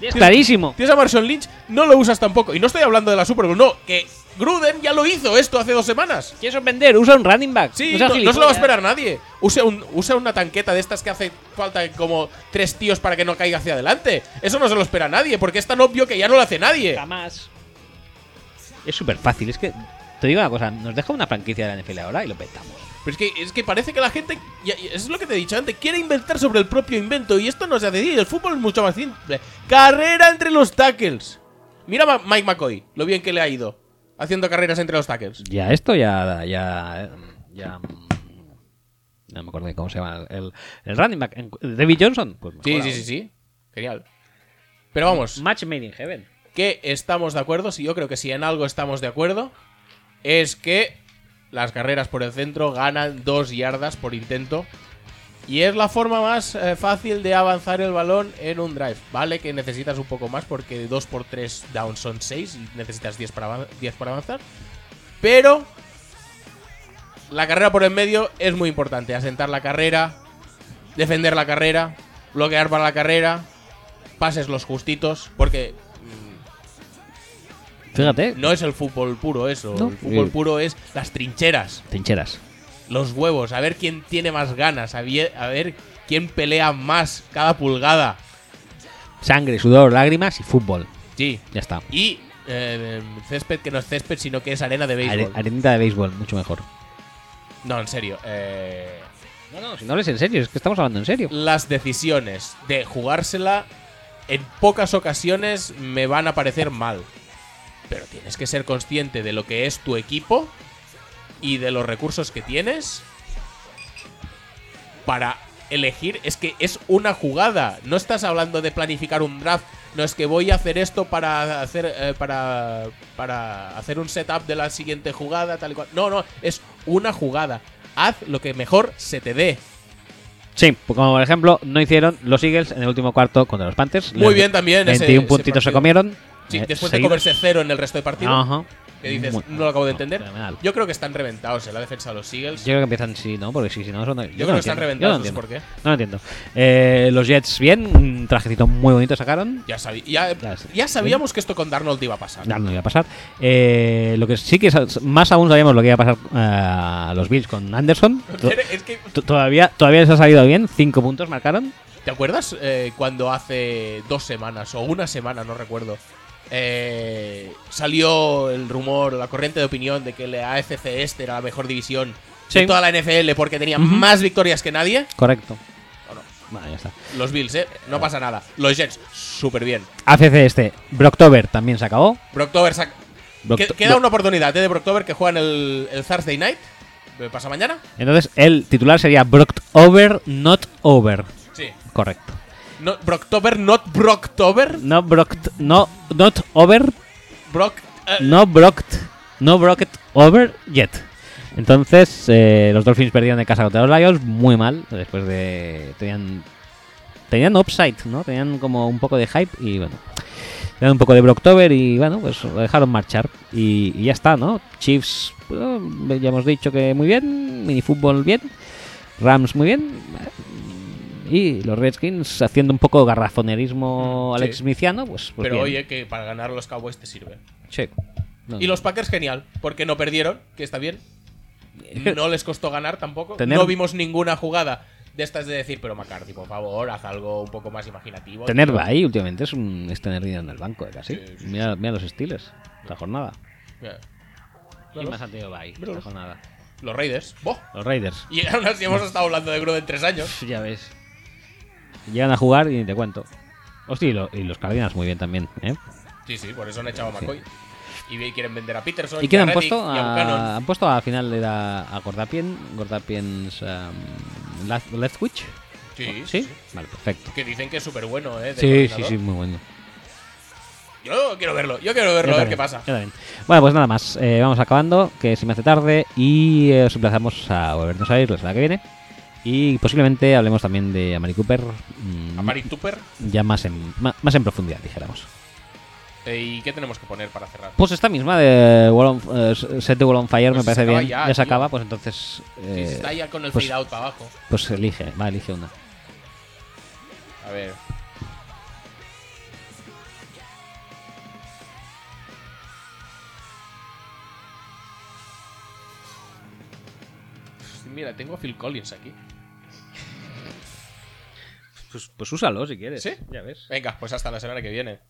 Es Clarísimo.
Tienes a Marshawn Lynch, no lo usas tampoco. Y no estoy hablando de la Super Bowl, no, que Gruden ya lo hizo esto hace dos semanas.
¿Quieres sorprender? Usa un running back.
Sí,
Usa
no, no
gilipollas.
se lo va a esperar nadie. Usa, un- usa una tanqueta de estas que hace falta como tres tíos para que no caiga hacia adelante. Eso no se lo espera nadie, porque es tan obvio que ya no lo hace nadie.
Jamás. Es súper fácil. Es que te digo una cosa. Nos deja una franquicia de la NFL ahora y lo petamos.
Pero es que, es que parece que la gente, y- y es lo que te he dicho antes, quiere inventar sobre el propio invento y esto no se hace así. El fútbol es mucho más simple. Carrera entre los tackles. Mira a Ma- Mike McCoy, lo bien que le ha ido haciendo carreras entre los tackles.
Ya, esto ya. Ya. ya mm, no me acuerdo de cómo se llama. El, el running back. en- David Johnson. Pues
Sí,
mejor
sí,
aún.
sí, sí. Genial. Pero vamos,
Match made in heaven.
que estamos de acuerdo, si yo creo que si en algo estamos de acuerdo, es que las carreras por el centro ganan dos yardas por intento Y es la forma más eh, fácil de avanzar el balón en un drive. Vale que necesitas un poco más porque 2 por 3 down son 6 y necesitas 10 para, avan- 10 para avanzar. Pero la carrera por el medio es muy importante. Asentar la carrera, defender la carrera, bloquear para la carrera, pases los justitos, porque
Fíjate,
no es el fútbol puro eso.
No.
El fútbol
Sí.
puro es las trincheras,
trincheras.
los huevos, a ver quién tiene más ganas, a vie- a ver quién pelea más cada pulgada.
Sangre, sudor, lágrimas y fútbol.
Sí.
Ya está.
Y eh, césped que no es césped, sino que es arena de béisbol.
Are- arenita de béisbol, mucho mejor.
no, en serio. eh,
No, no, si no hables en serio, es que estamos hablando en serio.
las decisiones de jugársela en pocas ocasiones me van a parecer mal. Pero tienes que ser consciente de lo que es tu equipo y de los recursos que tienes para elegir. Es que es una jugada. No estás hablando de planificar un draft. No es que voy a hacer esto para hacer eh, para para hacer un setup de la siguiente jugada tal y cual. No, no, es una jugada. Haz lo que mejor se te dé.
Sí, pues como por ejemplo, no hicieron los Eagles en el último cuarto contra los Panthers.
Muy
Les-
bien también ese-
21
ese
puntitos se
partido.
comieron.
Sí,
eh,
después de
seguidos.
comerse cero en el resto de partido,
Ajá.
que dices,
Muy-
no lo acabo de entender.
fenomenal.
Yo creo que están reventados en la defensa de los Eagles.
Yo creo que empiezan sí, ¿no? Porque sí, si no, son- yo,
creo
no
que están
entiendo.
reventados,
Yo
no sé
no
por qué.
entiendo. No lo entiendo. Eh, los Jets bien, un trajecito muy bonito sacaron.
Ya, sabi- ya-
Ya sé.
ya sabíamos que esto con Darnold iba a pasar.
No, no iba a pasar. Eh, lo que sí que sa- más aún sabíamos lo que iba a pasar eh, a los Bills con Anderson. To-
Es que,
to- todavía, todavía les ha salido bien. Cinco puntos marcaron.
¿Te acuerdas eh, cuando hace dos semanas o una semana, no recuerdo? eh, salió el rumor, la corriente de opinión de que la AFC este era la mejor división
Sí.
de toda la NFL porque tenía más victorias que nadie.
Correcto. Bueno, ya está.
Los Bills, ¿eh? No pasa nada. Los Jets, súper bien.
AFC este. Brocktober también se acabó.
Brocktober sac-
Brock-
Que- Queda
Bro-
una oportunidad ¿eh? de Brocktober que juegan el, el Thursday night. eh, ¿Pasa mañana?
Entonces el titular sería Brocktober, not over.
Sí.
Correcto.
No, Brocktober, not Brocktober.
No Brockt, no, not over,
Brock. eh,
no Brocked, no Brocked over yet. Entonces, eh, los Dolphins perdieron de casa contra los Lions muy mal. Después de. Tenían. Tenían upside, ¿no? Tenían como un poco de hype y bueno. Tenían un poco de Brocktober y bueno, pues lo dejaron marchar. Y, y ya está, ¿no? Chiefs, bueno, ya hemos dicho que muy bien. Minifútbol bien. Rams muy bien. Y los Redskins haciendo un poco garrafonerismo
Sí.
Alex Smithiano, pues. pues
pero
bien.
oye, que para ganar los Cowboys te sirve.
Sí. No,
Y los Packers, genial, porque no perdieron, que está bien. No les costó ganar tampoco.
Tener-
No vimos ninguna jugada de estas de decir, pero McCarthy, por favor, haz algo un poco más imaginativo.
Tener ahí últimamente es, un, es tener dinero en el banco, ¿eh? casi.
Sí, sí, sí.
Mira, mira los estilos, la jornada.
Eh,
¿Quién
claro.
más ha tenido Bay
Claro.
esta jornada?
Los Raiders. ¡Boh!
Los Raiders.
Y aún así hemos estado hablando de Gruden tres años.
Pff, Ya ves. Llegan a jugar y ni te cuento. Hostia, y, lo- y los Cardinals muy bien también, ¿eh?
Sí, sí, por eso han echado a McCoy. Y quieren vender a Peterson.
¿Y quién han
Reddick,
puesto?
y a Buchanan.
A, han puesto al final era a Gordapien, Gordapien's Leftwich.
Sí,
¿Sí?
sí, sí.
Vale, perfecto.
Que dicen que es súper bueno, ¿eh? de
Sí, sí,
coordinador.
sí, muy bueno.
Yo quiero verlo, yo quiero verlo,
Yo
a ver qué
también,
pasa.
yo también. Bueno, pues nada más. eh, vamos acabando, que se me hace tarde. Y eh, os emplazamos a volvernos a ir la semana que viene. Y posiblemente hablemos también de Amari Cooper. mm,
A Mari Tupper.
Ya más en, ma- más en profundidad, dijéramos.
Eh, ¿Y qué tenemos que poner para cerrar?
Pues esta misma de Wall on- eh, Set de Wall on Fire
Pues se
me parece
acaba
bien.
ya,
Ya,
tío.
se acaba, pues entonces.
Si
eh,
está ya con el
pues-
fade out para abajo.
pues elige, va, elige una.
A ver. Sí, Mira, tengo a Phil Collins aquí.
Pues, pues úsalo si quieres.
¿Sí?
Ya ves.
Venga, pues hasta la semana que viene.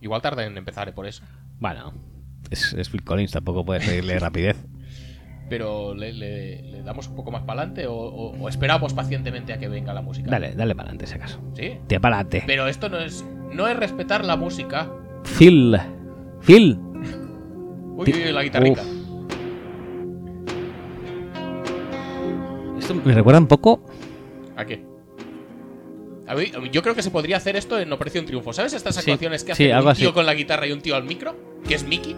Igual tarda en empezar, eh, por eso.
Bueno, es, es Phil Collins, tampoco puedes pedirle rapidez.
Pero le, le- le damos un poco más para adelante o, o- o esperamos pacientemente a que venga la música.
Dale, dale para adelante, si acaso.
Sí.
Te para adelante.
Pero esto no es no es respetar la música.
Phil. Phil.
Uy, uy, uy, la guitarrica.
Esto me recuerda un poco.
¿A qué? A mí- yo creo que se podría hacer esto en Operación Triunfo. ¿Sabes estas
Sí,
actuaciones que
sí,
hacen
algo
un
así.
tío con la guitarra y un tío al micro? Que es Mickey.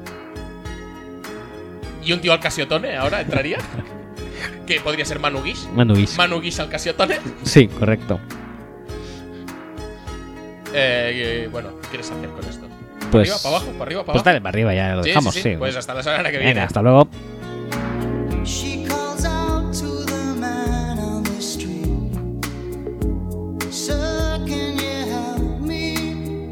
Y ¿Y un tío al Casiotone ahora entraría? que podría ser Manu Guix.
Manu Guix.
Manu Guix al Casiotone.
Sí, correcto.
Eh, eh, bueno, ¿qué quieres hacer con esto? ¿Para
Pues-
arriba, para abajo, para arriba, para
Pues
abajo.
dale para arriba, ya lo
Sí,
dejamos,
sí,
sí.
sí. Pues hasta la semana que viene.
Venga, hasta luego.
She calls out to the man on the street, Sir, can you help me?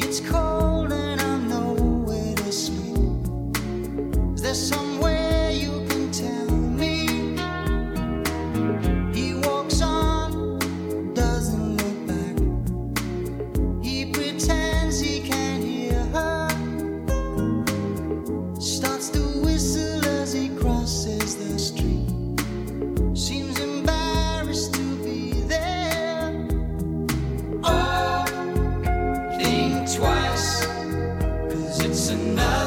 It's cold and I'm nowhere to sleep. Is there somewhere you can tell me? He walks on, doesn't look back. He pretends he can't hear her starts to whistle as he crosses the street. Seems embarrassed to be there. Oh, think twice, cause it's another.